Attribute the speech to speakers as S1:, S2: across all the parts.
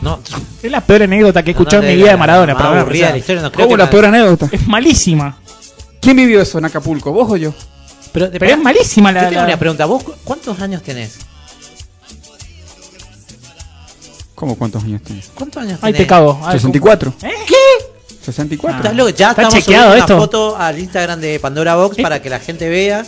S1: No,
S2: Es la peor anécdota que he escuchado en mi vida de Maradona.
S1: Más
S2: pero bueno,
S1: aburrida
S2: o sea,
S1: la historia, no creo
S3: ¿Cómo
S1: que
S3: la
S1: la-
S3: peor anécdota?
S2: es malísima.
S3: ¿Quién vivió eso en Acapulco? ¿Vos o yo?
S1: Pero,
S2: Pero es malísima la.
S1: Yo tengo
S2: la-
S1: una pregunta. ¿Vos cu- cuántos años tenés?
S3: ¿Cómo cuántos años tienes?
S1: ¿Cuántos años
S2: Ay,
S1: tenés?
S2: te cago. Ay,
S3: 64.
S2: ¿Eh? Ah.
S3: 64.
S1: Estás loco, Ya
S2: Está
S1: estamos
S2: chequeado
S1: subiendo
S2: esto.
S1: una foto al Instagram de Pandora Box
S2: Eh.
S1: para que la gente vea.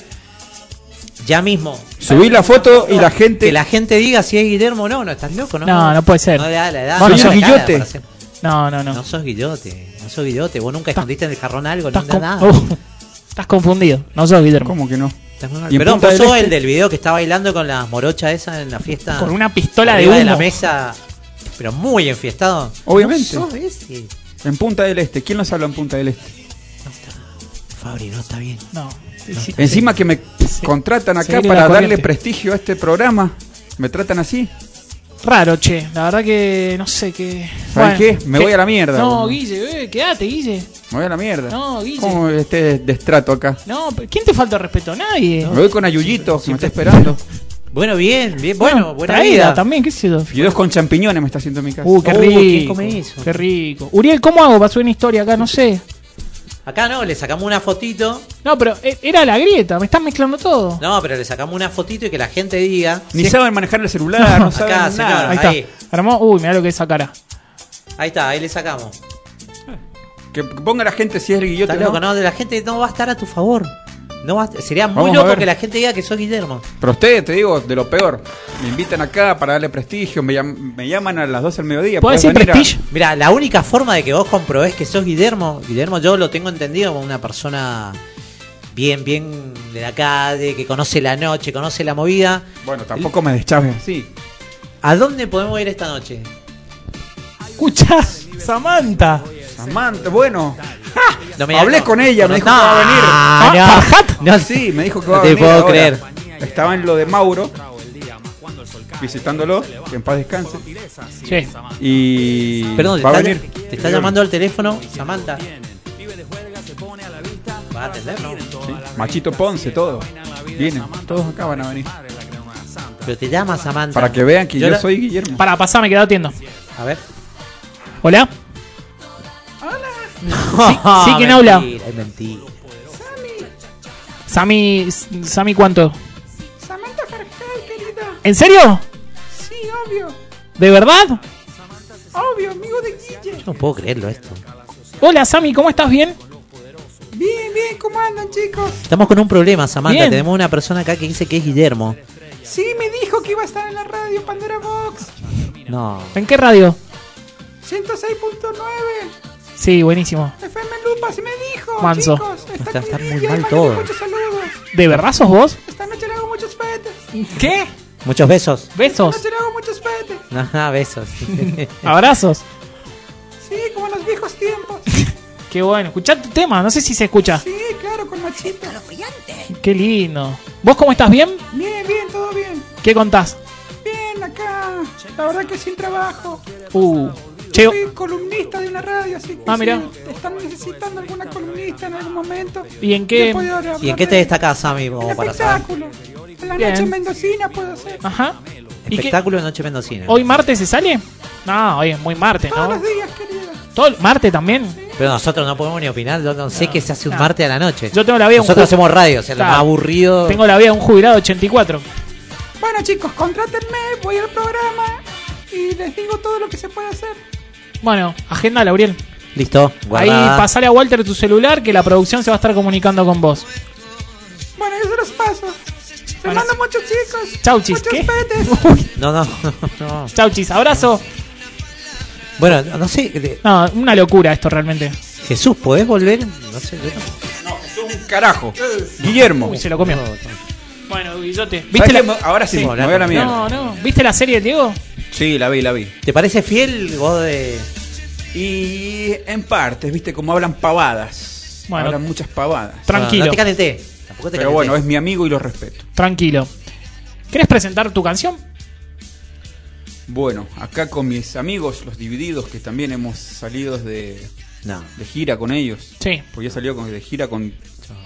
S1: Ya mismo.
S3: Subí la foto y la
S1: Que
S3: gente.
S1: la gente diga si es Guillermo o no. No, estás loco, ¿no?
S2: No, no puede ser.
S1: No le da la edad.
S2: Vos no
S1: le
S2: sos
S1: da la cara
S3: Guillote.
S1: para hacer-
S2: No, no, no.
S1: No sos guillote. No sos guillote. Vos nunca escondiste en el jarrón algo,
S2: estás,
S1: nunca
S2: con-
S1: nada.
S2: Uh, estás confundido. No sos Guillermo.
S3: ¿Cómo que no?
S1: Estás muy mal.
S3: ¿Y en
S1: Perdón,
S3: Punta
S1: vos
S3: del
S1: sos
S3: Este?
S1: el del video que está bailando con la morocha esa en la fiesta.
S2: Con una pistola de
S1: arriba
S2: humo.
S1: de la mesa. Pero muy enfiestado.
S3: Obviamente.
S1: No sos ese.
S3: En Punta del Este. ¿Quién nos habló en Punta del Este?
S1: No está. Fabri, no está bien.
S2: No. Sí, sí.
S3: Encima que me contratan acá
S2: Seguile la
S3: para darle
S2: corriente.
S3: prestigio a este programa. Me tratan así.
S2: Raro, che. La verdad que no sé qué.
S3: ¿Sabes qué? Me voy a la mierda,
S2: No,
S3: boludo.
S2: Guille, eh, quédate, Guille.
S3: Me voy a la mierda.
S2: No, Guille.
S3: ¿Cómo este destrato acá?
S2: No, pero ¿quién te falta respeto? Nadie.
S3: Me voy con Ayuyito, que me está esperando.
S1: Bueno, bien, bien. Bueno, buena
S2: traída
S1: vida.
S2: también, qué sé yo.
S3: Fideos con champiñones me está haciendo en mi casa.
S2: Uh, qué
S1: Uh,
S2: rico.
S1: ¿quién come eso?
S2: Qué rico. Uriel, ¿cómo hago para subir una historia acá? No sé.
S1: Acá no, le sacamos una fotito.
S2: No, pero eh, era la grieta. Me están mezclando todo.
S1: No, pero le sacamos una fotito y que la gente diga.
S3: Ni saben manejar el celular, no,
S1: Acá,
S3: saben nada.
S1: señora.
S2: ahí,
S1: ahí.
S2: está. Armó. Uy, mirá lo que es esa cara.
S1: Ahí está, ahí le sacamos.
S3: Que ponga la gente si es el guillote
S1: Estás
S3: o no.
S1: loco, no, de la gente no va a estar a tu favor. No va a- sería muy
S3: Vamos a
S1: loco
S3: ver.
S1: que la gente diga que sos Guillermo.
S3: Pero ustedes, te digo, de lo peor. Me invitan acá para darle prestigio, me, llam- me llaman a las 12 del mediodía.
S2: ¿Puedo
S3: ¿podés
S2: decir
S3: venir a-
S2: prestigio?
S1: Mira, la única forma de que vos comprobés que sos Guillermo, Guillermo yo lo tengo entendido como una persona bien, bien de la calle, que conoce la noche, conoce la movida.
S3: Bueno, tampoco me deschaves así.
S1: ¿A dónde podemos ir esta noche?
S2: ¿Escuchás? Samantha.
S3: Samantha, bueno.
S1: No
S3: Hablé con ella, me dijo que iba a venir.
S2: Ah,
S1: a venir.
S3: No, sí, me dijo que va
S1: Ah, No
S3: a
S1: te
S3: venir
S1: puedo
S3: ahora.
S1: creer.
S3: Estaba en lo de Mauro, visitándolo, que en paz descanse.
S2: Sí.
S3: Y.
S1: Perdón,
S3: va a
S1: te
S3: venir.
S1: está, te está llamando al teléfono Samantha. Va a atender, ¿no?
S3: Sí, Machito Ponce, todo. Vienen, todos acá van a venir.
S1: Pero te llama Samantha.
S3: Para que vean que yo,
S1: la-
S3: soy Guillermo.
S2: Para, pasá, me quedo atiendo.
S1: A ver.
S2: ¿Hola? sí, ¿quién habla?
S1: Mentira, es mentira.
S2: Sami, Sami, ¿cuánto? ¿En serio?
S3: Sí, obvio.
S2: ¿De verdad?
S3: Obvio, amigo de Guille.
S1: Yo no puedo creerlo esto.
S2: Hola, Sami, ¿cómo estás? ¿Bien?
S3: Bien, bien, ¿cómo andan, chicos?
S1: Estamos con un problema, Samantha.
S2: Bien.
S1: Tenemos una persona acá que dice que es Guillermo.
S3: Sí, me dijo que iba a estar en la radio Pandora Box.
S1: No.
S2: ¿En qué radio?
S3: 106.9
S2: Sí, buenísimo.
S3: FM Lupa, se me dijo.
S2: Manso.
S3: Chicos,
S1: Está-
S3: aquí
S1: está muy
S3: Guillermo,
S1: mal
S3: yo
S1: todo.
S3: le Muchos saludos.
S2: ¿De verdad sos vos?
S3: Esta noche le hago muchos petes.
S2: ¿Qué?
S1: Muchos besos.
S2: ¿Besos?
S3: le hago muchos petes.
S1: Ajá, besos.
S2: ¿Abrazos?
S3: Sí, como en los viejos tiempos.
S2: Qué bueno. Escuchá tu tema, no sé si se escucha.
S3: Sí, claro, con machito.
S2: Qué lindo. ¿Vos cómo estás? ¿Bien?
S3: Bien, bien, todo bien.
S2: ¿Qué contás?
S3: Bien, acá. La verdad que sin trabajo.
S2: Uh. Che,
S3: Soy columnista de una radio, así que
S2: Ah, mirá.
S3: si están necesitando alguna columnista en algún momento.
S2: ¿y en qué?
S3: yo puedo hablar
S1: ¿Y en qué te
S3: de-
S1: destacás, Sammy? Como
S3: En
S1: para saber.
S3: espectáculo. En la
S2: Bien.
S3: noche mendocina puedo hacer.
S2: Ajá. ¿Y qué?
S1: Espectáculo de Noche Mendocina.
S2: ¿Hoy martes se sale? No, hoy es muy martes,
S3: Todos
S2: ¿no?
S3: los días, querida.
S2: ¿Todo el- martes también?
S1: Pero nosotros no podemos ni opinar. Yo no sé qué se hace un
S2: no.
S1: martes a la noche.
S2: Yo tengo la vida de un
S1: Nosotros
S2: ju-
S1: hacemos radio, o sea, lo
S2: Claro.
S1: más aburrido.
S2: Tengo la vida de un jubilado 84.
S3: Bueno, chicos, contrátenme, voy al programa y les digo todo lo que se puede hacer.
S2: Bueno, agenda, Lauriel.
S1: Listo. guardada.
S2: Ahí pasale a Walter tu celular que la producción se va a estar comunicando con vos.
S3: Bueno, yo se los paso. Les
S2: Ahora
S3: mando
S2: sí.
S3: muchos chicos.
S2: Chau, chis,
S3: Muchos
S2: ¿qué?
S3: petes.
S1: No, no, no.
S2: Chau, chis, abrazo.
S1: Bueno, no sé. de-
S2: No, una locura esto realmente.
S1: Jesús, ¿podés volver? No sé. yo no-
S3: Un carajo. Guillermo.
S2: Uy, se lo comió.
S1: no,
S2: Bueno, Guillote. ¿Viste la...
S3: Ahora sí,
S1: Sí.
S3: me voy a la mierda.
S2: No, no. ¿Viste la serie de Diego?
S3: Sí, la vi, la vi.
S1: ¿Te parece fiel vos de.?
S3: Y en partes, viste cómo hablan pavadas.
S2: Bueno.
S3: Hablan muchas pavadas.
S1: No,
S2: Tranquilo,
S1: no te calenté. Tampoco te
S3: Pero
S1: calenté.
S3: bueno, es mi amigo y lo respeto.
S2: tranquilo. ¿Querés presentar tu canción?
S3: Bueno, acá con mis amigos, los divididos, que también hemos salido de,
S1: No.
S3: de gira con ellos.
S2: Sí.
S3: Porque he salido con- de gira con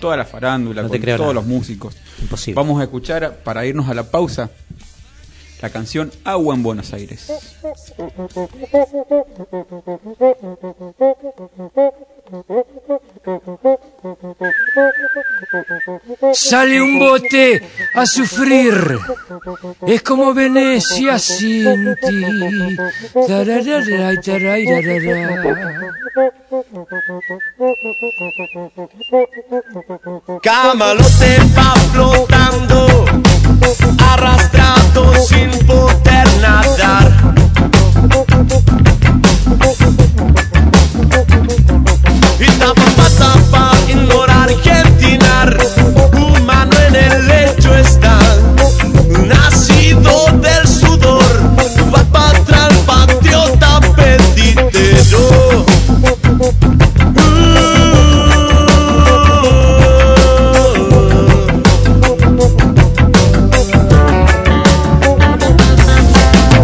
S3: toda la farándula,
S1: No te
S3: con
S1: creo
S3: todos
S1: nada.
S3: los músicos.
S1: Imposible.
S3: Vamos a escuchar, para irnos a la pausa, la canción Agua en Buenos Aires.
S4: Sale un bote a sufrir. Es como Venecia sin ti. Tararara, tararara.
S5: Camalote va flotando, arrastrado sin poder nadar. Y tapa, tapa, ignora argentinar, humano en el lecho está, nacido del sudor, va para atrás, patriota petitero. Uh.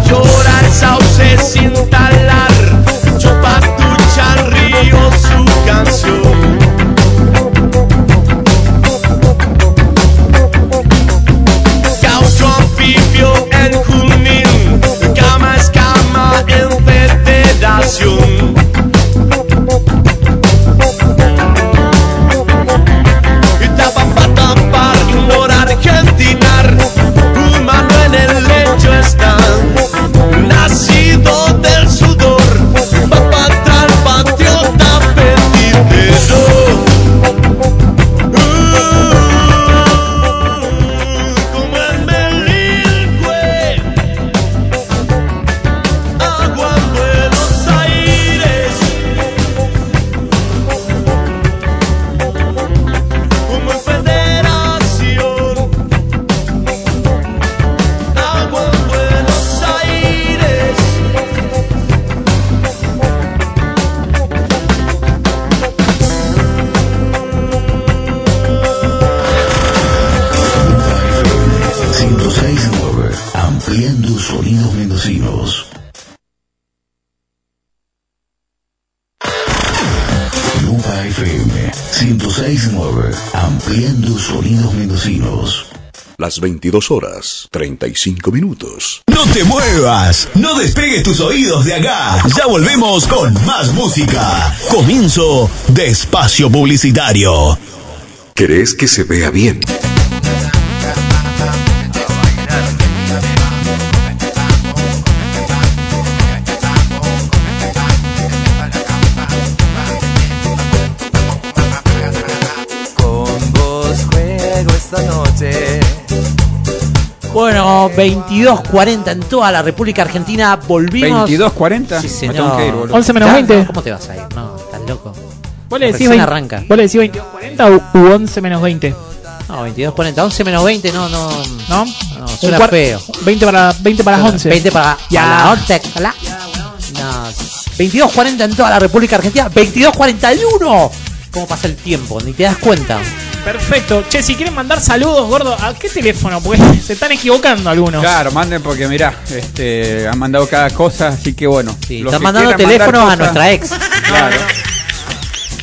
S5: Llora el sauce sin talar, chupa tucha al río su canción. Gaucho anfibio en Junín, cama es cama en federación. Y tapa pa tapar, ignora argentinar, humano en el lecho está, nacido del sudor, va pa atrás, patriota perdidero. Uh, como el Melilque, agua en Buenos Aires. como en federación. Agua en Buenos Aires.
S6: ampliando sonidos mendocinos. Lupa FM 1069, ampliando sonidos mendocinos.
S7: Las 22 horas, 35 minutos.
S8: No te muevas, no despegues tus oídos de acá. Ya volvemos con más música. Comienzo de espacio publicitario.
S7: ¿Querés que se vea bien?
S9: Con vos juego esta noche.
S1: Bueno, 22.40 en toda la República Argentina. Volvimos.
S3: 22.40.
S1: Sí,
S3: Me tengo que ir, boludo.
S1: señor.
S2: 11 menos 20.
S1: ¿Cómo te vas a ir? No, estás loco.
S2: ¿Vos le decís,
S1: Recién
S2: 20
S1: arranca.
S2: ¿Vos le decís 22.40 u, u 11 menos 20?
S1: No, 22.40. 11 menos 20, no, no.
S2: ¿No?
S1: No, suena
S2: Un cuar-
S1: feo.
S2: 20 para, 20 para las 11.
S1: 20 para
S2: Ya.
S1: para la once, hola. No. 22.40 en toda la República Argentina. 22.41. ¿Cómo pasa el tiempo? Ni te das cuenta.
S2: Perfecto. Che, si quieren mandar saludos, gordo, ¿a qué teléfono? Porque se están equivocando algunos.
S3: Claro, manden porque mirá, este, han mandado cada cosa, así que bueno.
S1: Sí,
S3: los
S1: están
S3: que
S1: mandando
S3: quieran
S1: teléfonos a
S3: mandar cosas,
S1: nuestra ex.
S3: Claro.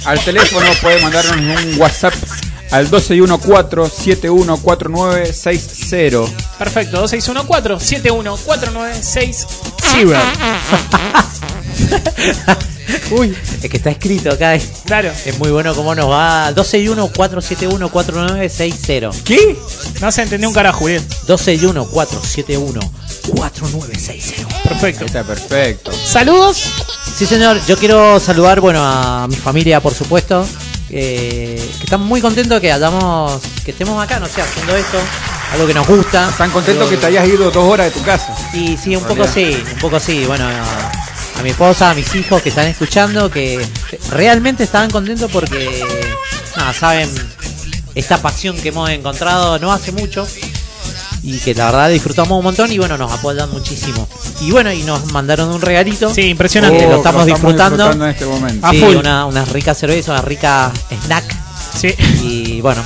S3: Al teléfono puede mandarnos un WhatsApp al 1214-714960.
S2: Perfecto. 2614-714960.
S1: Uy. Es que está escrito acá. Es,
S2: Claro.
S1: es muy bueno cómo nos va. 261-471-4960.
S3: ¿Qué?
S2: No se entendió un carajo, Julián.
S1: 261-471-4960.
S2: Perfecto.
S3: Está perfecto.
S2: Saludos.
S1: Sí, señor. Yo quiero saludar, bueno, a mi familia, por supuesto. eh, que están muy contentos que hayamos, que estemos acá, no sé, haciendo esto. Algo que nos gusta.
S3: Están contentos
S1: algo
S3: que te hayas ido dos horas de tu casa.
S1: Y sí, un poco sí, un poco sí. Bueno, a, a mi esposa, a mis hijos que están escuchando, que realmente estaban contentos porque, nada, saben esta pasión que hemos encontrado no hace mucho y que la verdad disfrutamos un montón y bueno, nos apoyan muchísimo. Y bueno, y nos mandaron un regalito.
S2: Sí, impresionante.
S1: Eh, lo
S3: Oh,
S1: estamos disfrutando.
S3: en este momento.
S2: Ah,
S1: Sí,
S2: full.
S1: una, una rica cerveza, una rica snack
S2: Sí.
S1: y bueno.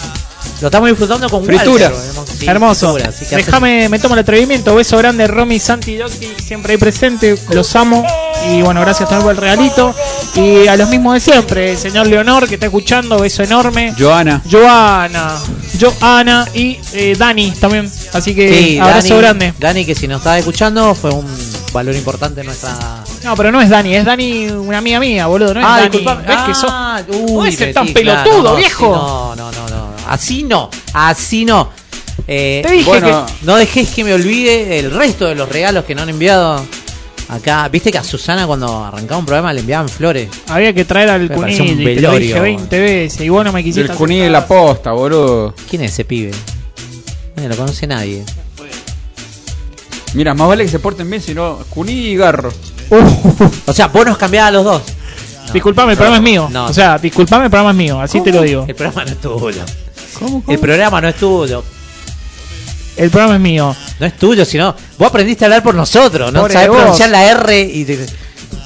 S1: Lo estamos disfrutando con
S3: Frituras.
S1: Walter, hemos- sí,
S2: Hermoso.
S1: frituras, así que hace-
S2: Déjame, me tomo el atrevimiento. Beso grande, Romy, Santi, Dotti, siempre ahí presente. Los amo. Y bueno, gracias también por el regalito. Y a los mismos de siempre, el señor Leonor que está escuchando, beso enorme.
S3: Joana.
S2: Joana. Joana y eh, Dani también. Así que
S1: Sí,
S2: abrazo
S1: Dani,
S2: grande.
S1: Dani, que si nos está escuchando, fue un valor importante en nuestra.
S2: No, pero no es Dani, es Dani, una amiga mía, boludo. No es
S1: Ah,
S2: Dani.
S1: disculpame. Ah,
S2: ¿Ves que sos- no es ser tan
S1: Betty, claro,
S2: pelotudo,
S1: no, sí,
S2: viejo.
S1: no, no, no, no. Así no. Así no. Eh,
S2: Te dije
S1: bueno,
S2: que-
S1: no dejéis que me olvide el resto de los regalos que no han enviado acá. Viste que a Susana cuando arrancaba un programa le enviaban flores.
S2: Había que traer al
S1: Me pareció
S2: Cunilli,
S1: un
S2: te lo dije
S1: velorio.
S2: 20 veces y vos no me quisiste.
S3: El Cuní de la posta, boludo.
S1: ¿Quién es ese pibe? No lo conoce nadie.
S3: Mira, más vale que se porten bien, si no, Cuní y Garro.
S1: O sea, vos nos cambiabas a los dos.
S2: Disculpame, el programa es mío.
S1: No.
S2: O sea, disculpame, el programa es mío. Así te lo digo.
S1: El programa no es tuyo. El programa no es tuyo.
S2: El programa es mío.
S1: No es tuyo, sino. Vos aprendiste a hablar por nosotros, ¿no?
S2: Pobre
S1: Sabés
S2: vos.
S1: pronunciar la R y. Te...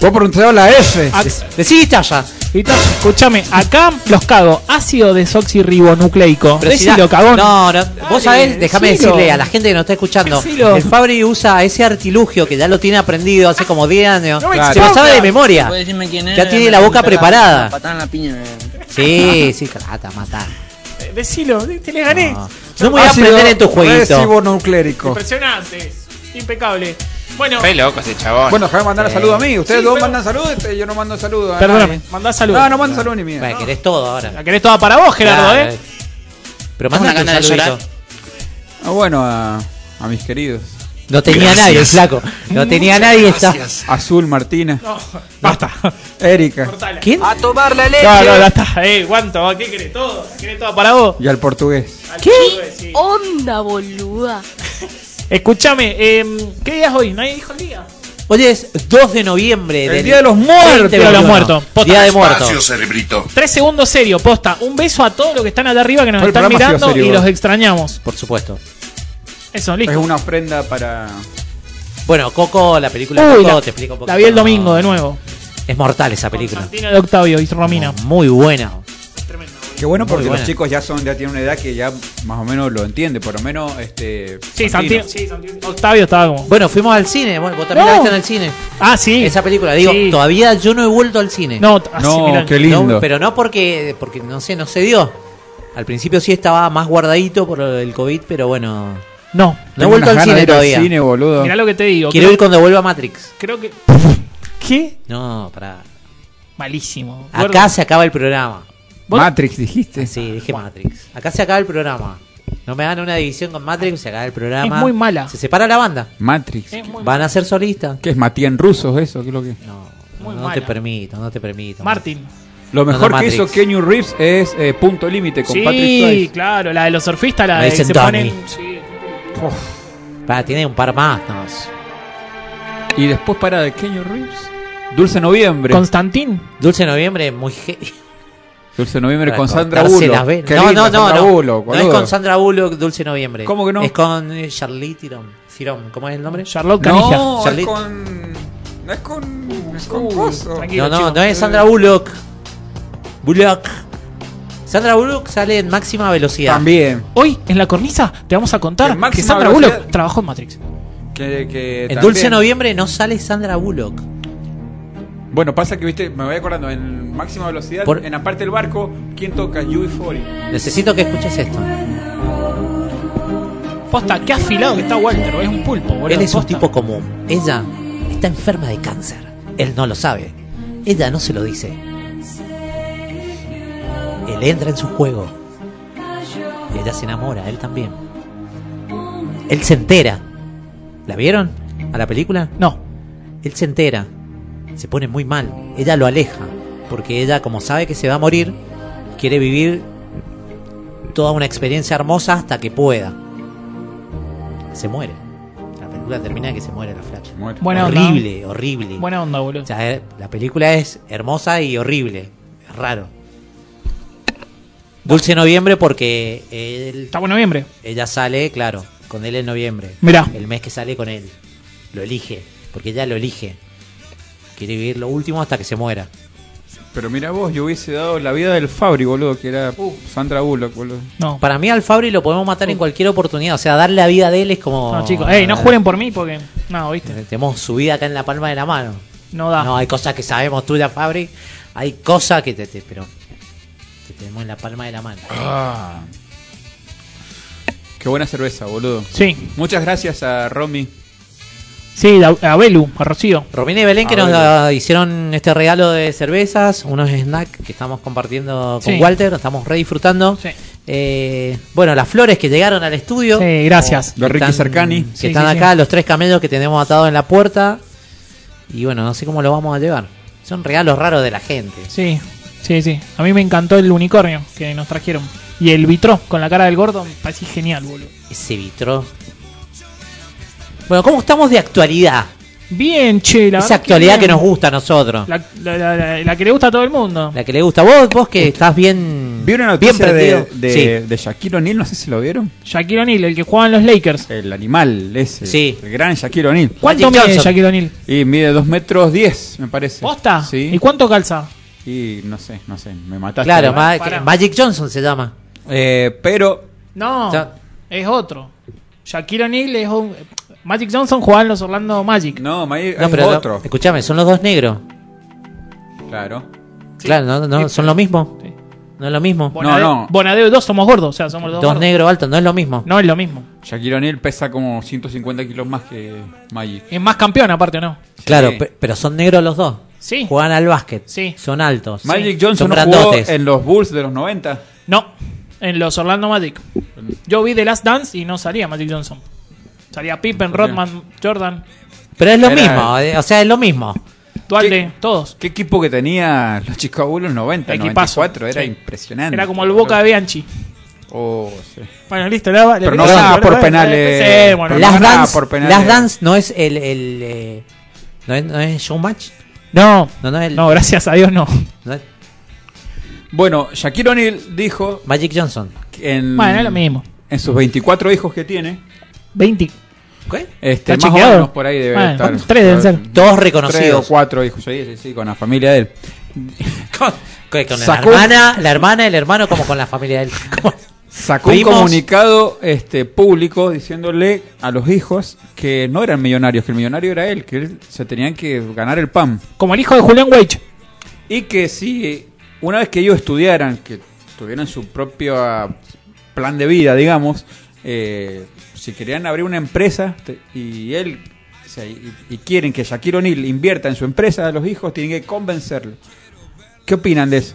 S3: Vos pronunciabas la F.
S1: Decidiste allá.
S2: Y ta- Escuchame, acá los cago. Ácido desoxirribonucleico. Decilo, cagón.
S1: No, no. Vos sabés, déjame
S2: decilo.
S1: decirle a la gente que nos está escuchando.
S2: Decilo.
S1: El Fabri usa ese artilugio que ya lo tiene aprendido hace como 10 años.
S2: No me
S1: Se lo
S2: expongas.
S1: sabe de memoria.
S10: ¿Puedes decirme quién es?
S1: Ya tiene la
S10: Me
S1: boca
S10: gusta
S1: preparada.
S10: La patada en la piña. me-
S1: Sí, sí, trata, matar.
S2: Eh, Decilo, te le gané.
S1: No me voy a aprender en tu jueguito.
S3: nuclérico.
S2: Impresionante. Impecable. Bueno,
S11: Re loco ese chabón.
S3: Bueno, déjame mandar
S11: Sí.
S3: saludos a mí. Ustedes
S2: Sí,
S3: dos
S2: pero-
S3: mandan saludos, este, yo no mando saludos. a
S2: perdóname.
S3: nadie.
S2: Mandá saludos.
S3: No, no mando saludos ni mierda.
S1: Bueno, querés todo ahora.
S2: La querés toda para vos, Gerardo,
S1: Claro,
S2: eh.
S1: Pero
S11: Tengo
S1: mandate
S11: una
S1: un
S11: gana de
S1: saludito.
S3: Ah, bueno, a, a mis queridos.
S1: No tenía
S3: Gracias. Mm.
S1: nadie, flaco. No tenía nadie. Está.
S3: Azul, Martina.
S2: Basta.
S3: Erika.
S1: ¿Quién?
S12: A tomar la leche.
S2: No, no, ya está. Eh, ¿cuánto? ¿Qué querés? ¿Todo? ¿La querés toda para vos?
S3: Y al portugués.
S2: Al chico, eh,
S13: ¿Qué
S2: sí.
S13: onda, boluda?
S2: Escuchame, em, ¿qué día es hoy? Nadie dijo el día.
S1: Hoy es 2 de noviembre.
S2: El
S1: del
S2: Día de los Muertos. Día de los Muertos. Posta.
S1: Día de muertos.
S2: Espacio, Tres segundos serio, posta. Un beso a todos los que están allá arriba que nos
S3: Todo el
S2: están
S3: programa ha sido
S2: mirando
S3: serio,
S2: y
S3: bro.
S2: los extrañamos.
S1: Por supuesto.
S2: Eso,
S3: Es
S2: listo.
S3: una ofrenda para.
S1: Bueno, Coco, la película
S2: Uy,
S1: Coco,
S2: la-
S1: te explico un poquito.
S2: La vi el domingo de nuevo.
S1: Es mortal esa película.
S2: Tino de Octavio y Romina.
S1: Muy buena.
S3: Qué bueno
S1: Muy
S3: porque
S1: buena.
S3: los chicos ya son ya tienen una edad que ya más o menos lo entiende, por lo menos este
S2: Sí,
S3: Santino.
S2: Santino. Sí, Santino. Octavio estaba como.
S1: Bueno, fuimos al cine. Bueno, vos también
S2: No.
S1: la viste en el cine.
S2: Ah, sí.
S1: Esa película, digo,
S2: Sí.
S1: todavía yo no he vuelto al cine.
S2: No, t- así,
S3: No,
S2: mirá.
S3: qué lindo.
S1: No, pero no porque, porque no sé, no se dio. Al principio sí estaba más guardadito por el COVID, pero bueno.
S2: No.
S1: No he
S3: Tengo
S1: vuelto
S3: unas
S1: al
S3: ganas de
S1: cine
S3: ir al
S1: todavía.
S3: cine, boludo.
S2: Mirá lo que te digo.
S1: Quiero
S2: creo,
S1: ir cuando vuelva Matrix.
S2: creo que. ¿Qué?
S1: No, pará.
S2: Malísimo.
S1: Acá se acaba el programa. Ah,
S2: ¿Vos-
S3: Matrix dijiste.
S1: Sí, dije Matrix. Acá se acaba el programa. No me dan una división con Matrix, se acaba el programa.
S2: Es muy mala.
S1: Se separa la banda.
S3: Matrix.
S2: Es muy,
S1: Van a ser solistas.
S3: ¿Qué es Matían Rusos eso? ¿Qué es lo que?
S1: No,
S2: Muy
S1: no
S2: mala.
S1: te permito, no te permito.
S2: Martin.
S3: Lo mejor
S1: No, no,
S3: que
S1: Matrix.
S3: hizo Kenny Reeves es eh, Punto Límite con
S2: Sí,
S3: Patrick Swayze.
S2: claro, la de los surfistas, la
S1: Me
S2: de que
S1: dicen
S2: se
S1: Tony.
S2: ponen. Sí.
S1: Pará, tiene un par más. no.
S3: Y después para de Kenny Reeves, Dulce Noviembre.
S2: Constantín.
S1: Dulce Noviembre, muy. ge-
S3: Dulce Noviembre
S1: para
S3: con Sandra
S1: cortarse
S3: Bullock.
S1: las venas.
S3: Qué
S1: No,
S3: linda
S1: no, no,
S3: Sandra
S1: no.
S3: Bullock,
S1: no es
S3: boludo.
S1: con Sandra Bullock, Dulce Noviembre.
S3: ¿Cómo que no?
S1: Es con eh, Charlize Theron. Theron, ¿Cómo es el nombre?
S2: Charlotte Canija.
S3: No,
S1: Charlie.
S3: es con. No es con. Es con coso.
S2: Tranquilo,
S1: No, no,
S2: chico.
S1: no es Sandra Bullock. Bullock. Sandra Bullock sale en máxima velocidad.
S3: También.
S2: Hoy en la cornisa te vamos a contar
S3: En máxima
S2: que Sandra
S3: velocidad.
S2: Bullock trabajó en Matrix.
S3: Que, que
S1: En
S3: también-
S1: Dulce Noviembre no sale Sandra Bullock.
S3: Bueno, pasa que viste, me voy acordando, en máxima velocidad,
S1: Por-
S3: en la parte del barco, ¿quién toca? UB40.
S1: Necesito que escuches esto.
S2: Posta, qué afilado que está Walter, es un pulpo, boludo.
S1: Él es un
S2: posta.
S1: tipo común. Ella está enferma de cáncer. Él no lo sabe. Ella no se lo dice. Él entra en su juego. Ella se enamora, él también. Él se entera. ¿La vieron? ¿A la película?
S2: No.
S1: Él se entera. Se pone muy mal. Ella lo aleja. Porque ella, como sabe que se va a morir, quiere vivir toda una experiencia hermosa hasta que pueda. Se muere. La película termina que se muere la flacha.
S3: Muere.
S2: Buena onda.
S1: horrible, horrible.
S2: Buena onda, boludo.
S1: O sea, eh, la película es hermosa y horrible. Es raro. Dulce noviembre porque él-
S2: Está bueno noviembre.
S1: ella sale, claro, con él en noviembre.
S2: Mirá.
S1: El mes que sale con él. Lo elige. Porque ella lo elige. Quiere vivir lo último hasta que se muera.
S3: Pero mira vos, yo hubiese dado la vida del Fabri, boludo, que era uh, Sandra Bullock, boludo.
S2: No.
S1: Para mí al Fabri lo podemos matar en cualquier oportunidad. O sea, darle la vida de él es como...
S2: No, chicos. Ey, no jueguen por mí porque. No, viste.
S1: Tenemos su vida acá en la palma de la mano.
S2: No da.
S1: Eh, No, hay cosas que sabemos tú, la Fabri. Hay cosas que te, te- pero te tenemos en la palma de la mano.
S3: Ah. Qué buena cerveza, boludo.
S2: Sí.
S3: Muchas gracias a Romy.
S2: Sí, la- a Belu, a Rocío.
S1: Romina y Belén que
S3: A
S1: nos
S3: ver.
S1: ah, hicieron este regalo de cervezas, unos snacks que estamos compartiendo con
S2: Sí.
S1: Walter, estamos re disfrutando. Eh, bueno, las flores que llegaron al estudio.
S2: Sí, gracias.
S3: De Ricky Cercani.
S1: Que
S2: Sí,
S1: están
S2: sí,
S1: acá,
S2: sí.
S1: los tres camellos que tenemos atados en la puerta. Y bueno, no sé cómo lo vamos a llevar. Son regalos raros de la gente.
S2: Sí, sí, sí. A mí me encantó el unicornio que nos trajeron. Y el vitró con la cara del gordo me pareció genial, boludo.
S1: Ese vitro. Bueno, ¿cómo estamos de actualidad?
S2: Bien, che, la
S1: Esa
S2: verdad
S1: actualidad que
S2: bien.
S1: nos gusta a nosotros.
S2: La, la- la- la- la que le gusta a todo el mundo.
S1: La que le gusta. Vos, vos que estás bien.
S3: ¿Vieron la noticia
S1: bien
S3: de,
S1: prendido.
S3: de, de Shaquille O'Neal? No sé si lo vieron.
S2: Shaquille O'Neal, el que jugaba en los Lakers.
S3: El animal ese.
S1: Sí.
S3: El gran Shaquille O'Neal.
S2: ¿Cuánto
S1: Magic
S2: mide
S1: Johnson.
S2: Shaquille O'Neal?
S3: Y mide 2 metros 10, me parece.
S2: ¿Posta? ¿Y
S3: Sí.
S2: cuánto calza?
S3: Y, no sé, no sé. Me
S1: Sí.
S3: mataste.
S1: Claro,
S2: Pará,
S1: Ma-
S2: pará.
S1: Magic Johnson se llama.
S3: Eh, pero
S2: No,
S1: Ya.
S2: es otro. Shaquille O'Neal es un... Magic Johnson jugaba en los Orlando Magic.
S3: No, ma- es
S1: No, pero no-
S3: otro.
S1: escuchame, son los dos negros.
S3: Claro.
S1: Claro, no, no, son lo mismo.
S2: Sí.
S1: No es lo mismo.
S2: Bonade-
S3: no.
S2: Bonadeo y dos somos gordos, o sea, somos los dos.
S1: Dos
S2: gordos.
S1: negros altos, no es lo mismo.
S2: No es lo mismo.
S3: Shaquille O'Neal pesa como 150 kilos más que Magic.
S2: Es más campeón, aparte, ¿o no?
S1: Claro,
S3: Sí.
S1: pe- pero son negros los dos.
S2: Sí.
S1: Juegan al básquet.
S2: Sí.
S1: Son altos. Sí.
S3: Magic Johnson
S1: son
S3: no jugó
S1: grandotes.
S3: en los Bulls de los 90.
S2: No, en los Orlando Magic. Yo vi The Last Dance y no salía Magic Johnson. Salía Pippen, Rodman, Jordan,
S1: Pero es lo
S3: Era-
S1: mismo, eh, o sea, es lo mismo.
S2: Dualde, todos.
S3: ¿Qué equipo que tenía los Chicago Bulls en los 90?
S2: Equipazo.
S3: 94, era
S2: Sí.
S3: impresionante.
S2: Era como el Boca de Bianchi.
S3: Oh, sí.
S2: Bueno, listo, la, la-
S3: Pero
S2: la-
S3: no
S2: la-
S3: ganaba
S2: la-
S3: por
S2: la-
S3: penales.
S2: la- sí, bueno,
S3: Pero
S1: Las
S3: no ganaba
S1: Dance,
S3: por penales.
S1: Las Dance no es el. el, eh, no, es, no es Showmatch.
S2: no,
S1: No, no es el.
S2: no, gracias a Dios no.
S1: no es-
S3: Bueno, Shaquille O'Neal dijo
S1: Magic Johnson.
S3: que en,
S2: Bueno, es lo mismo.
S3: en sus 24 hijos que tiene,
S2: 20.
S1: ¿Qué?
S2: ¿Está
S3: este, más
S2: chequeado?
S3: o menos por ahí debe
S2: Bueno,
S3: estar.
S2: tres deben ser.
S1: Todos
S3: Tres o
S1: reconocidos.
S3: cuatro hijos, sí, sí, sí, con la familia de él.
S1: Con, con- con la
S3: Sacó-
S1: hermana, la hermana, el hermano, como con la familia de él. Como-
S3: Sacó
S1: Primos.
S3: un comunicado este, público diciéndole a los hijos que no eran millonarios, que el millonario era él, que él se tenían que ganar el pan.
S2: Como el hijo de Julián Weich.
S3: Y que si una vez que ellos estudiaran, que tuvieran su propio ah, plan de vida, digamos, eh, si querían abrir una empresa te- y él o sea, y, y quieren que Shaquille O'Neal invierta en su empresa, los hijos tienen que convencerlo. ¿Qué opinan de eso?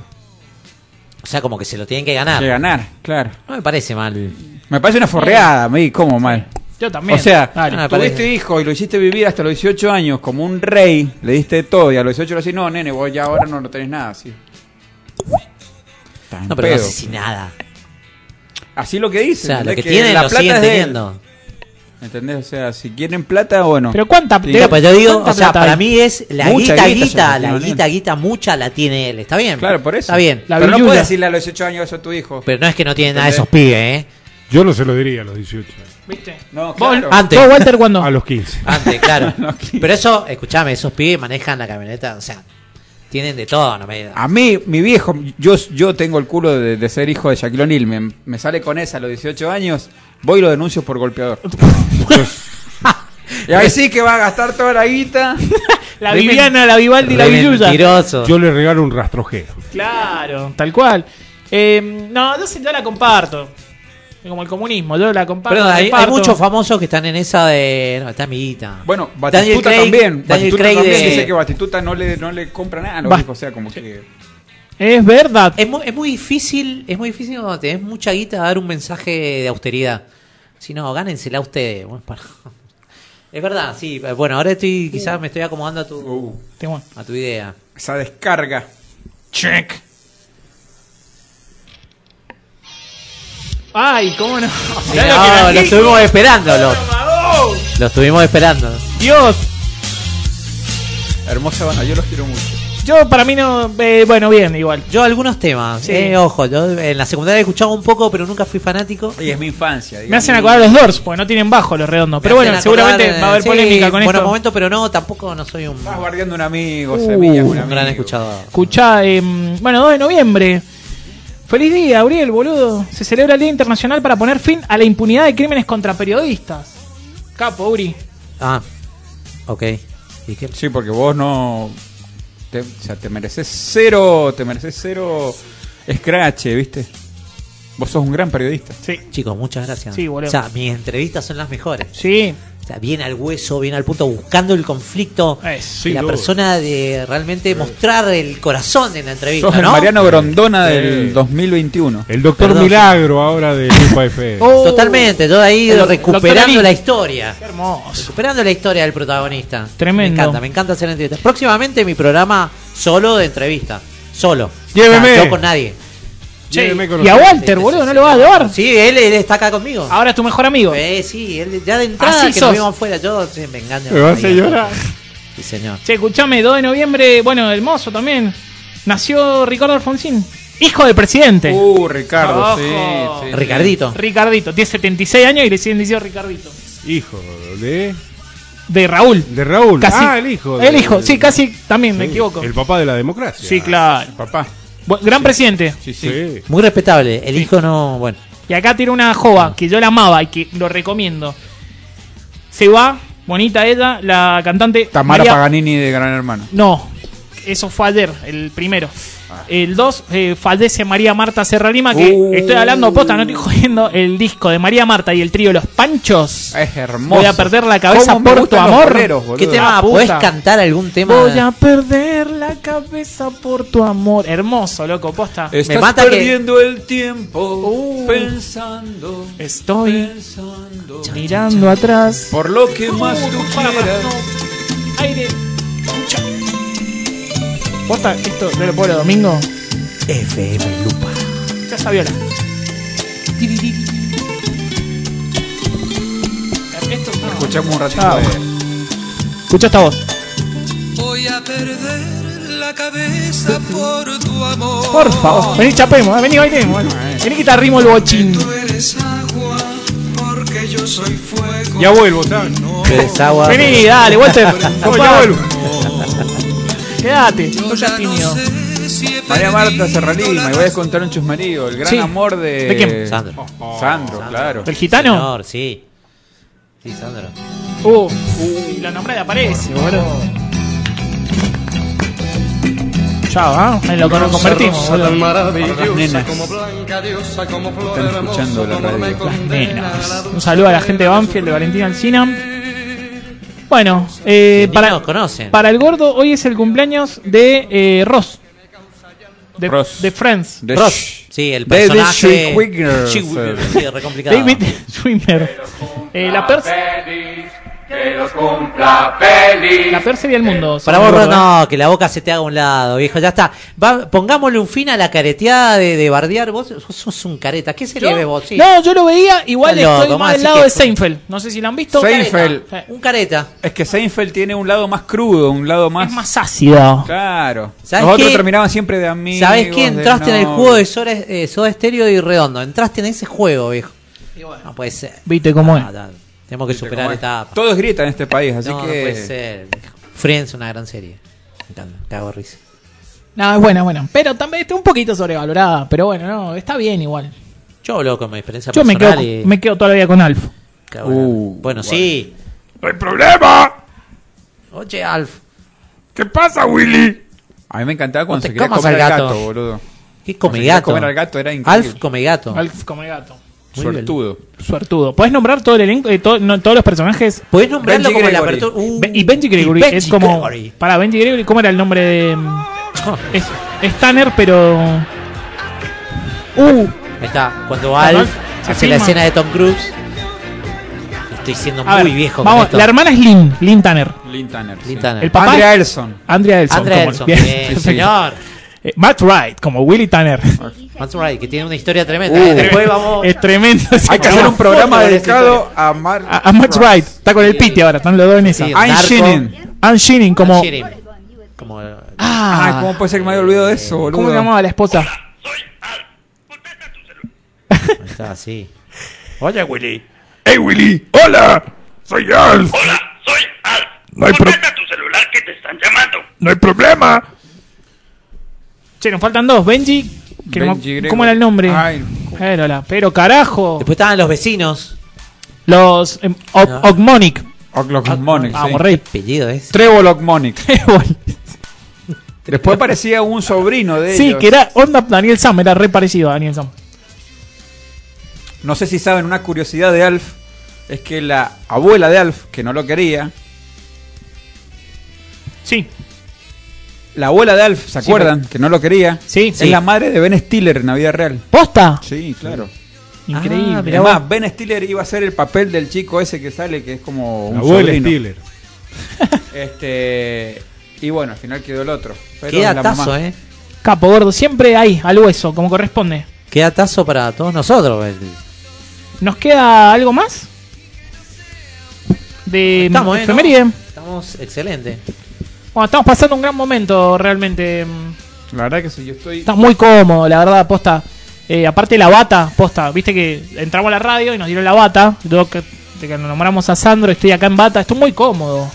S1: o sea, como que se lo tienen que ganar.
S3: De ganar, claro.
S1: No me parece mal.
S3: Me parece una forreada, me di como mal.
S2: Yo también.
S3: O sea,
S2: Dale.
S1: Ah,
S3: tuviste
S1: parece.
S3: hijo y lo hiciste vivir hasta los 18 años como un rey, le diste todo y a los 18 le decís, no, nene, vos ya ahora no lo tenés nada, así. Tan
S1: No, pero no
S3: pedo.
S1: sé si nada.
S3: Así lo que
S1: O
S3: dice.
S1: sea, lo
S3: ¿entendés?
S1: que tienen
S3: la
S1: lo
S3: plata
S1: siguen
S3: es de él,
S1: teniendo.
S3: ¿Entendés? O sea, si quieren plata, bueno.
S2: Pero cuánta.
S3: Sí.
S1: Mira, pues yo digo,
S2: cuánta
S1: o sea,
S2: plata
S1: para
S2: hay?
S1: mí es la
S3: Mucha
S1: guita,
S3: guita,
S1: guita,
S3: Shaquille
S1: la
S3: O'Neal.
S1: guita, guita, mucha la tiene él. ¿Está bien?
S3: claro, por eso.
S1: Está bien.
S2: La
S3: pero no
S2: billulla.
S3: puedes decirle a los 18 años eso a tu hijo.
S1: Pero no es que no tiene nada de esos pibes, ¿eh?
S10: Yo no se lo diría a los 18,
S2: ¿Viste? Vos-
S3: No, claro.
S1: Antes.
S2: ¿Vos, Walter, cuándo?
S10: a los 15.
S1: Antes, claro. Pero eso, escuchame, esos pibes manejan la camioneta, o sea, tienen de todo, no me
S3: A mí, mi viejo, yo, yo tengo el culo de, de ser hijo de Shaquille O'Neal. Me, me sale con esa a los 18 años, voy y lo denuncio por golpeador. y ahí sí que va a gastar toda la guita.
S2: La Viviana, la Vivaldi, la Villuya.
S1: Mentiroso.
S10: Yo le regalo un rastrojero.
S2: Claro, tal cual. Eh, no, yo, sí- yo la comparto. Como el comunismo, yo la comparto.
S1: Perdón,
S2: la
S1: hay, hay
S2: comparto.
S1: muchos famosos que están en esa de. No, está mi guita.
S3: Bueno,
S1: Daniel
S3: Batistuta
S1: Craig-
S3: también.
S1: Daniel
S3: Batistuta
S1: Craig
S3: también
S1: de-
S3: dice que Batistuta no le, no le compra nada a los
S2: Va.
S3: hijos. O sea, como que.
S2: Es verdad.
S1: Es muy, es muy difícil, es muy difícil cuando tenés mucha guita dar un mensaje de austeridad. Si no, gánensela ustedes. Bueno, para- Es verdad, sí. Bueno, ahora estoy, quizás me estoy acomodando a tu,
S3: Uh,
S2: Tengo-
S1: a tu idea.
S3: esa descarga.
S2: Check. Ay, cómo no.
S1: Sí,
S2: Mirá lo
S1: no,
S2: que
S1: lo
S2: trajiste,
S1: estuvimos esperando, lo,
S2: Mago.
S1: lo estuvimos esperando.
S2: Dios.
S3: Hermosa banda, yo los quiero mucho.
S2: Yo para mí no. eh, bueno, bien, igual.
S1: Yo algunos temas,
S2: Sí.
S1: eh, ojo, yo en la secundaria escuchaba un poco, pero nunca fui fanático.
S3: Y es mi infancia.
S2: Me
S3: digamos.
S2: hacen acordar los Doors, porque no tienen bajo los redondos. Pero
S1: Me
S2: bueno,
S1: hacen
S2: seguramente
S1: acordar,
S2: va a haber
S1: sí,
S2: polémica con
S1: buenos
S2: esto.
S1: momentos, pero no, tampoco no soy un,
S3: Estás
S1: un
S3: bardeando un amigo, semillas, un amigo.
S1: gran escuchador.
S2: Escuchá, em, bueno, 2 de noviembre. Feliz día, Gabriel, boludo. Se celebra el Día Internacional para poner fin a la impunidad de crímenes contra periodistas. Capo, Uri.
S1: Ah, ok.
S3: Sí, porque vos no. te- o sea, te mereces cero. Te mereces cero scratch, ¿viste? Vos sos un gran periodista.
S2: Sí.
S1: Chicos, muchas gracias.
S3: Sí,
S1: o
S3: boludo.
S1: sea, mis entrevistas son las mejores.
S2: Sí.
S1: O sea, bien al hueso, bien al punto, buscando el conflicto. y
S2: Eh,
S3: sin
S1: la
S3: duda.
S1: persona de realmente mostrar el corazón en la entrevista,
S3: Sos el
S1: ¿no?
S3: Mariano Grondona
S1: Sí.
S3: del 2021.
S10: El doctor
S1: Perdón.
S10: Milagro ahora de Lupa FM.
S2: Oh,
S1: Totalmente, yo ahí
S2: El- doctor
S1: recuperando
S2: Lee.
S1: la historia.
S2: hermoso.
S1: Recuperando la historia del protagonista.
S2: Tremendo.
S1: Me encanta, me encanta hacer entrevistas. Próximamente mi programa solo de entrevista. Solo.
S2: Lléveme.
S1: O sea, yo con nadie.
S2: Che,
S1: Lléveme con
S2: y a
S1: los-
S2: Walter, boludo, no lo vas a llevar.
S1: Sí, él, él está acá conmigo.
S2: Ahora es tu mejor amigo.
S1: Eh, sí, él ya de entrada
S2: Ah. Así
S1: que
S2: sos.
S1: nos vimos afuera, yo sí, me engaño.
S2: Me vas a llorar.
S1: Sí, señor.
S2: Che, escuchame, 2 de noviembre, bueno, hermoso también. Nació Ricardo Alfonsín, hijo del presidente.
S3: Uh, Ricardo, sí,
S2: Ojo.
S3: sí, sí.
S1: Ricardito.
S2: Ricardito, tiene 76 años y le siguen diciendo Ricardito.
S10: Hijo de.
S2: De Raúl.
S10: De Raúl.
S2: Casi-
S10: ah, el hijo.
S2: El
S10: de-
S2: hijo, sí, casi también, me
S10: Sí,
S2: equivoco.
S10: El papá de la democracia.
S2: Sí, claro.
S10: Papá.
S2: Bu- gran presidente.
S3: Sí,
S10: Sí.
S1: Muy respetable. El hijo no. Bueno.
S2: Y acá tiene una jova que yo la amaba y que lo recomiendo. Se va, bonita ella, la cantante.
S3: Tamara
S2: María-
S3: Paganini de Gran Hermano.
S2: No, eso fue ayer, el primero. El 2 fallece María Marta Serralima, que
S3: Ah. Uh.
S2: estoy hablando posta, no estoy jodiendo. El disco de María Marta y el trío Los Panchos.
S3: Es hermoso.
S2: Voy a perder la cabeza
S3: ¿Cómo me
S2: por tu
S3: gustan los
S2: amor.
S3: boleros, boludo?
S1: ¿Qué tema?
S2: Ah, puta.
S1: ¿Puedes cantar algún tema?
S2: Voy a perder la cabeza por tu amor. Hermoso, loco, posta.
S3: Estás
S1: Me mata que-
S3: perdiendo el tiempo
S2: Uh.
S3: pensando,
S2: Estoy
S3: pensando
S2: mirando atrás.
S3: por lo que más tú
S2: Para, para,
S3: quieras.
S2: no. Aire. Escucha. Posta, esto de lo pueblo domingo.
S1: FM Lupa.
S2: Ya sabiola. Esto no.
S3: Escuchamos un ratito eh.
S2: Chao.
S3: de-
S2: Escucha esta voz.
S12: Voy a perder la cabeza por tu amor.
S2: Por favor. Vení, chapemos, eh, vení, bailemos. Vení que te arrimo el bochín.
S12: Tú eres agua porque yo soy fuego.
S10: Ya vuelvo, ¿sabes?
S1: Desagua.
S2: Vení, dale, Walter.
S10: No, ya vuelvo.
S2: Quédate. No seas tímido.
S3: María Marta Serralima, y voy a contar un chusmerío, el gran
S2: Sí.
S3: amor de... Oh,
S2: ¿De quién?
S1: Sandro.
S3: Sandro, claro.
S2: ¿El gitano?
S1: Señor, sí. Sí, Sandro.
S2: Uh, y la nombrada aparece, boludo. Chao, ¿ah? Ahí lo lo convertimos, boludo.
S3: Para las nenas. Están escuchando la radio.
S2: Las nenas. Un saludo a la gente de Banfield, de Valentina Alcina. Bueno, eh,
S1: Ni
S2: para,
S1: nos conocen.
S2: para el gordo, hoy es el cumpleaños de eh, Ross. De,
S3: Ross.
S2: de Friends.
S3: De
S1: Ross. Sí, el
S3: David
S1: personaje.
S3: Schwimmer.
S1: Schwimmer, Sí, re complicado.
S2: David Schwimmer. Eh, la peor La peor sería el mundo.
S1: Para
S2: según
S1: vos,
S2: el gordo, ¿eh?
S1: no, que la boca se te haga a un lado, viejo, ya está. Va, pongámosle un fin a la careteada de, de bardear. Vos sos- sos un careta. ¿Qué se le ve vos? Sí.
S2: No, yo lo veía, igual
S1: Está loco,
S2: estoy
S1: ¿cómo
S2: más del
S1: así
S2: lado
S1: que-
S2: de Seinfeld. No sé si la han visto. eh,
S3: Seinfeld.
S2: Careta.
S1: Un careta.
S3: Es que Seinfeld tiene un lado más crudo, un lado más...
S2: Es más ácido.
S3: Claro.
S1: ¿Sabes
S3: Nosotros
S1: qué?
S3: terminaban siempre de amigos.
S1: ¿Sabés qué?
S3: de
S1: Entraste en el
S3: novios.
S1: juego de Soda, eh, Soda Estéreo y Redondo. Entraste en ese juego, viejo. No puede ser.
S2: Viste cómo
S1: Ah,
S2: es.
S1: da- Tenemos que superar
S3: Como es.
S1: etapas.
S3: Todo es grieta en este país, así
S1: no, no
S3: que...
S1: puede ser. viejo. Friends, una gran serie. Me encanta, Te hago risa.
S2: No, es buena, buena. Pero también está un poquito sobrevalorada. Pero bueno, no, está bien igual.
S1: Yo loco, con mi experiencia
S2: Yo me quedo,
S1: personal. y-
S2: me quedo toda la vida con Alf.
S1: Qué bueno,
S3: Uh,
S1: Bueno, sí.
S10: ¡No hay problema!
S1: Oye, Alf.
S10: ¿Qué pasa, Willy?
S3: A mí me encantaba cuando
S1: No te
S3: se quería
S1: comas
S3: comer
S1: al
S3: al
S1: gato.
S3: gato, boludo.
S1: Qué
S3: quería
S1: comegato.
S3: comer al gato, era increíble.
S1: Alf comegato.
S2: Alf como el gato.
S1: Muy
S3: Suertudo.
S2: Suertudo. ¿Puedes nombrar todo el elenco? eh, todo- no, todos los personajes.
S1: Podés nombrarlo
S3: Benji
S1: como la
S3: Gregory.
S1: apertura. Uh,
S2: Be- y Benji Gregory
S1: Benji
S2: es como.
S1: Gregory.
S2: Para Benji Gregory, ¿cómo era el nombre de.? mm, Es, es Tanner, pero. Uh,
S1: Ahí está. Cuando
S2: Cuando
S1: Alf
S2: Alf se
S1: hace la
S2: filma.
S1: escena de Tom Cruise. Estoy siendo
S2: a
S1: muy
S2: ver,
S1: viejo. con
S2: Vamos,
S1: esto.
S2: la hermana es Lynn, Lynn Tanner.
S3: Lynn Tanner. sí.
S1: Lin Tanner.
S2: El papá.
S3: Andrea Elson.
S2: Andrea Elson.
S1: Andrea
S2: como-
S1: Elson.
S2: bien,
S1: Bien,
S2: perfecto.
S1: señor.
S2: Eh, Matt Wright, como Willy Tanner.
S1: That's right, que tiene una historia tremenda.
S3: Uh.
S1: ¿eh? Después vamos.
S2: Es tremendo. ese
S3: Hay que
S2: programa.
S3: hacer un programa
S1: foto de
S3: dedicado a Mar...
S2: A, a Matt Wright. Está con el Piti ahora, están los dos en esa.
S1: Sí,
S3: Ian
S1: Narco.
S3: Sheeran.
S2: Ann Sheeran, como.
S1: Sheeran. Como. eh,
S3: Ah,
S2: Ah,
S3: ¿cómo puede ser que me haya olvidado de eso, boludo?
S2: ¿cómo se llamaba la esposa?
S1: Está así.
S10: ¡Hey, Willy! ¡Hola! ¡Soy Alf!
S11: Soy Al.
S10: No hay, pro-
S11: Contesta tu celular que te están llamando.
S10: no hay problema.
S2: Che, nos faltan dos. Benji. que no me-
S3: Benji Gregory.
S2: ¿Cómo era el nombre?
S3: Ay,
S2: Pero, la- pero carajo.
S1: Después estaban los vecinos.
S2: Los. em, Og-
S3: Ah.
S1: No.
S2: Ogmonic.
S3: Oclocmonic.
S2: ah,
S1: Vamos, rey. ¿Qué apellido es?
S3: Trevor Ocmonic. Después parecía un sobrino de
S2: Sí,
S3: ellos.
S2: que era onda Daniel Sam, era re parecido a Daniel Sam.
S3: No sé si saben, una curiosidad de Alf es que la abuela de Alf, que no lo quería.
S2: Sí.
S3: La abuela de Alf, ¿se
S2: Sí,
S3: acuerdan?
S2: pero-
S3: que no lo quería.
S2: Sí,
S3: Es
S2: sí.
S3: la madre de Ben Stiller en la vida real.
S2: ¿Posta?
S3: Sí, claro.
S2: Increíble.
S3: Ah, mirá Además, vos. Ben Stiller iba a ser el papel del chico ese que sale, que es como un
S13: Abuelo
S3: sobrino.
S13: Stiller.
S3: Este. Y bueno, al final quedó el otro. Pero
S1: Qué
S3: la
S1: datazo,
S3: mamá.
S1: eh.
S2: Capo gordo, siempre ahí, al hueso, como corresponde.
S1: Qué datazo para todos nosotros. eh. el-
S2: ¿Nos queda algo más? De
S1: Estamos, eh, ¿no?
S2: efeméride.
S1: Estamos excelente.
S2: Bueno, estamos pasando un gran momento realmente. mm,
S3: La verdad que sí, yo estoy.
S2: Está muy cómodo, la verdad, posta. Eh, aparte la bata, posta, viste que entramos a la radio y nos dieron la bata. Luego que, de que nos nombramos a Sandro, estoy acá en bata, estoy muy cómodo.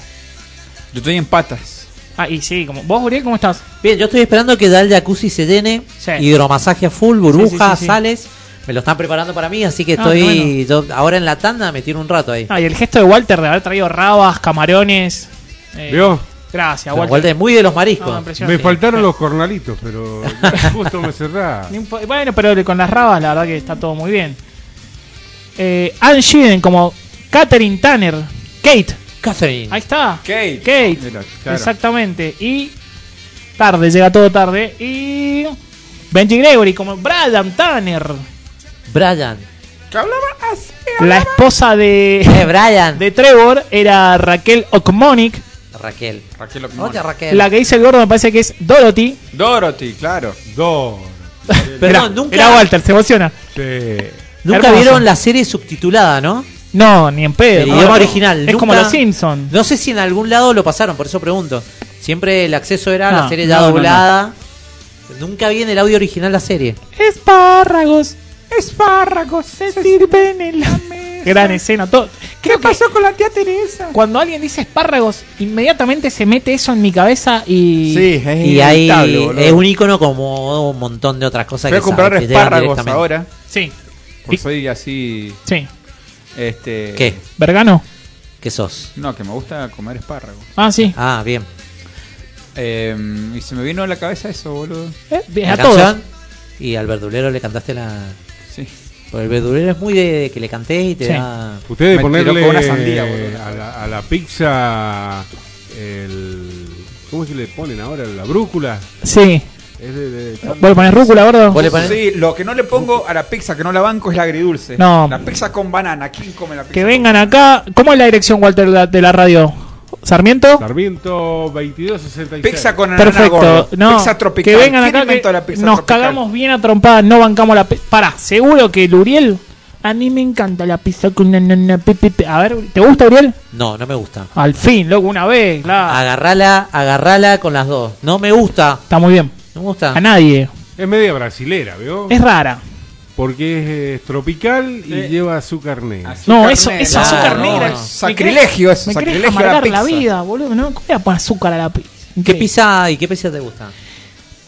S3: Yo estoy en patas.
S2: Ah, y sí, como. ¿Vos, Uriel, cómo estás?
S1: Bien, yo estoy esperando que Dal Jacuzzi se llene. Hidromasaje a full, burbujas,
S2: sí, sí.
S1: sales. Me lo están preparando para mí, así que
S2: Ah,
S1: estoy. yo ahora en la tanda me tiro un rato ahí.
S2: Ah, y el gesto de Walter de haber traído rabas, camarones. eh,
S13: ¿Vio?
S2: Gracias,
S1: Pero
S2: Walter.
S1: Walter es muy de los mariscos.
S2: No,
S13: Me
S2: Ah, impresionante.
S13: faltaron los cornalitos, pero justo me cerrá.
S2: Ni un po- Bueno, pero con las rabas la verdad que está todo muy bien. Eh, Anne Sheeran como Catherine Tanner. Kate.
S1: Catherine.
S2: Ahí está.
S3: Kate.
S2: Kate.
S13: claro.
S2: Exactamente. Y tarde, llega todo tarde. Y Benji Gregory como Brian Tanner.
S1: Brian.
S3: Que hablaba así.
S2: La esposa de,
S1: Eh, Brian.
S2: de Trevor era Raquel Okmonic.
S1: Raquel.
S3: Raquel Ocmonic.
S1: Otra Raquel.
S2: La que dice el gordo me parece que es Dorothy.
S3: Dorothy, claro.
S13: Dorothy.
S1: Perdón,
S2: Era-
S1: nunca-
S2: Era Walter, se emociona.
S1: Nunca
S2: Hermoso.
S1: vieron la serie subtitulada, ¿no?
S2: No, ni en pedo.
S1: El
S2: No,
S1: idioma
S2: no.
S1: original.
S2: Es
S1: nunca-
S2: como los Simpsons.
S1: No sé si en algún lado lo pasaron, por eso pregunto. Siempre el acceso era a la
S2: No,
S1: serie ya
S2: no, no,
S1: doblada. Nunca vi en el audio original la serie.
S2: Espárragos, espárragos se sirven en la mesa. Gran escena, todo. Creo que
S4: pasó con la tía Teresa?
S2: cuando alguien dice espárragos, inmediatamente se mete eso en mi cabeza y.
S3: Sí, es
S1: y ahí
S3: inevitable, boludo.
S1: es un icono como un montón de otras cosas
S3: Voy a
S1: que
S3: comprar
S1: sa- que llegan
S3: espárragos
S1: directamente.
S3: ahora.
S2: Sí.
S3: Porque soy así.
S2: Sí.
S3: Este.
S1: ¿Qué?
S2: ¿Vergano?
S1: ¿Qué sos?
S3: No, que me gusta comer espárragos.
S2: Ah, sí.
S1: Ah, bien.
S3: Eh, y se me vino a la cabeza eso, boludo.
S2: Eh, bien,
S1: La
S2: a todos.
S1: canción, Y al verdulero le cantaste la.
S3: Sí.
S1: Porque el verdulero es muy de, de que le canté y te
S2: Sí.
S1: da.
S3: Me
S13: Ustedes
S3: tiró
S13: ponerle
S3: con una sandía, boludo.
S13: a, la, a la pizza el... ¿Cómo es que le ponen ahora? ¿La brújula?
S2: Sí.
S13: Es de- de-
S2: ¿Vos le ponés rúcula, gordo?
S3: Sí, lo que no le pongo a la pizza que no la banco es la agridulce.
S2: No.
S3: La pizza con banana. ¿Quién come la pizza?
S2: Que vengan acá. ¿Cómo es la dirección, Walter, de la- de la radio? ¿Sarmiento?
S13: Sarmiento 2266.
S3: Pizza con ananá
S2: Perfecto.
S3: gordo.
S2: No,
S3: Pizza tropical.
S2: que vengan
S3: ¿Quién
S2: acá
S3: inventó
S2: que
S3: la pizza
S2: nos
S3: tropical?
S2: cagamos bien a trompadas, no bancamos la... pi- Pará, seguro que el Uriel... A mí me encanta la pizza con... na- na- na- pi- pi- pi. A ver, ¿te gusta, Uriel?
S1: No, no me gusta.
S2: Al fin, loco, una vez, claro.
S13: Ah.
S1: Agarrala, agarrala con las dos. No me gusta.
S2: Está muy bien.
S1: No me
S13: Ah.
S1: gusta.
S2: A nadie.
S13: Es media brasilera, ¿veo?
S2: Es rara.
S13: Porque es eh, tropical y lleva azúcar negra.
S3: Azúcar
S2: No, eso,
S3: negra.
S2: eso azúcar
S1: no,
S2: negra.
S1: no.
S2: Me
S3: Sacrilegio
S2: querés-
S3: eso,
S2: Me querés
S3: sacrilegio a la
S2: amargar la,
S3: pizza.
S2: vida, boludo. No, ¿cómo le voy a poner azúcar a la pizza?
S1: ¿Qué
S2: Increíble.
S1: pizza y qué pizza te gusta?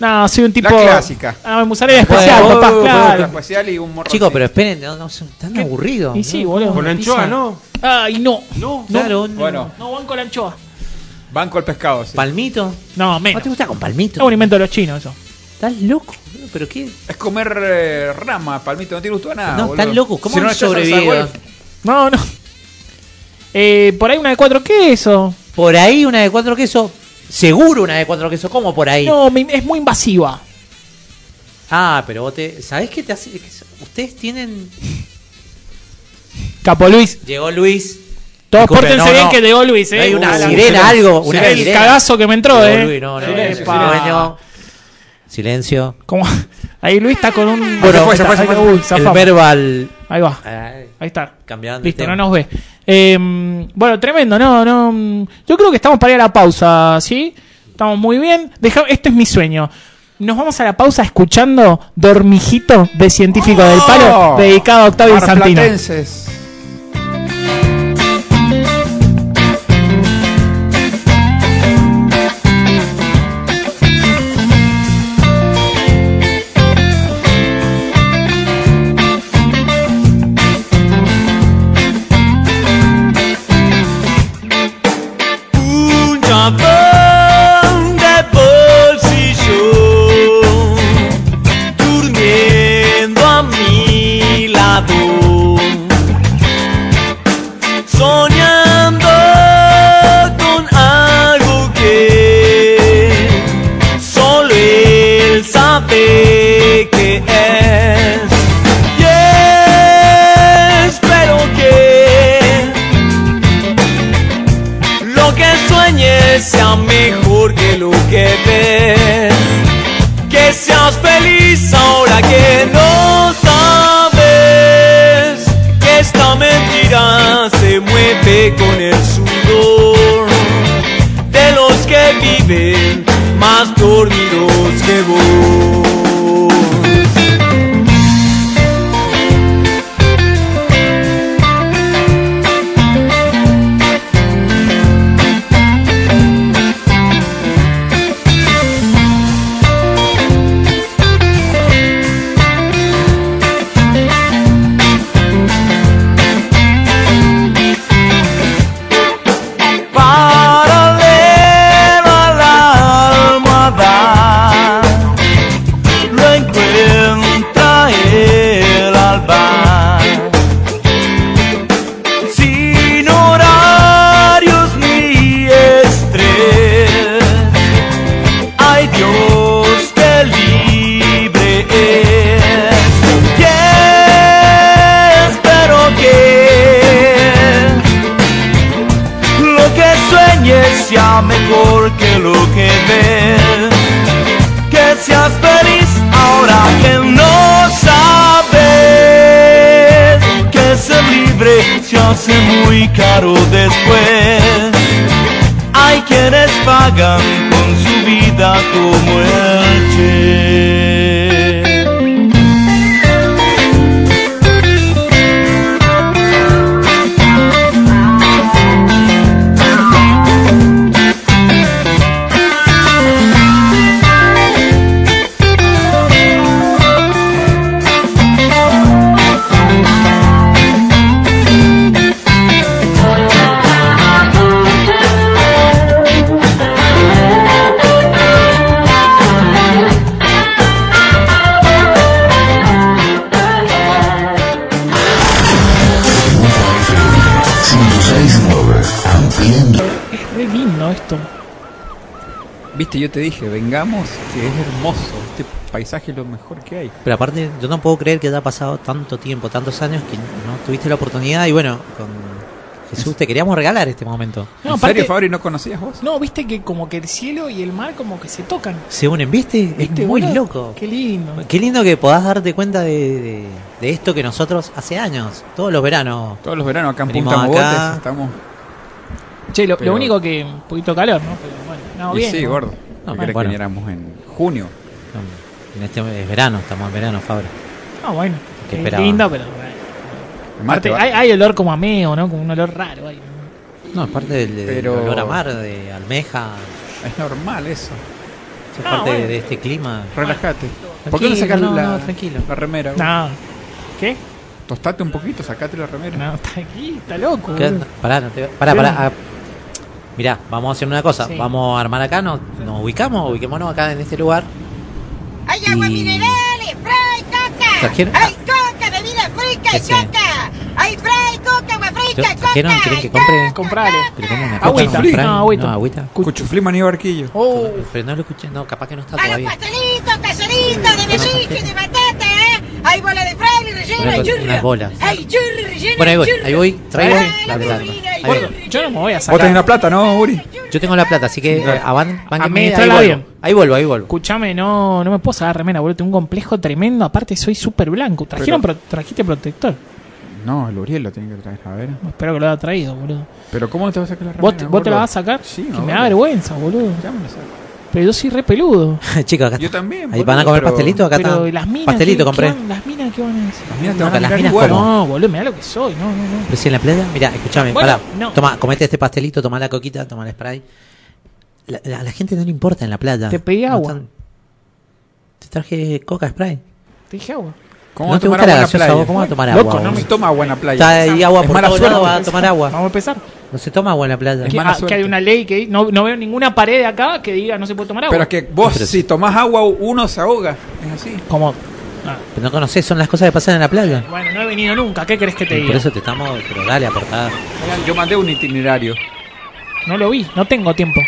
S2: No, soy un tipo...
S3: clásica.
S2: Ah, me gustaría especial,
S1: Bueno,
S2: papá,
S1: vos-
S2: claro.
S3: especial y un morro.
S1: Chicos, Pues, pero esperen, no, no son tan aburridos.
S2: Y sí,
S1: ¿no?
S2: boludo.
S13: Con
S2: una
S13: anchoa,
S2: pizza.
S13: ¿no?
S2: Ay, no.
S13: No.
S1: Claro, un-
S3: Bueno,
S2: No banco la anchoa.
S3: banco el pescado. sí.
S1: palmito.
S2: No,
S1: ¿No
S13: Ah,
S2: menos.
S1: te
S2: Es
S1: gusta con palmito?
S2: un invento de los chinos eso.
S1: ¿Estás loco? boludo? ¿Pero qué?
S3: Es comer eh, rama, palmito. No tiene gusto a nada.
S1: no,
S3: boludo.
S1: están locos. ¿Cómo
S3: Si no
S1: han
S3: le echas salsa
S1: sobrevivido?
S3: golf,
S2: No, no. Eh, por ahí una de cuatro quesos.
S1: Por ahí una de cuatro quesos. Seguro una de cuatro quesos. ¿Cómo por ahí?
S2: No, me- es muy invasiva.
S1: Ah, pero vos te. ¿Sabés qué te hace? que Ustedes tienen.
S2: Capo Luis,
S1: Llegó Luis.
S2: todos
S1: Disculpe,
S2: pórtense
S1: no,
S2: bien
S1: no.
S2: que llegó Luis, eh.
S1: No hay una
S2: Alan.
S1: sirena, algo. Una
S2: el
S1: sirena.
S2: cagazo que me entró,
S1: Llegó
S2: eh.
S1: Luis, no, no,
S2: Silencio,
S1: no,
S2: silencio.
S1: no. Silencio.
S2: Como- ahí Luis está con un.
S1: Bueno,
S2: Ahí
S1: se fue, se
S2: está,
S1: fue.
S2: uy,
S1: El
S2: zafamos.
S1: verbal.
S2: Ahí va,
S1: Ay,
S2: ahí está.
S1: cambiaron de
S2: Listo,
S1: tema.
S2: no nos ve. Eh, bueno, tremendo, no, no. Yo creo que estamos para ir a la pausa, ¿sí? Estamos muy bien. Deja, este es mi sueño. Nos vamos a la pausa escuchando Dormijito de Científico del Palo,
S3: Oh,
S2: dedicado a Octavio Santino.
S3: marplatenses.
S5: sabe que es. Y espero que lo que sueñes sea mejor que lo que ves. Que seas feliz ahora que no sabes que esta mentira se mueve con el sudor de los que viven más dormidos que vos. paralelo a la almohada lo encuentra el alba sin horarios ni estrés ay Dios te libre es y espero que lo que sueñes sea mejor que lo que ves. Que seas feliz ahora que no sabes. Que ser libre se hace muy caro después. Hay quienes pagan con su vida como el che.
S2: Es re lindo esto.
S3: Viste, yo te dije, vengamos, que es hermoso. Este paisaje es lo mejor que hay.
S1: Pero aparte, yo no puedo creer que haya pasado tanto tiempo, tantos años que no tuviste la oportunidad. Y bueno, con Jesús te queríamos regalar este momento.
S2: No, ¿En aparte- serio, Fabri,
S3: no conocías vos?
S2: No, viste que como que el cielo y el mar como que se tocan.
S1: Se unen, ¿viste?
S2: ¿Viste,
S1: es muy
S2: boludo?
S1: loco.
S2: Qué lindo.
S1: Qué lindo que podás darte cuenta de, de- de esto que nosotros hace años, todos los veranos.
S3: Todos los veranos acá en
S1: venimos
S3: Punta
S1: acá.
S3: Mogotes estamos.
S2: Che, lo, lo
S3: Pero-
S2: único que un poquito calor, ¿no? Pero bueno, no,
S3: Y
S2: bien.
S3: sí,
S2: ¿no?
S3: gordo.
S1: No, Ah,
S3: No,
S1: bueno, bueno.
S3: que viniéramos en junio.
S1: En este es verano, estamos en verano, Fabra.
S2: Ah, bueno.
S1: ¿Qué
S2: Es
S1: esperaba?
S2: lindo, pero. bueno. Aparte, hay, hay olor como a meo, ¿no? Como un olor raro ahí.
S1: No, aparte del, del
S3: Pero-
S1: olor a mar, de almeja,
S3: Es normal eso.
S1: es parte de- de este clima.
S3: Relájate. Ah, ¿Por qué no sacas
S1: Tranquilo, no, no,
S3: la,
S1: tranquilo.
S3: la remera?
S2: No. ¿Qué?
S3: Tostate un poquito, sacate la remera.
S2: No, está aquí, está loco.
S1: ¿Qué?
S2: boludo.
S1: Pará, no te- pará, pará. ah, mirá, vamos a hacer una cosa.
S2: Sí.
S1: Vamos a armar acá, nos, nos ubicamos, ubiquémonos acá en este lugar.
S14: ¡Hay agua minerales! ¡Fray, coca!
S1: Trajeron-
S14: ¡Hay coca, bebida fresca y
S1: Ese.
S14: coca! ¡Hay fray, coca, agua fresca y
S1: ¿Trajeron?
S14: coca!
S1: ¿Quieren que compre?
S2: Comprale.
S1: Pero como una
S3: Agüita.
S1: coca, un fran-
S3: No, agüita.
S1: No, agüita.
S3: Cuchuflí maní barquillo.
S2: Oh.
S1: Pero no lo escuché, no, capaz que no está
S14: ¡Hay los
S1: todavía.
S14: pastelitos, pastelitos de mejillo y de batata, eh! ¡Hay bola de fraile rellena
S1: Una
S14: de
S1: con-
S14: churro!
S1: unas bolas.
S14: ¡Hay churro relleno
S1: Bueno, ahí voy,
S14: de churro!
S1: ahí voy. Traigo
S14: Ay,
S1: la
S14: la
S1: plata.
S14: comida,
S1: Ahí
S14: gordo,
S1: voy.
S2: Yo no me voy a
S3: Vos
S2: sacar.
S3: tenés la plata, ¿no, Uri?
S1: Yo tengo la plata, así que eh, avan, van que me, ahí
S2: Administrala
S1: vuelvo.
S2: bien.
S1: Ahí vuelvo, ahí vuelvo.
S2: Escuchame, no, no me puedo sacar remera, boludo. Tengo un complejo tremendo. Aparte, soy súper blanco. Trajeron, pro- trajiste protector.
S3: No, el Uriel lo tiene que traer. A ver.
S2: Espero que lo haya traído, boludo.
S3: Pero ¿cómo no te vas a sacar la remera?
S2: ¿Vos, te- vos te la
S3: gordo?
S2: vas a sacar?
S3: Sí,
S2: que
S3: no,
S2: me
S3: gordo.
S2: da vergüenza, boludo.
S3: Ya me la saco.
S2: Pero yo soy re peludo.
S1: Chicos, acá
S3: Yo
S1: está.
S3: también.
S1: Ahí van a comer pastelito, acá
S2: Pero ¿y
S1: está.
S2: las minas.
S1: Pastelito
S2: ¿Qué- qué
S1: compré.
S2: van- las minas, ¿qué van a decir?
S3: Las minas
S1: No,
S3: te van a
S1: las
S3: mirar
S1: minas
S3: igual.
S1: como.
S2: No, boludo, mirá lo que soy. No, no, no.
S1: Recién en la playa, mira, escúchame,
S2: Bueno,
S1: pará.
S2: no.
S1: Toma, comete este pastelito, toma la coquita, toma el spray. La- la- a la gente no le importa en la playa.
S2: Te pedí
S1: No
S2: agua.
S1: están- Te traje coca spray.
S2: Te dije agua.
S1: ¿Cómo No te gusta la gaseosa, vos, ¿cómo vas a tomar agua?
S3: Loco, no me
S1: vos?
S3: toma agua en la playa.
S1: Está ahí agua
S3: Es
S1: por
S3: mala
S1: todos
S3: suerte.
S1: lados, vas a tomar agua.
S2: Vamos a empezar.
S1: No se toma agua en la playa.
S2: Que, ah, que hay una ley que no, no veo ninguna pared acá que diga no se puede tomar agua.
S3: Pero es que vos, si tomás agua, uno se ahoga. Es así.
S2: Como.
S1: Pero no conocés, son las cosas que pasan en la playa.
S2: Bueno, no he venido nunca. ¿Qué crees que te
S1: Y
S2: diga?
S1: por eso te estamos, pero dale, aportada.
S3: Yo mandé un itinerario.
S2: No lo vi, no tengo tiempo.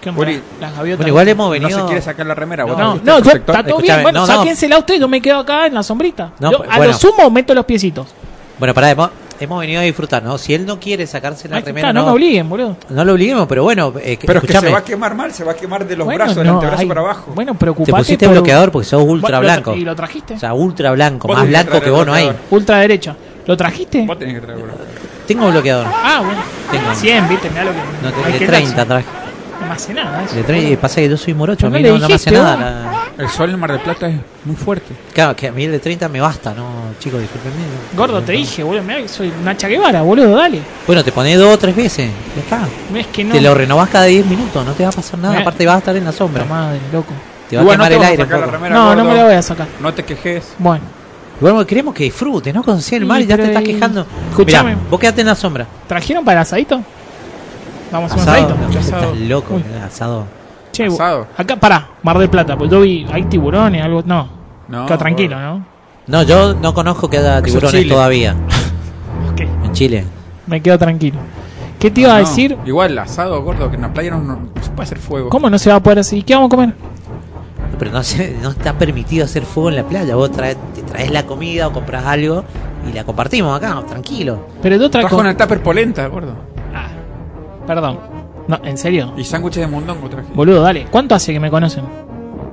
S2: ¿Qué onda?
S3: Willy,
S2: Las gaviotas.
S1: Bueno, igual hemos
S3: No
S1: venido-
S3: se quiere sacar la remera. vos
S2: No,
S3: tenés
S2: no, yo-
S3: protector.
S2: está todo bien.
S1: Escuchame,
S2: Bueno,
S1: no, no.
S2: sáquensela usted, yo me quedo acá en la sombrita.
S1: No, pues,
S2: Yo, a
S1: bueno.
S2: lo sumo meto los piecitos.
S1: Bueno, pará, hemos, hemos venido a disfrutar, ¿no? Si él no quiere sacarse la
S2: Ahí está,
S1: remera,
S2: no me obliguen, boludo.
S1: No lo obliguemos, pero bueno, eh,
S3: Pero es que se
S1: escuchame,
S3: va a quemar mal, se va a quemar de los
S2: Bueno,
S3: brazos, del
S2: no,
S3: antebrazo
S2: ay,
S3: para abajo.
S2: Bueno,
S1: te
S2: preocupate.
S1: pusiste
S2: por-
S1: bloqueador porque sos ultra
S2: Vos- lo tra-
S1: blanco.
S2: Y lo trajiste.
S1: O sea, ultra blanco,
S3: Vos
S1: más
S3: tenés que
S1: blanco
S3: traer
S1: que vos no hay.
S3: bloqueador.
S2: Ultra derecha. ¿Lo trajiste?
S3: Vos tenés que traer boludo.
S1: Tengo bloqueador.
S2: Ah, bueno.
S1: Tengo.
S2: 100, viste, mirá lo que.
S1: No, te-
S2: hay
S1: de
S2: que
S1: 30
S2: darse.
S1: traje.
S2: No me hace nada. eso,
S1: De 30, y
S2: boludo.
S1: pasa que yo soy morocho, a
S2: Pero
S1: mí
S2: no
S1: no,
S2: le
S1: no me hace
S2: dijiste,
S1: nada.
S2: vos.
S1: la-
S3: El sol en Mar del Plata es muy fuerte.
S1: Claro, que a mí el de 30 me basta, ¿no? Chicos, discúlpenme.
S2: Gordo, te dije, boludo. Mirá que soy Nacha Guevara, boludo, dale.
S1: Bueno, te pones dos o tres veces. Ya está.
S2: Es que no.
S1: Te lo renovás cada 10 minutos, no te va a pasar nada.
S2: Mirá.
S1: Aparte, vas a estar en la sombra.
S2: La madre, loco.
S1: Te va
S3: Igual
S1: a
S3: no
S1: quemar
S3: te
S1: el
S3: vas a
S1: aire. un
S3: sacar la
S1: poco.
S3: remera,
S2: No, no
S3: gordo.
S2: me la voy a sacar.
S3: No te quejes.
S2: Bueno.
S1: Igual queremos que disfrutes, no consigue el
S2: Sí,
S1: mar y ya
S2: pero
S1: te estás
S2: ahí-
S1: quejando.
S2: Escuchame.
S1: Mirá, vos quedate en la sombra.
S2: ¿Trajeron para el asadito? Vamos a hacer
S1: Asado.
S2: un
S1: no,
S2: asadito.
S1: Estás loco, mirá, asado.
S2: Che, acá, pará, Mar del Plata, porque yo vi, hay tiburones, algo. No.
S1: No,
S2: Queda tranquilo, ¿eh? ¿no?
S1: No, yo no conozco que haya
S2: Eso es
S1: tiburones
S2: Chile.
S1: todavía.
S2: Ok.
S1: En Chile.
S2: Me quedo tranquilo. ¿Qué te iba a
S3: No,
S2: decir?
S3: Igual, asado, gordo, que en la playa no, no- no se puede hacer fuego.
S2: ¿Cómo no se va a poder así? ¿Qué vamos a comer?
S1: Pero no, se- no está permitido hacer fuego en la playa. Vos traes, te traes la comida o compras algo y la compartimos acá, tranquilo.
S2: Pero de otra
S3: Trajo
S2: co-
S3: una tupper polenta, gordo.
S2: Perdón. No, en serio.
S3: Y sándwiches de mondongo traje.
S2: Boludo, dale. ¿Cuánto hace que me conocen?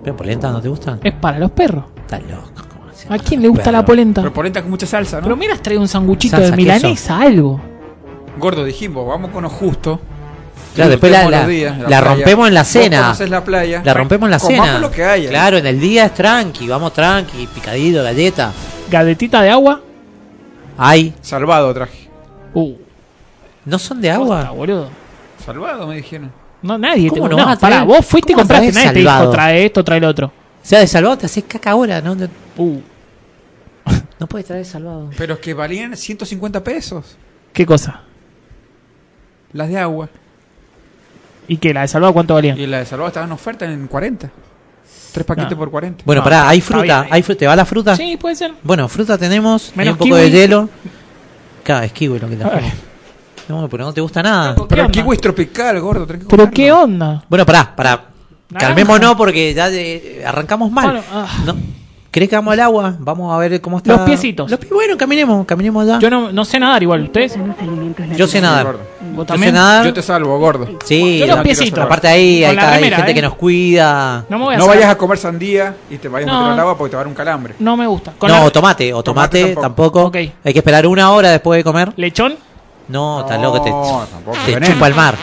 S1: ¿Pero polenta no te gusta?
S2: Es para los perros.
S1: Está loco.
S2: ¿A quién le gusta
S1: Perro.
S2: la polenta?
S3: Pero polenta con mucha salsa, ¿no?
S2: Pero me has traído un sanguchito
S1: Salsa,
S2: de
S1: queso.
S2: milanesa, algo.
S3: Gordo, dijimos, vamos con lo justo.
S1: Claro, después la,
S3: Disfrutemos
S1: la-
S3: los días,
S1: la
S3: playa.
S1: rompemos en la
S3: Vos
S1: cena.
S3: conoces la playa.
S1: La rompemos en la
S3: Comamos
S1: cena.
S3: lo que haya.
S1: Claro, en el día es tranqui, vamos tranqui, picadillo, galleta.
S2: Galletita de agua.
S1: Ay,
S3: Salvado traje.
S2: Uh,
S1: ¿no son de agua?
S2: posta, boludo.
S3: Salvado, me dijeron.
S2: No, nadie.
S1: ¿Cómo no
S2: te-
S1: vas a
S2: pará,
S1: traer-
S2: vos fuiste y
S1: cómo
S2: compraste.
S1: traes
S2: Nadie te dijo,
S1: salvado?
S2: trae esto, trae el otro.
S1: O sea, de salvado te haces caca ahora, ¿no? No,
S2: Uh,
S1: no puedes traer salvado.
S3: Pero es que valían 150 pesos.
S2: ¿Qué cosa?
S3: Las de agua.
S2: ¿Y qué? ¿La de salvado cuánto valía?
S3: Y las de salvado estaban en oferta en 40. Tres paquetes
S2: No.
S3: por 40.
S1: Bueno,
S2: No,
S1: pará, hay
S2: está
S1: fruta,
S2: bien.
S1: hay fruta, ¿te va la fruta?
S2: Sí, puede ser.
S1: Bueno, fruta tenemos, hay
S2: Menos
S1: un poco de
S2: kiwi.
S1: hielo. Claro, es kiwi lo que trajimos. No, pero no te gusta nada.
S3: Pero el kiwi es tropical, gordo. tenés que
S2: ¿Pero
S3: comerlo.
S2: qué onda?
S1: Bueno, pará, pará.
S2: Naranja.
S1: Calmémonos porque ya eh, arrancamos mal.
S2: Bueno, ah,
S1: No. ¿Crees que vamos al agua? Vamos a ver cómo está.
S2: Los piecitos.
S1: Los pi- bueno, caminemos, caminemos allá.
S2: Yo no, no sé nadar igual, ¿ustedes?
S1: Yo sé nadar.
S2: ¿Vos
S1: Yo sé
S2: también?
S1: nadar.
S3: Yo te salvo, gordo.
S1: Sí,
S2: Yo los
S1: la-
S2: piecitos.
S1: aparte ahí
S2: Con
S1: hay,
S2: la
S1: hay
S2: remera,
S1: gente
S2: eh.
S1: que nos cuida.
S2: No me voy a
S3: No
S2: hacer-
S3: vayas a comer sandía y te vayas a meter
S2: No.
S3: al agua porque te va a dar un calambre.
S2: No me gusta. Con
S1: No,
S2: la-
S1: o tomate, o tomate,
S3: Tomate
S1: tampoco.
S2: Ok.
S1: Hay que esperar una hora después de comer.
S2: ¿Lechón?
S1: No, está
S3: No,
S1: loco,
S3: tampoco,
S1: te, te
S3: veneno.
S1: chupa el mar.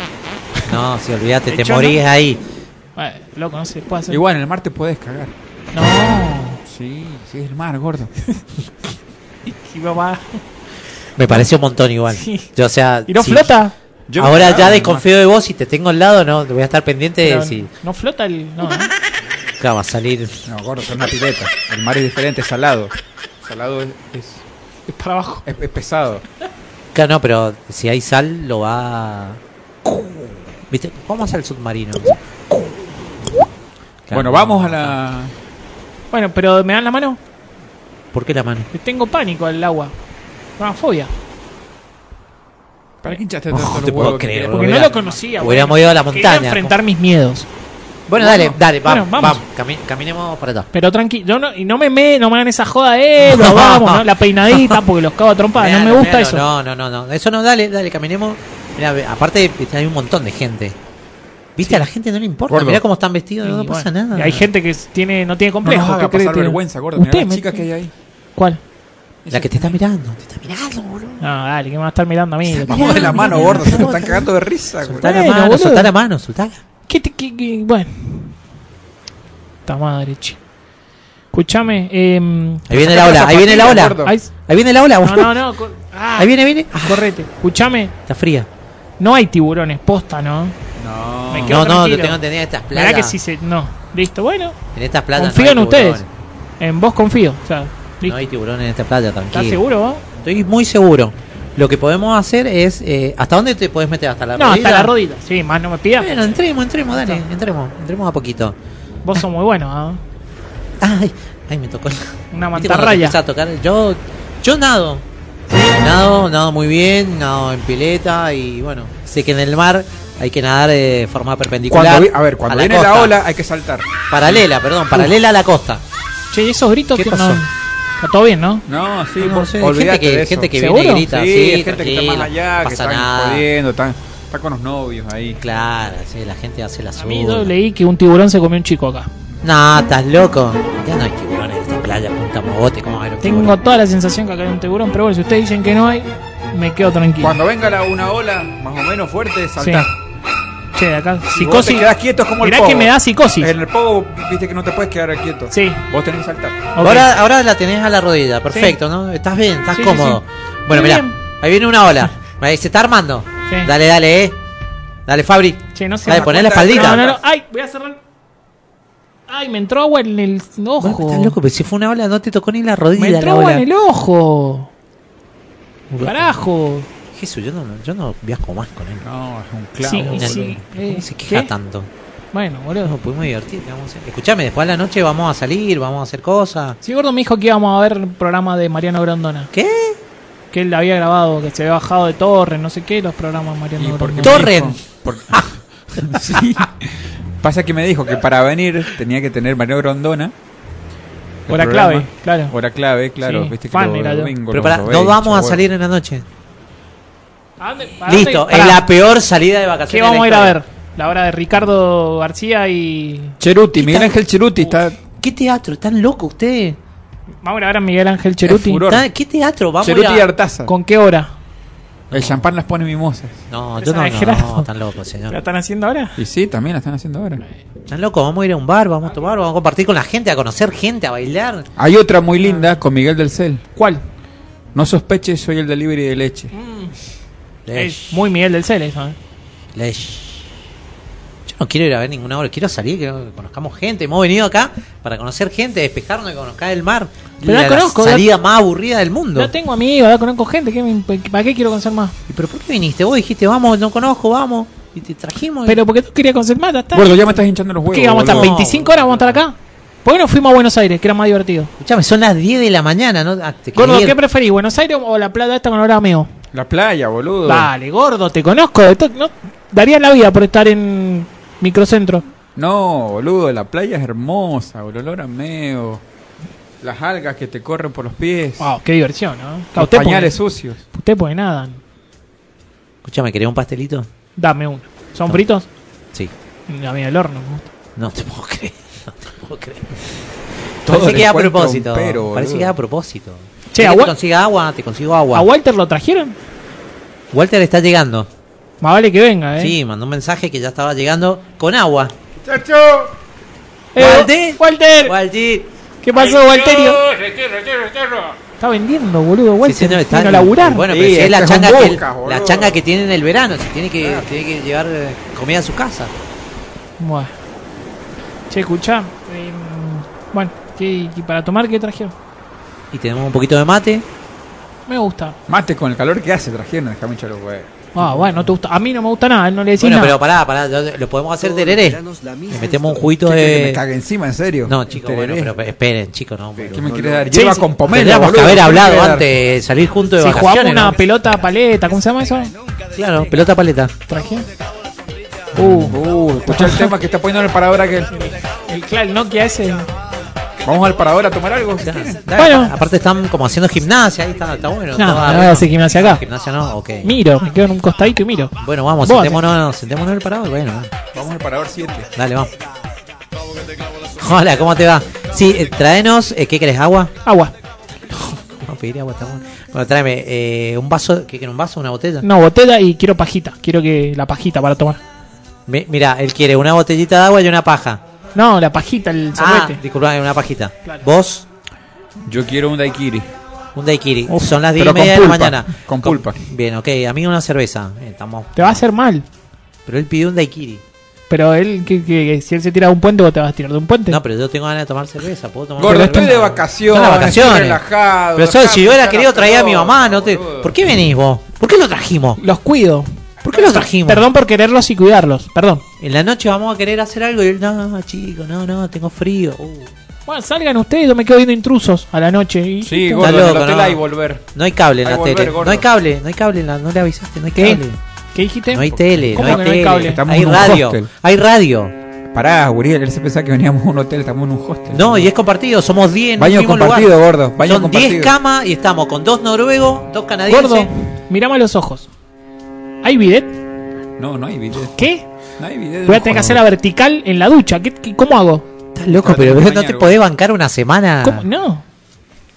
S1: No, si olvídate, te
S2: Lechón,
S1: morís
S2: ¿no?
S1: ahí.
S2: Eh, loco, no se puede hacer.
S3: Igual, en el mar te puedes cagar.
S2: No.
S3: Sí, sí, es el mar, gordo.
S2: Y no va-
S1: Me parece un montón igual.
S2: Sí.
S1: Yo, o sea,
S2: ¿Y no
S1: si-
S2: flota?
S3: Yo me
S1: Ahora
S3: cagaba
S1: ya
S3: en el
S1: desconfío de vos, si te tengo al lado, no, voy a estar pendiente
S2: Pero
S1: de si
S2: No flota el. No, ¿eh?
S1: claro, va a salir.
S3: mar. No, gordo, es una pileta. El mar es diferente, es salado. Salado es, es,
S2: Es para abajo.
S3: es- es pesado.
S1: Claro, no, pero si hay sal, lo va. ¿Viste? Vamos al submarino.
S3: Bueno, vamos a la.
S2: Bueno, pero ¿me dan la mano?
S1: ¿Por qué la mano?
S2: Le tengo pánico al agua. Una fobia.
S3: ¿Para qué hinchaste
S1: No
S3: tanto los
S1: te puedo
S3: huevos que
S1: creer,
S3: querías?
S1: boludo.
S2: Porque no
S1: Hubiera-
S2: lo conocía.
S1: hubiéramos
S2: boludo.
S1: ido a la
S2: Quería
S1: montaña.
S2: enfrentar mis miedos.
S1: Bueno, dale, dale,
S2: Bueno,
S1: vamos.
S2: vamos.
S1: vamos. Cami- caminemos para allá.
S2: Pero tranqui, yo no, y no me, me no me hagan esa joda, eh, lo vamos, ¿no? La peinadita, porque los cago a trompada, no me
S1: Claro,
S2: gusta
S1: claro,
S2: eso.
S1: No, no, no, no. Eso no, dale, dale, caminemos. Mirá, ve- aparte viste, hay un montón de gente. ¿Viste? A la gente no le importa.
S3: Gordo.
S1: Mirá cómo están vestidos,
S2: Y
S1: no,
S2: bueno,
S1: pasa nada.
S2: y hay gente que tiene, no tiene
S3: No
S2: complejo.
S3: nos
S2: ¿qué
S3: haga
S2: cree
S3: pasar
S2: que tiene?
S3: vergüenza, gordo. Mirá
S2: Usted
S3: la
S2: me-
S3: chica que hay ahí.
S2: ¿Cuál?
S1: La que te está mirando, te está mirando, boludo.
S2: No, dale, que me va a estar mirando a mí. loco.
S3: Vamos de la mano, gordo. Se nos están cagando de risa, gordo.
S1: Soltá la
S2: Bueno,
S1: mano,
S2: boludo.
S1: soltá la mano, soltala.
S2: ¿Qué te- qué- qué? Bueno. Puta madre, che. Escuchame. em,
S1: Ahí viene la ola, ahí viene la ola.
S3: Gordo.
S2: ay,
S1: Ahí viene la ola,
S2: no,
S1: boludo.
S2: no, no. co- ah,
S1: Ahí viene, viene.
S2: Correte. Escuchame.
S1: Está fría.
S2: No hay tiburones, posta, ¿no?
S3: No.
S2: Me quedo
S1: No, no,
S2: tranquilo.
S1: yo tengo entendido en estas playas.
S2: Mirá que si se. No. Listo, bueno.
S1: En estas playas. no
S2: confío
S1: hay
S2: en
S1: tiburones.
S2: ustedes. En vos confío. O sea,
S1: No
S2: listo.
S1: hay tiburones en esta playa, tranquilo.
S2: ¿Estás seguro vos?
S1: Estoy muy seguro. Lo que podemos hacer es. eh, ¿Hasta dónde te puedes meter? ¿Hasta la
S2: No,
S1: rodilla?
S2: hasta la rodilla. Sí, más no me pidas.
S1: Bueno, entremos, entremos, dale, entremos, entremos a poquito.
S2: Vos sos muy bueno, ¿ah?
S1: Ay, ay, me tocó.
S2: Una
S1: ¿Viste cuando te
S2: mantarraya.
S1: empieza a tocar? Yo, yo nado. Nado, nado muy bien, nado en pileta y bueno, sé que en el mar Hay que nadar de forma perpendicular.
S3: Cuando vi- a ver, cuando
S1: la
S3: viene la
S1: costa.
S3: ola hay que saltar.
S1: Paralela, perdón, paralela a la costa.
S2: Che, ¿y esos gritos
S1: ¿Qué
S2: que
S1: pasó?
S2: no. Está todo bien, ¿no?
S3: No, sí,
S1: No,
S3: por-
S1: sí, hay
S3: olvídate
S1: gente que-
S3: de eso.
S1: gente que viene y
S3: ¿Seguro?
S1: grita,
S3: Sí,
S1: sí,
S3: hay gente que está
S1: tranquilo,
S3: más allá,
S1: no
S3: que
S1: pasa
S3: están
S1: nada.
S3: jodiendo, están, está con los novios ahí.
S1: Claro, sí, la gente hace la
S2: Yo
S1: suya.
S2: leí que un tiburón se comió un chico acá.
S1: No, estás loco. Ya no hay tiburones en esta playa, punta mogote, como hay los
S2: Tengo toda la sensación que acá hay un tiburón, pero bueno, si ustedes dicen que no hay, me quedo tranquilo.
S3: Cuando venga la, una ola más o menos fuerte,
S2: Sí.
S3: saltar.
S2: Che, de acá,
S3: Si vos te
S2: psicosis.
S3: quedás quieto es como el
S2: Mirá
S3: pogo.
S2: que me da psicosis.
S3: En el pogo, viste que no te puedes quedar quieto. Sí. Vos tenés que saltar.
S1: Ahora, ahora la tenés a la rodilla, perfecto, ¿no? Estás bien, estás
S3: Sí, sí,
S1: cómodo. Bueno,
S3: Muy
S1: mirá,
S3: bien.
S1: ahí viene una ola. Ahí se está armando.
S2: Sí.
S1: Dale, dale, eh. Dale, Fabri.
S2: Che, no se
S1: dale,
S2: me-
S1: poné la espaldita.
S2: No, no, no. Ay, voy a cerrar. Ay, me entró agua en el ojo.
S1: Estás loco, pero si fue una ola, no te tocó ni la rodilla.
S2: me entró
S1: la
S2: agua
S1: ola.
S2: en el ojo. Carajo.
S1: Jesús, yo no, yo no viajo más con él.
S3: No, es un
S2: clavo, Sí, boludo. sí, eh,
S1: ¿Cómo se queja
S2: ¿qué?
S1: tanto?
S2: Bueno, boludo.
S1: No, pues muy divertido. ¿qué vamos a hacer? Escuchame, después a la noche vamos a salir, vamos a hacer cosas.
S2: Sí, Gordo me dijo que íbamos a ver el programa de Mariano Grondona.
S1: ¿Qué?
S2: Que él había grabado, que se había bajado de Torres, no sé qué, los programas de Mariano Grondona.
S1: Torren.
S3: Sí. Pasa que me dijo que para venir tenía que tener Mario Grondona. el
S2: Hora
S3: programa.
S2: clave, claro.
S3: Hora clave, claro.
S2: Sí,
S3: Viste que
S2: fan
S3: los
S2: era yo.
S3: domingos,
S1: Pero
S3: los
S1: pará, no
S3: veis,
S1: vamos a
S3: chabón.
S1: salir en la noche.
S2: ¿A dónde- a dónde-
S1: Listo,
S2: pará.
S1: es la peor salida de vacaciones.
S2: ¿Qué
S1: de la
S2: vamos a ir a
S1: historia.
S2: ver? La hora de Ricardo García y.
S3: Cheruti, Miguel Ángel Cheruti está.
S1: ¿Qué teatro? ¿Están locos ustedes?
S2: Vamos a grabar a Miguel Ángel Cheruti.
S3: furor.
S1: ¿Está- ¿Qué teatro? Vamos
S3: Cheruti
S1: a
S3: y
S1: ir a...
S3: Artaza.
S2: ¿Con qué hora?
S3: El champán las pone mimosas.
S1: No,
S2: Esa
S1: yo no,
S2: de
S1: no,
S2: Gerardo.
S1: no, están locos, señor.
S2: ¿La están haciendo ahora?
S3: Y sí, también la están haciendo ahora.
S1: Están locos, vamos a ir a un bar, vamos a tomar, vamos a compartir con la gente, a conocer gente, a bailar.
S3: Hay otra muy linda con Miguel del Cel.
S2: ¿Cuál?
S3: No sospeches, soy el delivery de leche.
S2: Es muy Miguel del Cel eso, ¿eh?
S1: Lesh. Yo no quiero ir a ver ninguna hora, quiero salir, quiero que conozcamos gente. Hemos venido acá para conocer gente, despejarnos y conozcar el mar.
S2: Pero
S1: la,
S2: la
S1: la
S2: conozco,
S1: salida
S2: la-
S1: más aburrida del mundo.
S2: No tengo amigos, ahora conozco gente. ¿qué me- ¿Para qué quiero conocer más?
S1: ¿Y ¿Pero por qué viniste? Vos dijiste, vamos, no conozco, vamos. Y te trajimos. y-
S2: Pero porque tú querías conocer más, ya está.
S3: Gordo, ya me estás hinchando los huevos.
S2: ¿Qué, vamos a estar
S3: boludo.
S2: 25 horas? ¿Vamos a estar acá? ¿Por qué no fuimos a Buenos Aires, que era más divertido?
S1: Escuchame, son las 10 de la mañana, ¿no? Ah, te
S2: Gordo,
S1: quería ir.
S2: ¿qué preferís? ¿Buenos Aires o la playa esta con hora meo?
S3: La playa, boludo.
S2: Dale, gordo, te conozco. esto no- darías la vida por estar en microcentro.
S3: No, boludo, la playa es hermosa, boludo. El olor a meo. Las algas que te corren por los pies.
S2: Wow, qué diversión, ¿no?
S3: Los
S2: Usted
S3: pañales
S2: pone-
S3: sucios.
S2: Usted puede nadan.
S1: Escuchame, ¿querés un pastelito?
S2: Dame uno. ¿Son
S1: No.
S2: fritos?
S1: Sí.
S2: A mí el horno. me gusta.
S1: No te puedo creer. No te puedo creer.
S2: Todo
S1: Parece
S2: le
S1: que es a
S2: encuentra un
S1: propósito.
S2: pero, boludo.
S1: Parece que es a propósito.
S2: Che,
S1: ¿Querés
S2: a
S1: que
S2: Wa-
S1: te consiga agua, te consigo agua.
S2: ¿A Walter lo trajeron?
S1: Walter está llegando.
S2: Más vale que venga, ¿eh?
S1: Sí, mandó un mensaje que ya estaba llegando con agua.
S10: ¡Chacho!
S2: Eh,
S1: ¿Walter?
S2: ¡Walter!
S1: ¡Walter!
S2: ¿Qué pasó, Walterio?
S10: ¡Esterno, esterno, esterno!
S2: Está vendiendo, boludo. Walter.
S1: Sí, señor, está
S2: vino
S1: en-
S2: a laburar.
S1: y Bueno, pero si este es la changa, que, la changa que tiene en el verano. Si tiene que, tiene que llevar eh, comida a su casa.
S2: Bueno. Che, escuchá. eh, bueno, ¿qué- ¿y para tomar qué trajeron?
S1: Y tenemos un poquito de mate.
S2: Me gusta.
S3: Mate con el calor que hace, trajeron, déjame hinchar los huevos.
S2: Ah, bueno, no te gusta. A mí no me gusta nada, no le decís
S1: Bueno,
S2: nada.
S1: pero pará, pará. yo- Lo podemos hacer tereré. Le metemos un juguito
S3: ¿Qué querés que
S1: de...
S3: me cague encima, en serio?
S1: No, chicos, bueno,
S3: Tereré.
S1: pero esperen, chicos, no. ¿Qué
S3: me quieres dar? Hierba con pomelo,
S1: Tendríamos que
S3: boludo,
S1: haber
S3: ¿qué me
S1: hablado
S3: querés dar?
S1: antes de salir juntos de
S2: si jugamos
S1: vacaciones,
S2: una
S1: ¿no?
S2: pelota paleta, ¿cómo se llama eso?
S1: Claro, pelota paleta.
S2: Traje.
S3: Uh, escuchá el tema que está poniendo en el parador aquel.
S2: El, claro, el Nokia ese.
S3: Vamos al parador a tomar algo.
S1: Dale,
S2: Bueno.
S1: apa- Aparte están como haciendo gimnasia, ahí está, está bueno.
S2: No,
S1: todo
S2: no
S1: va
S2: voy a
S1: bueno.
S2: hacer gimnasia acá.
S1: Gimnasia no, ok.
S2: Miro, me quedo en un costadito y miro.
S1: Bueno, vamos,
S2: Vos eh.
S1: sentémonos, sentémonos en el parador, bueno. bueno.
S3: Vamos al parador 7.
S1: Dale, vamos. Hola, ¿cómo te va? Sí, eh, tráenos, eh, ¿qué querés? ¿Agua?
S2: Agua.
S1: No, pediré agua, está bueno. Bueno, tráeme eh, un vaso, ¿qué querés? ¿Un vaso? ¿Una botella?
S2: No, botella y quiero pajita. Quiero que la pajita para tomar.
S1: Mi- mira, él quiere una botellita de agua y una paja.
S2: No, la pajita, el
S1: Ah,
S2: sorbete.
S1: disculpame, una pajita. ¿Vos?
S3: Yo quiero un daiquiri.
S1: Un daiquiri.
S3: Uf,
S1: Son las 10
S3: pero
S1: y
S3: con
S1: media de la
S3: pulpa,
S1: mañana.
S3: con pulpa.
S1: Bien, ok. A mí una cerveza. Eh, Estamos...
S2: Te va a hacer mal.
S1: Pero él pidió un daiquiri.
S2: Pero él, que, que- que si él se tira de un puente, vos te vas a tirar de un puente.
S1: No, pero yo tengo ganas de tomar cerveza. ¿Puedo tomar
S3: Gordo,
S1: cerveza?
S3: estoy de vacaciones,
S1: Son las vacaciones.
S3: estoy relajado,
S1: pero yo, si
S3: dejame
S1: yo hubiera
S3: estar
S1: querido traer a mi
S3: atrás,
S1: mamá, no te... ¿Por qué venís vos? ¿Por qué lo trajimos?
S2: Los cuido.
S1: ¿Por qué lo trajimos?
S2: Perdón por quererlos y cuidarlos. Perdón.
S1: En la noche vamos a querer hacer algo y él, no, chico, no, no, tengo frío. Uh,
S2: Bueno, salgan ustedes, yo me quedo viendo intrusos a la noche. y
S3: Sí,
S2: listo.
S3: gordo,
S1: Está
S3: en el
S1: loco,
S3: hotel
S1: no.
S3: hay volver.
S1: no hay cable en
S3: Hay
S1: la
S3: volver,
S1: tele.
S3: gordo.
S1: No hay cable, no hay cable, en la- no le avisaste, no hay
S2: ¿Qué?
S1: cable.
S2: ¿Qué dijiste?
S1: No hay tele, no
S2: ¿Cómo
S1: hay
S2: que
S1: tele.
S2: cable?
S3: Estamos
S1: hay
S3: en un
S1: radio.
S3: hostel.
S1: Hay radio.
S3: Pará, Guriel, él se pensaba que veníamos a un hotel, estamos en un hostel.
S1: No, y es compartido, somos 10 en un
S3: Baño
S1: mismo
S3: compartido,
S1: lugar.
S3: gordo, baño
S1: Son 10
S3: compartido.
S1: camas y estamos con dos noruegos, dos canadienses.
S2: Gordo, mirame a los ojos. ¿Hay bidet?
S3: No, no hay video.
S2: ¿Qué?
S3: No hay video.
S2: Voy a tener que hacer la vertical en la ducha. ¿Qué, qué- cómo hago?
S1: Estás loco, pero no te podés bancar una semana.
S2: ¿Cómo? No.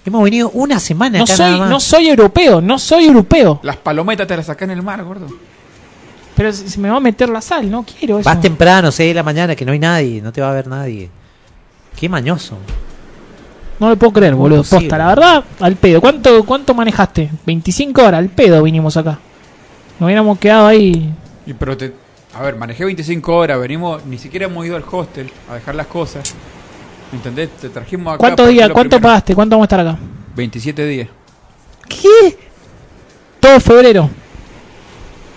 S1: Hemos venido Ah. una semana
S2: No
S1: acá
S2: soy,
S1: nada más.
S2: no soy europeo, no soy europeo.
S3: Las palometas te las sacás en el mar, gordo.
S2: Pero se se me va a meter la sal, no quiero eso.
S1: Vas temprano, 6 de la mañana, que no hay nadie, no te va a ver nadie. Qué mañoso.
S2: No lo puedo creer, boludo.
S1: Imposible.
S2: Posta, la verdad, al pedo. ¿Cuánto, ¿Cuánto manejaste? 25 horas, al pedo vinimos acá. Nos hubiéramos quedado ahí.
S3: Y pero te. A ver, manejé 25 horas, venimos, ni siquiera hemos ido al hostel a dejar las cosas. ¿Entendés? Te trajimos acá.
S2: ¿Cuántos
S3: porque
S2: días?
S3: lo
S2: ¿Cuánto
S3: primero-
S2: pagaste? ¿Cuánto vamos a estar acá?
S3: 27 días.
S2: ¿Qué? Todo febrero.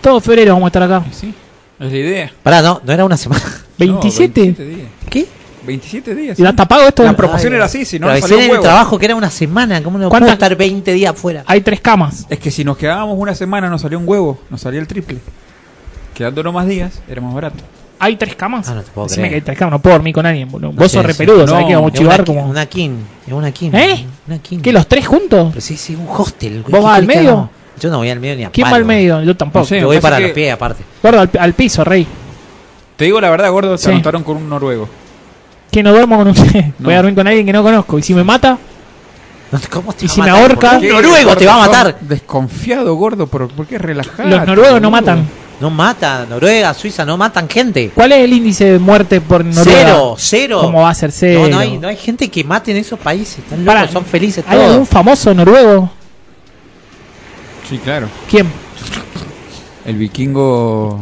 S2: Todo febrero vamos a estar acá.
S3: Sí. Es la idea.
S1: Pará, no, no era una semana.
S2: ¿27?
S3: No, 27 días.
S1: ¿Qué?
S3: 27 días.
S2: ¿Y la tapado esto?
S3: La proporción era así, si no,
S1: Pero decían
S3: no salía un
S1: en el
S3: huevo.
S1: trabajo que era una semana, ¿cómo no puedo
S2: ¿Cuántas-
S1: estar 20 días afuera?
S2: Hay tres camas.
S3: Es que si nos quedábamos una semana nos salió un huevo, nos salía el triple. Quedándonos más días, era más barato.
S2: ¿Hay tres camas?
S1: Ah, no te puedo
S2: Decime
S1: creer.
S2: que hay tres camas, no puedo dormir con alguien, boludo. Vos
S1: sé,
S2: sos
S1: sí.
S2: repeludo,
S1: No,
S2: sabés que vamos a
S1: es una
S2: chivar
S1: qui-
S2: como.
S1: Una kin, es una kin.
S2: ¿Eh?
S1: Una kin.
S2: ¿Qué, los tres juntos?
S1: Pero sí, sí, un hostel. güey.
S2: ¿Vos
S1: ¿Qué
S2: vas al
S1: querés que
S2: medio?
S1: haga? Yo no voy al medio ni a
S2: ¿Quién va
S1: palo.
S2: al medio? Yo tampoco.
S1: Yo voy para los pies, aparte.
S2: Gordo, al, al piso, rey.
S3: Te digo la verdad, gordo,
S2: Sí.
S3: se anotaron con un noruego.
S2: Que no duermo con usted.
S3: No.
S2: Voy a dormir con alguien que no conozco. ¿Y si me mata?
S1: ¿Cómo te
S2: ¿Y
S1: va a
S2: si me
S1: matar?
S2: ahorca?
S1: ¿Por qué? Noruego te va a
S3: Gordo,
S1: matar.
S3: sos Desconfiado, gordo, ¿por, por qué relajado?
S2: Los noruegos no matan.
S1: No matan, Noruega, Suiza, no matan gente.
S2: ¿Cuál es el índice de muerte por Noruega?
S1: Cero, cero.
S2: ¿Cómo va a ser cero?
S1: No, no hay, no hay gente que mate en esos países. Están locos,
S2: Pará,
S1: son felices
S2: ¿Hay
S1: todos.
S2: algún famoso noruego?
S3: Sí, claro.
S2: ¿Quién?
S3: El vikingo.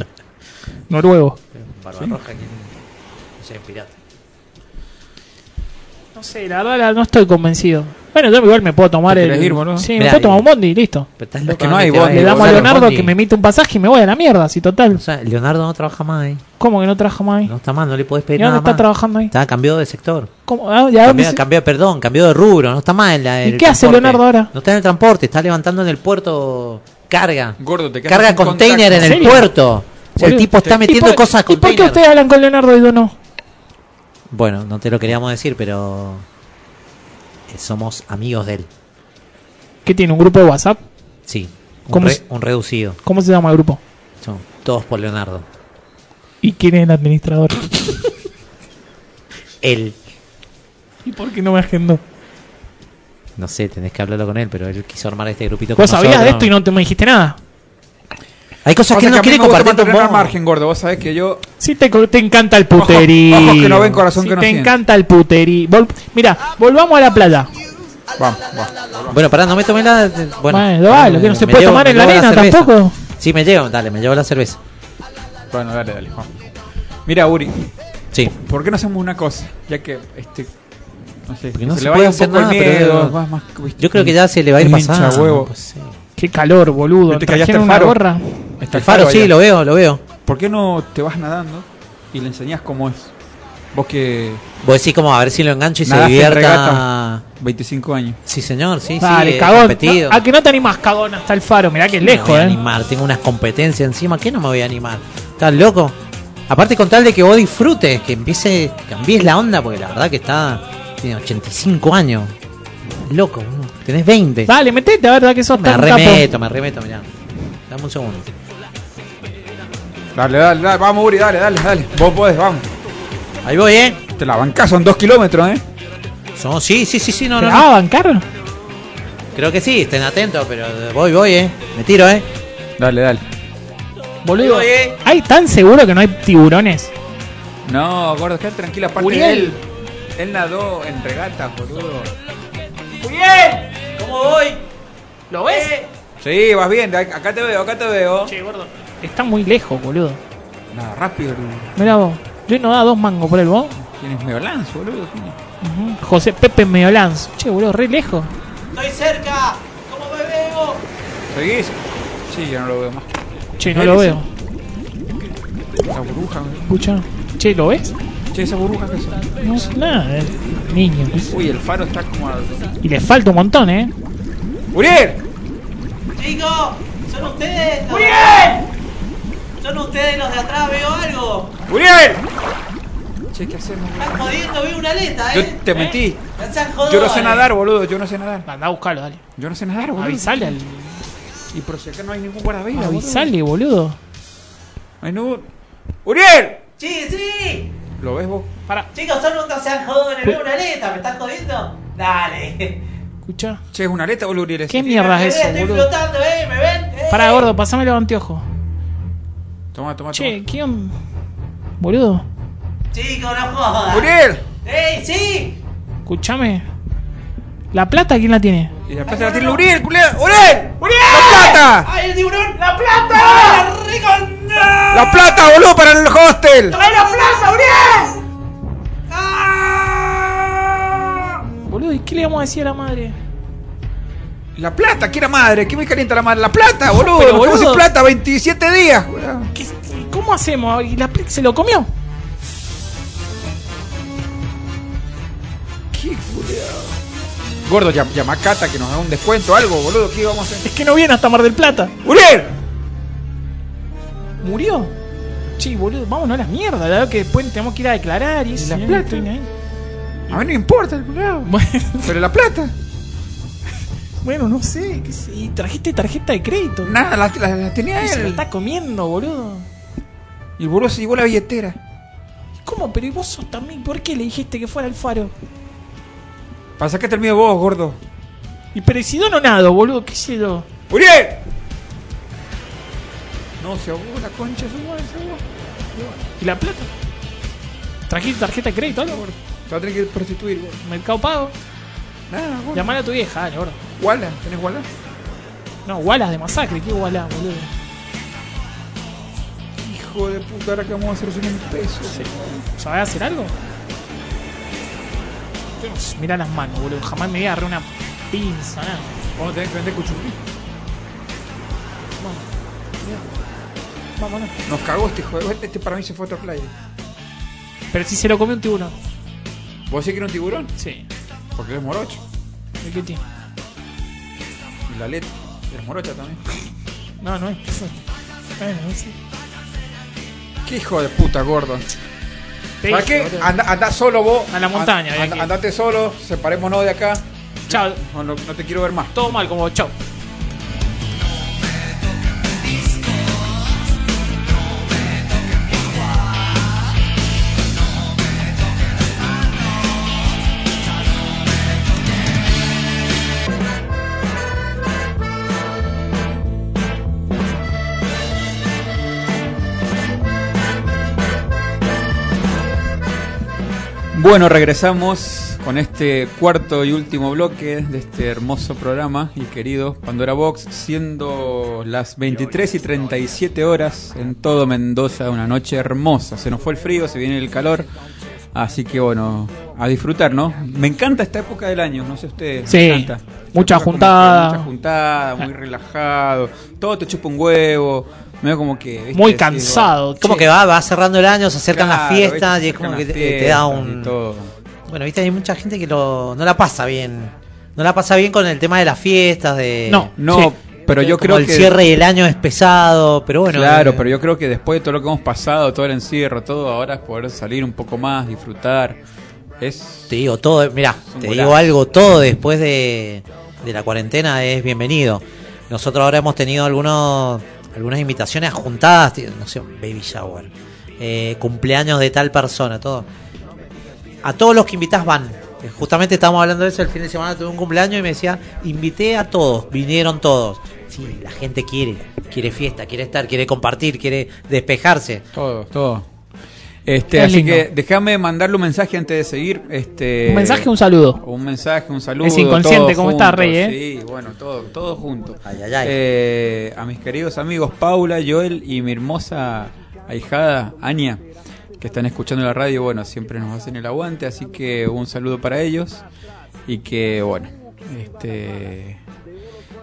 S2: Noruego.
S1: Barbarroja, ¿quién? No sé, pirata.
S2: No sé, la verdad la- no estoy convencido. Bueno, yo igual me puedo tomar
S3: ¿Te
S2: el.
S3: querés ir, boludo?
S2: sí, me
S1: Mirá,
S2: puedo tomar
S1: digo.
S2: un bondi, listo.
S1: Pero estás
S3: Es
S1: loco,
S3: que no
S1: ¿dónde
S3: hay
S1: te vas?
S3: bondi,
S2: Le damos a
S1: Gonzalo
S2: Leonardo
S1: Bondi.
S2: que me emite un pasaje y me voy a la mierda, si total.
S1: O sea, Leonardo no trabaja más ahí.
S2: ¿Cómo que no trabaja más ahí?
S1: No está más, no le podés
S2: ¿Y
S1: pedir
S2: dónde
S1: nada
S2: está
S1: más.
S2: trabajando ahí?
S1: Está cambiado de sector.
S2: ¿Cómo? Ah, ¿y a dónde
S1: Cambió,
S2: se-
S1: cambió- perdón, cambió de rubro, no está más en la-
S2: ¿Y
S1: el
S2: qué hace
S1: transporte.
S2: Leonardo ahora?
S1: No está en el transporte, está levantando en el puerto carga.
S3: Gordo, te quedas
S1: Carga
S3: sin
S1: container
S3: contacto.
S1: en el
S2: ¿En serio?
S1: puerto. O sea, el
S2: Boludo,
S1: tipo está
S2: ¿y
S1: metiendo
S2: por-
S1: cosas a
S2: ¿Y por qué
S1: container.
S2: ustedes hablan con Leonardo y yo no?
S1: Bueno, no te lo queríamos decir, pero eh, somos amigos de él.
S2: ¿Qué tiene? ¿Un grupo de WhatsApp?
S1: Sí, un,
S2: ¿Cómo
S1: re-
S2: es?
S1: un reducido.
S2: ¿Cómo se llama el grupo?
S1: Son todos por Leonardo.
S2: ¿Y quién es el administrador?
S1: Él,
S2: ¿Y por qué no me agendó?
S1: no sé, tenés que hablarlo con él, pero él quiso armar este grupito con
S2: Vos sabías de
S1: nosotros.
S2: esto y no te me dijiste nada.
S1: Hay cosas
S3: Pasa
S1: que él no
S3: que a mí
S1: quiere
S3: me gusta
S1: compartir con
S3: mantenerme al
S1: vos.
S3: margen, gordo. Vos sabés que yo.
S2: Si te, co- te encanta el puterío.
S3: Ojos- ojos que no ven, corazón
S2: Sí
S3: que no
S2: Te
S3: siente.
S2: encanta el puterío. Vol- Mira, volvamos a la playa.
S3: Vamos, vamos.
S1: Bueno, pará, no me tomé la... de- Bueno,
S2: Bueno, dale, que no se
S1: me
S2: puede
S1: llevo-
S2: tomar
S1: me
S2: en la
S1: llevo
S2: arena
S1: cerveza.
S2: tampoco.
S1: Sí, me llevo, dale, me llevo la cerveza.
S3: Bueno, dale, dale. vamos. Mira, Uri,
S1: Sí.
S3: ¿por qué no hacemos una cosa? Ya que este. No sé,
S1: Porque
S3: que
S1: no se
S3: le
S1: puede
S3: vaya un
S1: hacer
S3: poco el
S1: nada, pero-
S3: miedo, vas más- viste,
S1: Yo creo que ya se le va a ir
S3: hincha
S1: pasando.
S3: huevo.
S1: pues sí.
S2: Qué calor, boludo.
S3: Pero te callaste
S2: Trajeron
S3: el
S2: una
S3: faro.
S2: gorra.
S3: Está
S1: El faro,
S3: claro
S1: sí,
S3: allá.
S1: lo veo, lo veo.
S3: ¿Por qué no te vas nadando y le enseñás cómo es? Vos que
S1: Vos decís como a ver si lo engancho y se
S3: nadaste en
S1: divierta.
S3: regata 25 años.
S1: Sí, señor, sí,
S2: Dale,
S1: sí. he
S2: cagón.
S1: competido.
S2: No, a que no te animas, cagón, hasta el faro. Mirá que es
S1: No me voy
S2: lejos,
S1: a
S2: eh.
S1: animar, tengo unas competencias encima, ¿qué no me voy a animar? ¿Estás loco? Aparte con tal de que vos disfrutes, que empieces, que cambies la onda, porque la verdad que está, tiene 85 años. Loco, boludo. tenés 20.
S2: Dale, metete, a ver, da que sos
S1: Me
S2: tan capo.
S1: arremeto, me arremeto, mirá. Dame un segundo.
S3: Dale, dale, dale, vamos, Uri, dale, dale, dale. Vos podés, vamos.
S1: Ahí voy, ¿eh?
S3: Te la bancás, son dos kilómetros, ¿eh?
S1: Son- sí, sí, sí, sí, no,
S2: ¿Te
S1: no,
S2: la
S1: no.
S2: vas a Ah, bancar?
S1: Creo que sí, estén atentos, pero voy, voy, ¿eh? Me tiro, ¿eh?
S3: Dale, dale.
S2: Boludo.
S1: Ahí voy, ¿eh?
S2: ¿Hay tan seguro que no hay tiburones?
S3: No, gordo, quédate tranquila, aparte
S2: Uriel.
S3: él. Él nadó en regata, boludo.
S2: ¡Bien!
S1: ¿Cómo voy? Eh.
S2: ¿Lo ves?
S3: Sí, vas bien, de acá te veo, acá te veo.
S2: Che, gordo. Está muy lejos, boludo.
S3: Nada, rápido, boludo.
S2: Mirá vos. Yo no da dos mangos por el vos.
S3: Tienes medio lanzo, boludo. ¿Quién es?
S2: Ujú. José Pepe Meolanz. Che, boludo, re lejos.
S1: Estoy cerca. ¿Cómo me veo?
S3: ¿Seguís? Sí, yo no lo veo más.
S2: Che, no lo
S3: Ese.
S2: veo.
S3: Esa burbuja, boludo.
S2: Escucha. Che, ¿lo ves?
S3: Che, esa burbuja que son.
S2: No sé nada. eh. Niño.
S3: Uy, el faro está como. a-
S2: Y le falta un montón, eh.
S3: ¡Uriel!
S1: Chicos, son ustedes. ¿Son ustedes los de atrás? ¿Veo algo?
S3: ¡Uriel! Che, ¿qué hacemos?
S1: Están jodiendo, veo una aleta,
S3: Yo
S1: ¿eh?
S3: te mentí.
S1: Ya se han jodido,
S3: Yo no sé
S1: eh.
S3: nadar, boludo. Yo no sé nadar.
S2: Andá a buscarlo, dale.
S3: Yo no sé nadar, boludo.
S2: Avisale al.
S3: Y por si acá no hay ningún guardavidas,
S2: Avisale, boludo.
S3: Ay, no. ¡Uriel!
S1: Sí, sí.
S3: ¿Lo ves vos?
S2: Para.
S1: Chicos, son nunca se han jodido. Veo una aleta, ¿me están jodiendo? Dale.
S2: Escucha.
S3: Che, es una aleta, boludo, Uriel.
S2: ¿Qué mierda es eso,
S1: Estoy
S2: boludo?
S1: flotando, ¿eh? ¿Me ven? Eh.
S2: Pará, gordo, pasame los anteojos.
S3: Toma, toma,
S2: Che, ¿qué on- Boludo,
S1: Chicos, no jodan.
S3: ¡Uriel!
S1: ¡Ey, sí!
S2: escúchame. ¿La plata quién la tiene?
S3: Y la plata la tiene Uriel, culiao. ¡Uriel! ¡Uriel! ¡La plata!
S1: ¡Ay, el tiburón! ¡La plata! ¡Rico!
S2: Ah.
S3: ¡La plata, boludo, para el hostel!
S1: ¡Trae la plata, Uriel!
S2: Boludo, ¿y qué le vamos a decir a la madre?
S3: La plata, que era madre, que me calienta la madre. La plata, boludo.
S2: pero,
S3: Pero, boludo.
S2: boludo.
S3: sin plata, 27 días. boludo.
S2: ¿Y ¿Cómo hacemos? ¿Y la Plix se lo comió?
S3: ¿Qué, culiao? Gordo, llam- llama a Cata que nos da un descuento, algo, boludo. ¿Qué vamos a hacer?
S2: Es que no viene hasta Mar del Plata.
S3: ¡Uriel!
S2: ¿Murió? Che, boludo, vámonos a la mierda, la verdad que después tenemos que ir a declarar y eso.
S3: la
S2: ¿no?
S3: plata?
S2: Ahí.
S3: A mí no importa el culiao. Pero la plata.
S2: Bueno, no sé, qué sé- ¿Y trajiste tarjeta de crédito?
S3: Nada, la, la- la tenía
S2: Y se la
S3: él.
S2: está comiendo, boludo.
S3: Y el boludo se llevó la billetera.
S2: ¿Cómo? Pero ¿y vos sos también? ¿Por qué le dijiste que fuera al faro?
S3: Pasa que termino vos, gordo.
S2: Y pero ¿y si no, no nado, boludo, qué sé yo.
S3: ¡Uriel! No, se ahogó la concha, se ahogó, se ahogó.
S2: ¿Y la plata? ¿Trajiste tarjeta de crédito algo, gordo?
S3: Te va a tener que prostituir, gordo.
S2: ¿Mercado pago?
S3: Nada, gordo.
S2: Llamar a tu vieja, dale, gordo.
S3: Wala, ¿tenés Wala?
S2: No, Wallace de masacre, qué Wallace, boludo.
S3: Hijo de puta, ahora que vamos a hacer sin un peso.
S2: ¿Sabés hacer algo? Dios, Mirá las manos, boludo. Jamás me voy a agarrar una pinza, nada.
S3: Vamos a tener que vender cuchurri.
S2: Vámonos.
S3: Nos cagó este juego. Este para mí se fue a otra playa.
S2: Pero si se lo comió un tiburón.
S3: ¿Vos sí que era un tiburón?
S2: Sí.
S3: Porque eres morocho.
S2: ¿Y qué tiene?
S3: Y la letra. Eres morocha también.
S2: No, no es. Bueno, no sé.
S3: Qué hijo de puta, gordo.
S2: Te
S3: ¿Para
S2: dije,
S3: qué?
S2: boludo.
S3: Anda, andá solo vos.
S2: A la montaña,
S3: An-
S2: de
S3: and-
S2: aquí.
S3: andate solo. Separémonos de acá.
S2: Chao.
S3: No, no- no te quiero ver más.
S2: Todo mal, como chao.
S3: Bueno, regresamos con este cuarto y último bloque de este hermoso programa y querido Pandora Box, siendo las 23 y 37 horas en todo Mendoza, una noche hermosa. Se nos fue el frío, se viene el calor, así que bueno, a disfrutar, ¿no? Me encanta esta época del año, no sé ustedes.
S2: Sí,
S3: me encanta.
S2: mucha
S3: Esta época como
S2: juntada.
S3: que Mucha juntada, muy relajado, todo te chupa un huevo, medio como que... ¿viste?
S2: Muy
S3: Decís,
S2: cansado.
S1: Como
S3: Sí.
S1: que va, va cerrando el año, se acercan las
S3: Claro,
S1: fiestas
S3: viste,
S1: y es
S3: se
S1: como que
S3: acercan
S1: te,
S3: las
S1: te da
S3: fiestas y
S1: un...
S3: todo.
S1: Bueno, viste, hay mucha gente que lo, no la pasa bien. No la pasa bien con el tema de las fiestas, de...
S2: No,
S3: No,
S2: Sí.
S3: pero yo
S1: como
S3: creo
S1: el
S3: que...
S1: cierre del año es pesado, pero bueno...
S3: claro,
S1: eh,
S3: pero yo creo que después de todo lo que hemos pasado, todo el encierro, todo, ahora es poder salir un poco más, disfrutar. Es
S1: Te digo todo, mirá,
S3: un
S1: te
S3: golazo.
S1: digo algo, todo después de, de la cuarentena es bienvenido. Nosotros ahora hemos tenido algunos, algunas invitaciones a juntadas, tío, no sé, baby shower, eh, cumpleaños de tal persona, todo. A todos los que invitás van. Eh, Justamente estábamos hablando de eso el fin de semana, tuve un cumpleaños y me decía, invité a todos, vinieron todos. Sí, la gente quiere, quiere fiesta, quiere estar, quiere compartir, quiere despejarse.
S3: todo, todo. Este,
S2: Es
S3: así
S2: lindo.
S3: que déjame mandarle un mensaje antes de seguir. Este,
S2: Un mensaje, un saludo.
S3: Un mensaje, un saludo.
S2: Es inconsciente
S3: todo
S2: como está,
S3: junto,
S2: Rey, ¿eh?
S3: Sí, bueno, todo, todo junto.
S1: Ay, ay, ay.
S3: Eh, a mis queridos amigos Paula, Joel y mi hermosa ahijada Ania, que están escuchando la radio, bueno, siempre nos hacen el aguante, así que un saludo para ellos y que, bueno, este,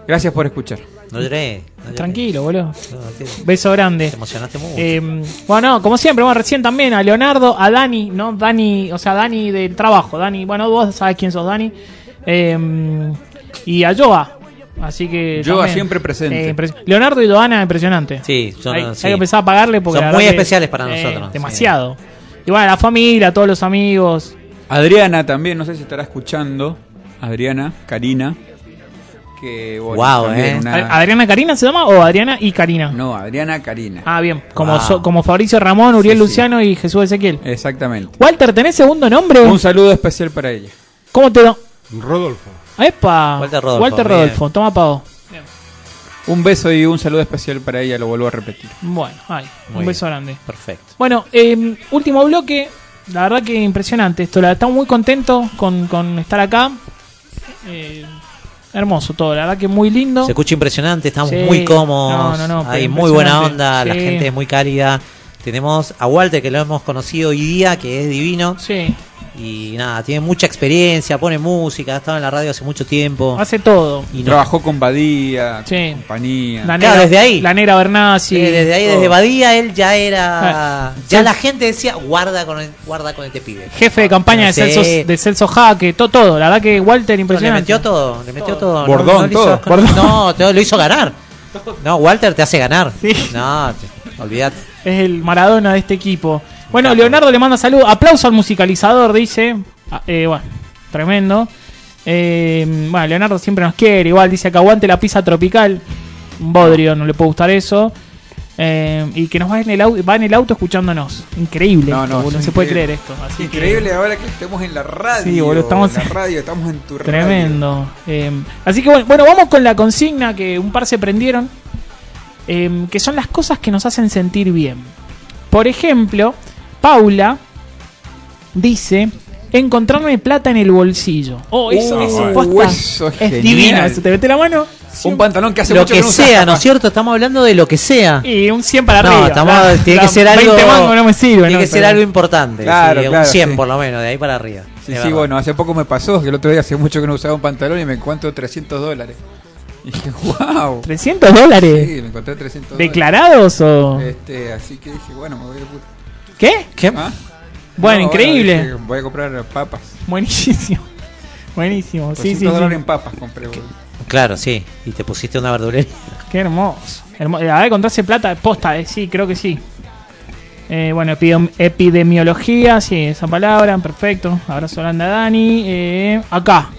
S3: gracias por escuchar.
S1: No lloré. no lloré.
S2: Tranquilo, boludo.
S1: No, no, te- te
S2: Beso grande.
S1: emocionaste mucho.
S2: Eh, bueno, como siempre, bueno, recién también a Leonardo, a Dani, ¿no? Dani, o sea, Dani del trabajo, Dani, bueno, vos sabés quién sos, Dani. Eh, y a Joa, Así que.
S3: Yo
S2: también.
S3: siempre presente.
S2: Eh, impres- Leonardo y Doana, impresionante.
S1: Sí, son,
S2: hay,
S1: sí.
S2: hay que empezar a pagarle porque.
S1: Son
S2: la
S1: muy
S2: verdad que-
S1: especiales para
S2: eh,
S1: nosotros,
S2: Demasiado. Y bueno, la familia, todos los amigos.
S3: Adriana también, no sé si estará escuchando. Adriana, Karina. Que, bueno,
S1: Guau,
S3: también
S1: eh.
S3: una-
S2: ¿Ad- ¿Adriana Karina se llama o Adriana y Karina?
S3: No, Adriana, Karina.
S2: Ah, bien. Como,
S3: Wow.
S2: so- como Fabricio Ramón, Uriel Luciano y Jesús Ezequiel.
S3: Exactamente.
S2: Walter, ¿tenés segundo nombre?
S3: Un saludo especial para ella.
S2: ¿Cómo te lo.?
S13: Rodolfo.
S2: ¡Epa!
S3: Walter Rodolfo,
S2: Walter Rodolfo. Toma pago.
S3: Un beso y un saludo especial para ella, lo vuelvo a repetir.
S2: Bueno, ahí. un
S3: Muy
S2: beso
S3: bien.
S2: grande.
S1: Perfecto.
S2: Bueno, eh, último bloque. La verdad que impresionante esto. La, estamos muy contentos con, con estar acá. Eh, hermoso todo. La verdad que muy lindo.
S1: Se escucha impresionante, estamos
S2: Sí.
S1: muy cómodos.
S2: No, no, no,
S1: hay
S2: pero
S1: muy buena
S2: impresionante.
S1: onda, la
S2: Sí.
S1: gente es muy cálida. Tenemos a Walter que lo hemos conocido hoy día, que es divino.
S2: Sí.
S1: Y nada, tiene mucha experiencia, pone música, ha estado en la radio hace mucho tiempo.
S2: Hace todo.
S1: Y no-
S3: Trabajó con Badía,
S2: Sí.
S3: compañía.
S2: La
S1: Claro, desde ahí.
S2: La negra Bernasi.
S1: Eh, desde ahí, desde Badía, él ya era.
S2: Ah,
S1: ya
S2: sí.
S1: la gente decía, guarda con, el- guarda con este pibe.
S2: Jefe de campaña de
S1: Sí.
S2: Celso, de Celso Jaque. to- todo. La verdad que Walter
S1: Le
S2: impresionante.
S1: metió todo, le metió todo.
S2: Bordón,
S1: no, no le hizo-
S2: todo. Bordón.
S1: No, te- lo hizo ganar. No, Walter te hace ganar. No, te- olvídate.
S2: Es el Maradona de este equipo. Bueno, Leonardo le manda saludos. Aplauso al musicalizador, dice. Ah, eh, bueno, tremendo. Eh, bueno, Leonardo siempre nos quiere. Igual dice que aguante la pizza tropical. Un bodrio, no le puede gustar eso. Eh, y que nos va en, el auto, va en el auto escuchándonos. Increíble.
S3: No,
S2: No,
S3: no,
S2: no,
S3: es
S2: se puede creer
S3: increíble.
S2: esto. Así que-
S3: Increíble ahora que estemos en la radio.
S2: Sí, boludo, estamos-
S3: en la radio, estamos en tu radio.
S2: Tremendo. Eh, así que bueno, bueno, vamos con la consigna que un par se prendieron, eh, que son las cosas que nos hacen sentir bien. Por ejemplo, Paula dice, encontrarme plata en el bolsillo. Oh, eso,
S3: Uh,
S2: eso,
S3: bueno.
S2: posta,
S3: Eso es
S2: es
S3: genial.
S2: divino. eso, te mete la mano
S3: Un pantalón que hace
S1: Lo
S3: mucho
S1: que
S3: no usas,
S1: sea, ¿no
S3: capaz.
S1: es cierto? Estamos hablando de lo que sea.
S2: y un 100 para
S1: No,
S2: arriba.
S1: estamos-
S2: La-
S1: tiene que
S2: la
S1: ser algo.
S2: 20 mangos no me sirve,
S1: tiene
S2: ¿no?
S1: que ser
S2: Pero-
S1: algo importante.
S3: Claro,
S1: sí,
S3: claro,
S1: un 100
S3: sí.
S1: por lo menos, de ahí para arriba.
S3: Sí,
S1: Es
S3: sí,
S1: verdad.
S3: bueno, hace poco me pasó que el otro día hace mucho que no usaba un pantalón y me encuentro 300 dólares. Y dije, wow.
S2: ¿300 dólares?
S3: Sí, me encontré 300
S2: ¿Declarados
S1: eh,
S2: o...?
S3: dólares. Este, así que dije, bueno, me voy a...
S2: ¿Qué?
S3: ¿Ah?
S2: Bueno,
S3: No,
S2: increíble.
S3: dije, voy a comprar papas.
S2: Buenísimo. Buenísimo. Sí,
S3: 300
S2: sí,
S3: dólares
S2: sí.
S3: en papas compré. boludo.
S1: Claro, sí. Y te pusiste una verdulería.
S2: Qué hermoso. Hermo- eh, La verdad, encontrarse plata, posta, eh, sí, creo que sí. Eh, bueno, epido- epidemiología, sí, esa palabra, perfecto. Abrazo grande a Dani. Eh, acá.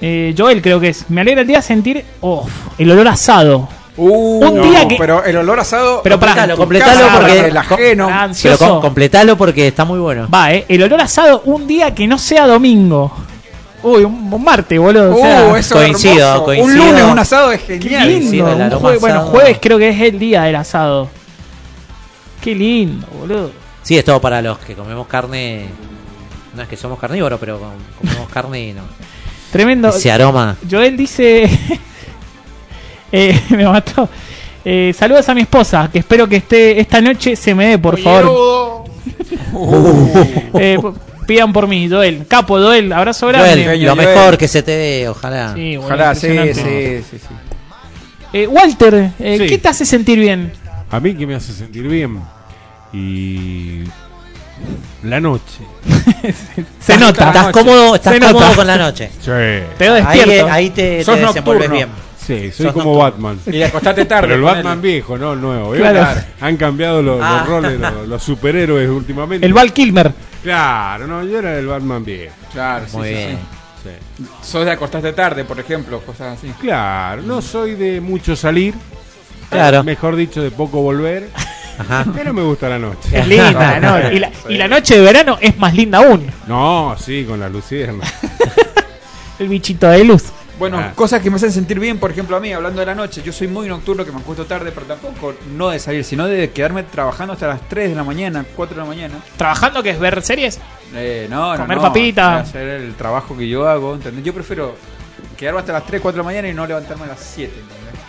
S2: Eh, Joel creo que es. Me alegra el día sentir oh, el olor asado.
S3: Uh,
S2: Un día que-
S3: Pero el olor asado.
S2: Pero pará,
S3: para
S2: lo
S1: completalo porque-
S3: El ajeno.
S2: Pará,
S1: Pero
S2: ansioso.
S1: com- completalo porque está muy bueno.
S2: Va, eh, el olor asado un día que no sea domingo. Uy, un, un martes, boludo. o
S3: Uh,
S2: sea,
S3: eso
S1: coincido,
S3: es hermoso.
S1: coincido.
S3: Un lunes, un asado es
S2: Qué
S3: genial.
S2: lindo.
S1: el
S2: un
S1: aroma
S2: jue- bueno,
S1: asado.
S2: jueves creo que es el día del asado. Qué lindo, boludo.
S1: Sí, es todo para los que comemos carne. No es que somos carnívoros, pero com- comemos carne y no.
S2: Tremendo.
S1: Ese aroma.
S2: Joel dice. Eh, me mató. Eh, saludos a mi esposa, que espero que esté esta noche se me dé, por favor. Eh, p- pidan por mí, Joel. Capo, Joel, abrazo grande.
S1: Uh. Joel, lo
S3: Joel.
S1: mejor que se te dé, ojalá.
S2: Sí, bueno,
S3: Ojalá, sí, sí,
S2: impresionante.
S3: sí, sí.
S2: Eh, Walter, eh,
S13: Sí.
S2: ¿qué te hace sentir bien?
S13: A mí que me hace sentir bien. Y. La noche.
S2: Se nota.
S1: Estás cómodo, estás
S2: Se
S1: cómodo
S2: nota.
S1: con la noche.
S13: Sí.
S2: Te veo
S1: Ahí, eh,
S2: despierto.
S1: ahí te, te
S3: Sos
S1: desenvolves
S3: nocturno.
S1: bien.
S13: Sí, soy
S1: Sos
S13: como
S1: nocturno.
S13: Batman.
S3: Y acostate tarde.
S13: Pero el
S3: ponele.
S13: Batman viejo, no el nuevo. ¿vio?
S2: Claro.
S13: Claro. Han cambiado los, los
S1: Ah.
S13: roles, los, los superhéroes últimamente.
S2: El Val Kilmer.
S13: Claro, no, yo era el Batman viejo.
S3: Claro, sí,
S1: Muy
S3: sí,
S1: bien.
S13: Sí.
S3: sí. Sos de acostarte tarde, por ejemplo, cosas así.
S13: Claro, no soy de mucho salir.
S1: Claro.
S13: Mejor dicho, de poco volver.
S1: Ajá.
S13: Pero me gusta la noche.
S2: Es linda, ¿no? Y la, y la noche de verano es más linda aún.
S13: No, sí, con la lucierna.
S2: El bichito de luz.
S3: Bueno,
S13: Ah.
S3: cosas que me hacen sentir bien, por ejemplo, a mí, hablando de la noche. Yo soy muy nocturno, que me acuesto tarde, pero tampoco no de salir, sino de quedarme trabajando hasta las 3 de la mañana, 4 de la mañana.
S2: Trabajando que es ver series.
S3: Eh, no, no,
S2: Comer
S3: no,
S2: papita.
S3: Hacer el trabajo que yo hago, ¿entendés? Yo prefiero quedarme hasta las 3, 4 de la mañana y no levantarme a las 7, ¿entendés?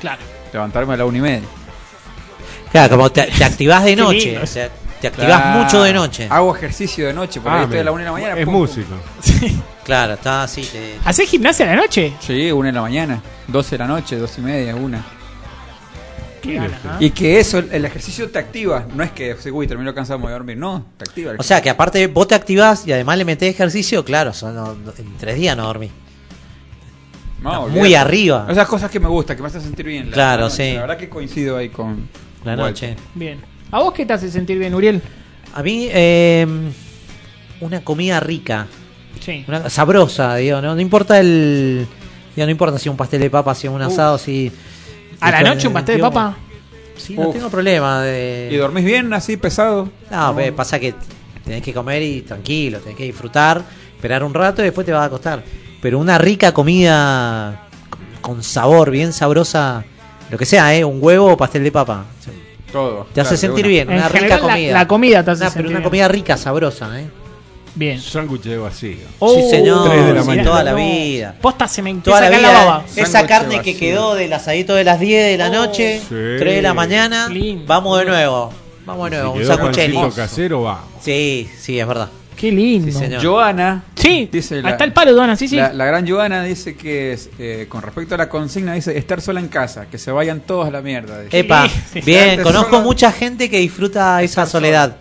S2: Claro.
S3: Levantarme a la 1 y media.
S1: Claro, como te, te activás de
S2: Qué
S1: noche.
S2: lindo.
S1: o sea, te activás
S3: Claro. Ah.
S1: mucho de noche.
S3: Hago ejercicio de noche, porque
S13: Ah,
S3: ahí estoy a la
S13: mira.
S3: 1 de la mañana.
S13: es
S3: pum, pum.
S13: músico.
S1: Claro, está así. te-
S2: ¿Hacés gimnasia a la noche?
S3: Sí, 1 de la mañana, 12 de la noche, 2 y media, 1.
S2: Qué ganas, ¿ah?
S3: Y que eso, el el ejercicio te activa. No es que, sí, uy, termino cansado, me voy a dormir. No, te activa. el
S1: O sea, que aparte vos te activás y además le metés ejercicio, claro, son- no- no- en tres días no dormí.
S3: No,
S1: Está
S3: olvídate.
S1: muy arriba.
S3: Esas cosas que me gustan, que me hacen sentir bien. la-
S1: Claro,
S3: la-
S1: sí.
S3: La verdad que coincido ahí con.
S1: La
S3: Walter.
S1: noche.
S2: Bien. ¿A vos qué te hace sentir bien, Uriel?
S1: A mí, eh, una comida rica.
S2: Sí.
S1: Una- sabrosa, digo, ¿no? No importa el. digo, no importa si un pastel de papa, si un asado, si.
S2: ¿A la
S1: Digo,
S2: noche un pastel de
S1: digo,
S2: papa?
S1: Sí, no tengo problema de.
S3: ¿Y dormís bien así, pesado?
S1: No, pe- pasa que tenés que comer y tranquilo, tenés que disfrutar, esperar un rato y después te vas a acostar. Pero una rica comida con sabor, bien sabrosa, lo que sea, ¿eh? Un huevo o pastel de papa.
S3: Todo.
S1: Te hace sentir bien,
S2: En
S1: una rica
S2: general, la-
S1: comida.
S2: la comida te hace
S1: Una- pero
S2: sentir
S1: una
S2: bien.
S1: comida rica, sabrosa, ¿eh?
S2: Bien.
S13: Sándwich de vacío.
S1: sí, señor.
S13: Tres de la
S1: sí,
S13: mañana.
S1: toda la
S13: No.
S1: vida.
S2: Posta se me empieza
S1: Toda
S2: a
S1: la
S2: caer
S1: vida.
S2: la baba. Oh,
S1: ¿eh? Esa carne que quedó del asadito de las 10 de la noche, 3 de la mañana, vamos de nuevo. Vamos de nuevo,
S13: Si
S1: un
S13: quedó
S1: sacucheni.
S13: pancito casero, va.
S1: Sí, sí, es verdad.
S2: Qué lindo.
S1: Sí, señor.
S3: Joana.
S2: Sí,
S3: dice
S2: hasta el palo, Joana, sí, sí.
S3: La, la gran Joana dice que, es, eh, con respecto a la consigna, dice estar sola en casa, que se vayan todos a la mierda. dice.
S1: Epa, bien,
S3: Estar
S1: conozco
S3: sola-
S1: mucha gente que disfruta esa soledad.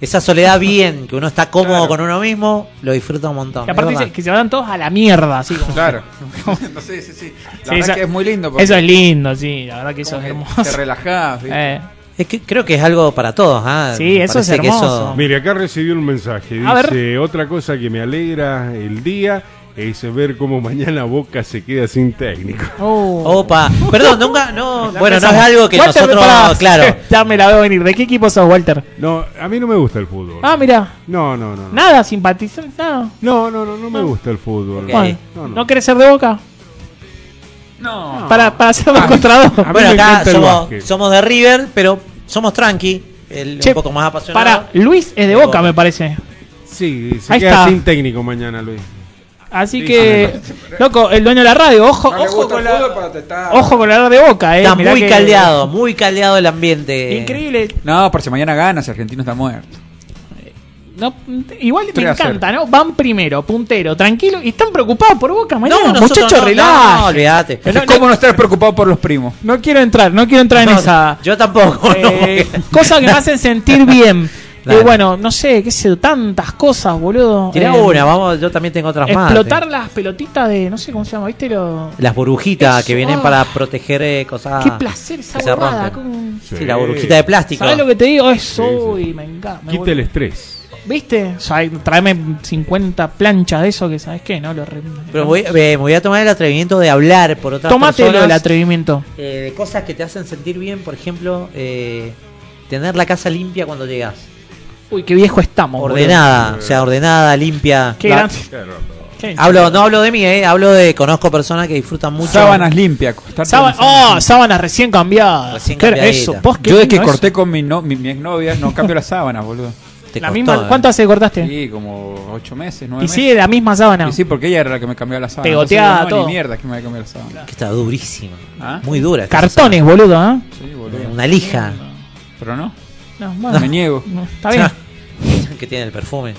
S1: Esa soledad bien, que uno está cómodo con uno mismo, lo disfruta un montón.
S2: Y aparte
S1: es verdad.
S2: dice que se van todos a la mierda, así como.
S3: Claro. no sé, sí, sí. La
S2: Sí,
S3: verdad
S2: esa-
S3: que es muy lindo. porque
S2: Eso es lindo, sí, la verdad que eso es
S3: como que
S2: hermoso.
S3: Te relajás. ¿viste?
S2: Eh,
S1: Es que creo que es algo para todos. ¿ah? Me parece que eso-
S13: Mire, acá recibí un mensaje.
S2: A ver.
S13: Dice, otra cosa que me alegra el día es ver cómo mañana Boca se queda sin técnico.
S1: Opa, perdón, nunca, no, Oh, bueno,
S2: Ya
S1: no es
S2: empezamos.
S1: algo que
S2: Oh. Walter,
S1: nosotros,
S2: pará.
S1: claro.
S2: ya me la veo venir. ¿De qué equipo sos, Walter?
S13: No, a mí no me gusta el fútbol.
S2: Ah, mira,
S13: No, no, no. No,
S2: nada, simpatizante, nada.
S13: no, no, no, no me gusta el fútbol.
S2: Bueno,
S13: No, no.
S2: ¿no querés ser de boca?
S3: No.
S2: Para, para ser dos contra dos.
S13: Ah,
S1: Bueno, acá
S13: el
S1: somos,
S13: básquet.
S1: somos de River, pero somos tranqui, el, un poco más apasionado.
S2: Para, Luis es de boca, me parece.
S13: Sí, se
S2: Ahí
S13: queda
S2: está.
S13: sin técnico mañana, Luis.
S2: Así
S13: Sí,
S2: que, loco, el dueño de la radio, ojo,
S3: No le
S2: ojo,
S3: gusta
S2: con
S3: el
S2: la,
S3: fútbol, pero te está-
S2: ojo con la radio de boca, eh.
S1: Está
S2: mirá
S1: muy
S2: que-
S1: caldeado, eh. muy caldeado el ambiente.
S2: Increíble.
S3: No, por si mañana ganas, Argentino está muerto.
S2: No, igual me
S3: Tres a cero.
S2: encanta, ¿no? Van primero, puntero, tranquilo. Y están preocupados por boca mañana.
S1: No, nosotros
S2: Muchachos,
S1: no,
S2: relajen.
S1: no, olvídate.
S2: Pero no-
S3: ¿Cómo no, estar preocupado por los primos?
S2: No quiero entrar, no quiero entrar en
S1: No,
S2: esa.
S1: Yo tampoco. no,
S2: Eh,
S1: porque-
S2: cosas que me hacen sentir bien. Y
S1: Dale.
S2: bueno, no sé, qué sé, yo, tantas cosas, boludo.
S1: Tirá
S2: Eh,
S1: una, vamos, yo también tengo otras más. eh.
S2: Explotar las pelotitas de, no sé cómo se llama, ¿viste? Lo...
S1: Las burbujitas
S2: Eso,
S1: que vienen
S2: ah.
S1: para proteger eh, cosas.
S2: qué placer esa
S1: que se
S2: borrada.
S1: rompen. Sí, la burbujita de plástico.
S2: ¿Sabes lo que te digo? Eso,
S13: Sí, sí.
S2: uy, me encanta. me
S13: Quita el
S2: vuelve-
S13: estrés.
S2: ¿Viste? O sea, tráeme 50 planchas de eso que, ¿sabes qué? No, lo re-
S1: Pero voy, eh, me voy a tomar el atrevimiento de hablar por otras
S2: Tómatelo
S1: personas,
S2: el atrevimiento.
S1: eh, de cosas que te hacen sentir bien, por ejemplo, eh, tener la casa limpia cuando llegas.
S2: Uy, qué viejo estamos. Oh, boludo.
S1: Ordenada, o sea, ordenada, limpia.
S2: Qué
S1: La-
S2: grande. Qué-
S1: Hablo, no hablo de mí, eh, hablo de conozco personas que disfrutan mucho.
S3: Sábanas limpias. estar
S2: Sába-
S3: con-
S2: oh, sábanas recién cambiadas.
S1: Recién
S2: ¿Qué era
S1: cambiadita.
S2: eso? ¿Vos qué
S3: Yo de que
S2: lindo eso?
S3: corté con mi, no, mi, mi exnovia, no cambio las sábanas, boludo.
S1: Te
S2: La
S1: costó,
S2: misma,
S1: eh.
S2: ¿Cuánto hace que cortaste?
S3: Sí, como ocho meses, nueve
S2: Y
S3: meses.
S2: sigue la misma sábana.
S3: Y sí, porque ella era la que me cambió la sábana.
S2: Pegoteada,
S3: Entonces, no,
S2: todo.
S3: Ni mierda que me había cambiado la sábana.
S1: Que está durísima.
S3: ¿Ah?
S1: Muy dura. esta
S2: Cartones, boludo, ¿ah?
S3: Sí,
S1: sábana.
S3: boludo.
S1: Una lija.
S3: Pero no,
S2: No, bueno,
S3: me niego.
S2: no, está bien.
S1: Ah. que tiene el perfume.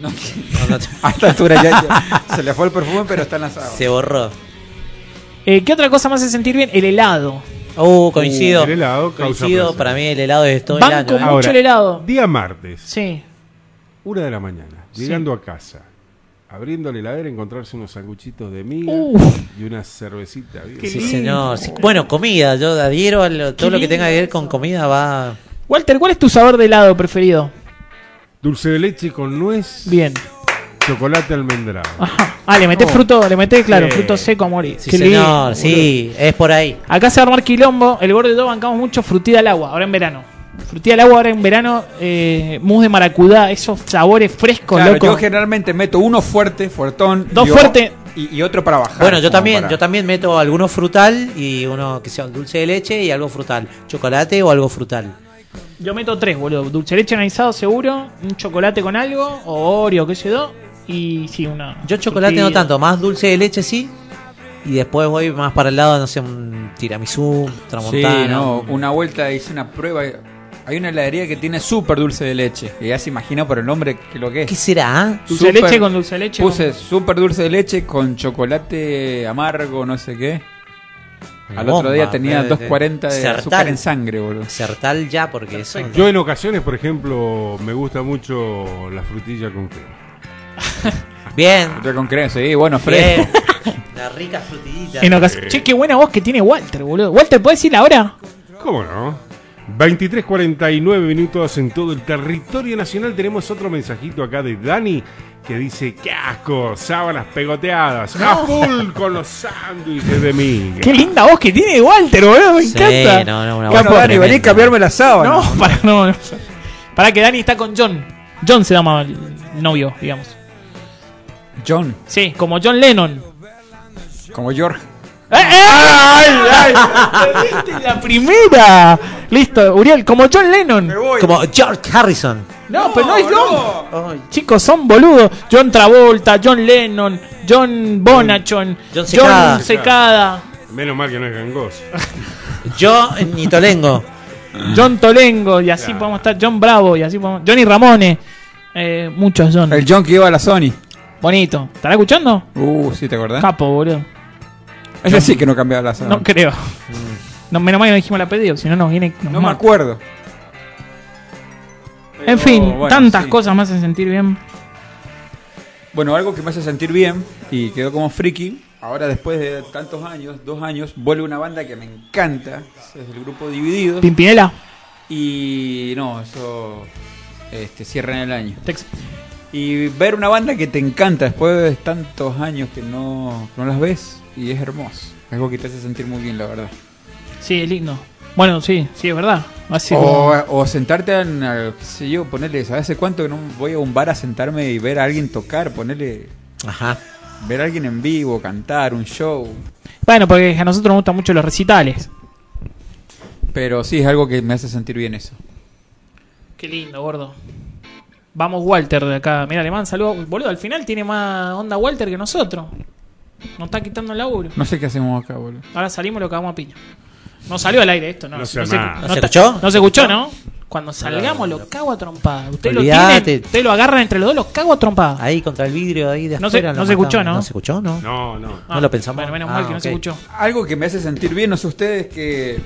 S3: No,
S1: No, no, te-
S3: a esta altura ya, ya se le fue el perfume, pero está en la sábana.
S1: se borró.
S2: Eh, ¿Qué otra cosa me hace sentir bien? El helado.
S1: Uh, coincido.
S13: el helado causa
S1: coincido,
S13: placer.
S1: para mí el helado es todo el
S2: Banco
S1: año. eh.
S2: mucho
S13: Ahora.
S2: el helado.
S13: Día martes,
S2: Sí.
S13: una de la mañana, llegando a casa, abriendo la heladera, encontrarse unos sanguchitos de miga
S2: Uf.
S13: y una cervecita. bien.
S1: Sí, señor. Sí, Bueno, comida. Yo adhiero a lo- todo lo que tenga que ver con comida. va
S2: Walter, ¿cuál es tu sabor de helado preferido?
S13: Dulce de leche con nuez,
S2: Bien.
S13: chocolate almendrado.
S2: Ajá. Ah, le metés fruto, le metés, claro,
S13: Sí.
S2: fruto seco a morir.
S1: Sí,
S2: Qué lindo,
S1: señor. Sí, es por ahí.
S2: Acá se va a armar quilombo. El gordo y yo bancamos mucho frutida al agua, ahora en verano. Frutida al agua ahora en verano, eh, mousse de maracudá, esos sabores frescos,
S3: Claro,
S2: loco.
S3: yo generalmente meto uno fuerte, fuertón.
S2: Dos
S3: y-
S2: fuerte.
S3: Y, y otro para bajar.
S1: Bueno, yo
S3: como
S1: también,
S3: para-
S1: yo también meto alguno frutal y uno que sea un dulce de leche y algo frutal. Chocolate o algo frutal.
S2: Yo meto tres, boludo. Dulce de leche analizado seguro, un chocolate con algo, o Oreo, qué sé yo, y sí, una...
S1: Yo chocolate no
S2: frutilla.
S1: tanto, más dulce de leche sí. Y después voy más para el lado, no sé, un tiramisú,
S3: Sí,
S1: tramontano.
S3: no, una vuelta hice una prueba. Hay una heladería que tiene súper dulce de leche. Y ya se imagina por el nombre que lo que
S1: ¿Qué
S3: es.
S1: será?
S2: Dulce de
S3: Súper-
S2: leche con dulce de leche.
S3: Puse súper dulce de leche con chocolate amargo, no sé qué. Al
S1: Bomba,
S3: otro día tenía
S1: eh,
S3: 2.40 de
S1: Sertal.
S3: azúcar en sangre, boludo.
S1: Acertal ya porque eso.
S13: Yo en ocasiones, por ejemplo, me gusta mucho la frutilla con crema.
S1: Bien,
S3: Otra con crema, sí, bueno, fresco.
S1: bien. La rica frutillita.
S2: En ocas- Che, qué buena voz que tiene Walter, boludo. Walter, ¿puedes decir la hora?
S13: ¿Cómo no? 23.49 minutos en todo el territorio nacional. Tenemos otro mensajito acá de Dani que dice: ¡Qué asco! Sábanas pegoteadas. A
S2: No.
S13: full con los sándwiches de mí.
S2: Qué linda voz que tiene Walter, boludo. Me encanta.
S13: no, no, una
S2: Capo.
S13: voz tremenda.
S3: vení a cambiarme la sábana.
S2: No, para, no, no. Para que Dani está con John. John se llama el novio, digamos.
S3: John.
S2: Sí, como John Lennon. ¡Eh,
S3: Como George.
S2: ¡Ay, ay! Perdiste la primera! Listo, Uriel, como John Lennon.
S1: Como George Harrison.
S2: No, Ah, pero no es John. Chicos, son boludos. John Travolta, John Lennon, John Bonachon,
S1: John
S2: John
S1: Secada.
S2: Secada. Secada.
S13: Menos mal que no es gangoso.
S1: Yo ni Tolengo.
S2: John Tolengo, y así podemos estar. John Bravo, y así podemos. Johnny Ramone. Eh, muchos John.
S3: El John que iba a la Sony.
S2: Bonito. ¿Estará escuchando?
S3: Uh, sí, ¿te acordás?
S2: Capo, boludo.
S3: Ese sí que no cambiaba la sábana.
S2: No creo. No, menos mal que no dijimos la pedido, si no nos viene. nos
S3: No me
S2: mata.
S3: acuerdo.
S2: En fin,
S3: Pero bueno,
S2: tantas
S3: sí.
S2: cosas me hacen sentir bien.
S3: Bueno, algo que me hace sentir bien y quedó como friki. Ahora, después de tantos años, dos años, vuelve una banda que me encanta. Es el grupo Divididos.
S2: Pimpinela.
S3: Y no, eso este, cierra en el año.
S2: Tex-
S3: Y ver una banda que te encanta después de tantos años que no, no las ves y es hermoso. Algo que te hace sentir muy bien, la verdad.
S2: Sí, es lindo. Bueno, sí, sí, es verdad. Así
S3: O,
S2: como-
S3: o sentarte en, al- qué sé yo, ponerle, ¿sabes hace cuánto que no voy a un bar a sentarme y ver a alguien tocar? Ponerle...
S1: Ajá.
S3: Ver a alguien en vivo, cantar, un show.
S2: Bueno, porque a nosotros nos gustan mucho los recitales.
S3: Pero sí, es algo que me hace sentir bien eso.
S2: Qué lindo, gordo. Vamos, Walter, de acá. Mira, Alemán, saludos. Boludo, al final tiene más onda Walter que nosotros. Nos está quitando el laburo.
S3: No sé qué hacemos acá, boludo.
S2: Ahora salimos y lo cagamos a piña. No salió al aire esto, ¿no?
S3: No se armaba.
S1: ¿No se
S2: está-
S1: escuchó?
S2: No se escuchó, ¿no? Cuando salgamos lo cago a trompada. Ustedes lo
S1: Olvídate.
S2: tienen, ustedes lo agarran entre los dos, lo cago a trompada.
S1: Ahí contra el vidrio, ahí de
S2: No se-
S1: afuera.
S2: no
S1: lo matamos.
S2: se escuchó, ¿no?
S1: ¿No se escuchó, no?
S13: No, no.
S1: No lo pensamos.
S2: Bueno, menos
S1: Ah,
S2: mal que no se
S1: ok.
S2: escuchó.
S3: Algo que me hace sentir bien, no sé ustedes, que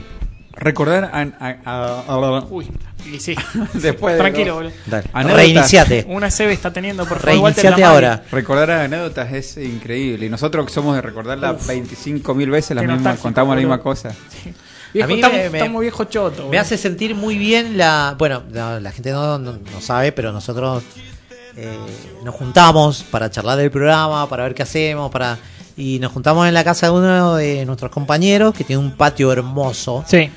S3: recordar a, a- a- a-
S2: Uy, y sí.
S3: Después de
S2: Tranquilo, boludo.
S3: los-
S1: Dale.
S3: Anécdotas.
S1: Reiniciate.
S2: Una CB está teniendo, por favor. Walter,
S1: Reiniciate
S2: la madre.
S1: ahora.
S3: Recordar anécdotas es increíble. Y nosotros que somos de recordarla 25 mil veces, la
S2: Qué
S3: misma,
S2: nostálgico,
S3: contamos la
S2: boludo.
S3: misma cosa.
S2: Viejo,
S1: A mí
S2: estamos,
S1: me- me-
S2: estamos viejo choto.
S1: Me
S2: boludo.
S1: hace sentir muy bien la. Bueno, no, la gente no, no- no sabe, pero nosotros eh, nos juntamos para charlar del programa, para ver qué hacemos, para. Y nos juntamos en la casa de uno de nuestros compañeros que tiene un patio hermoso.
S2: Sí.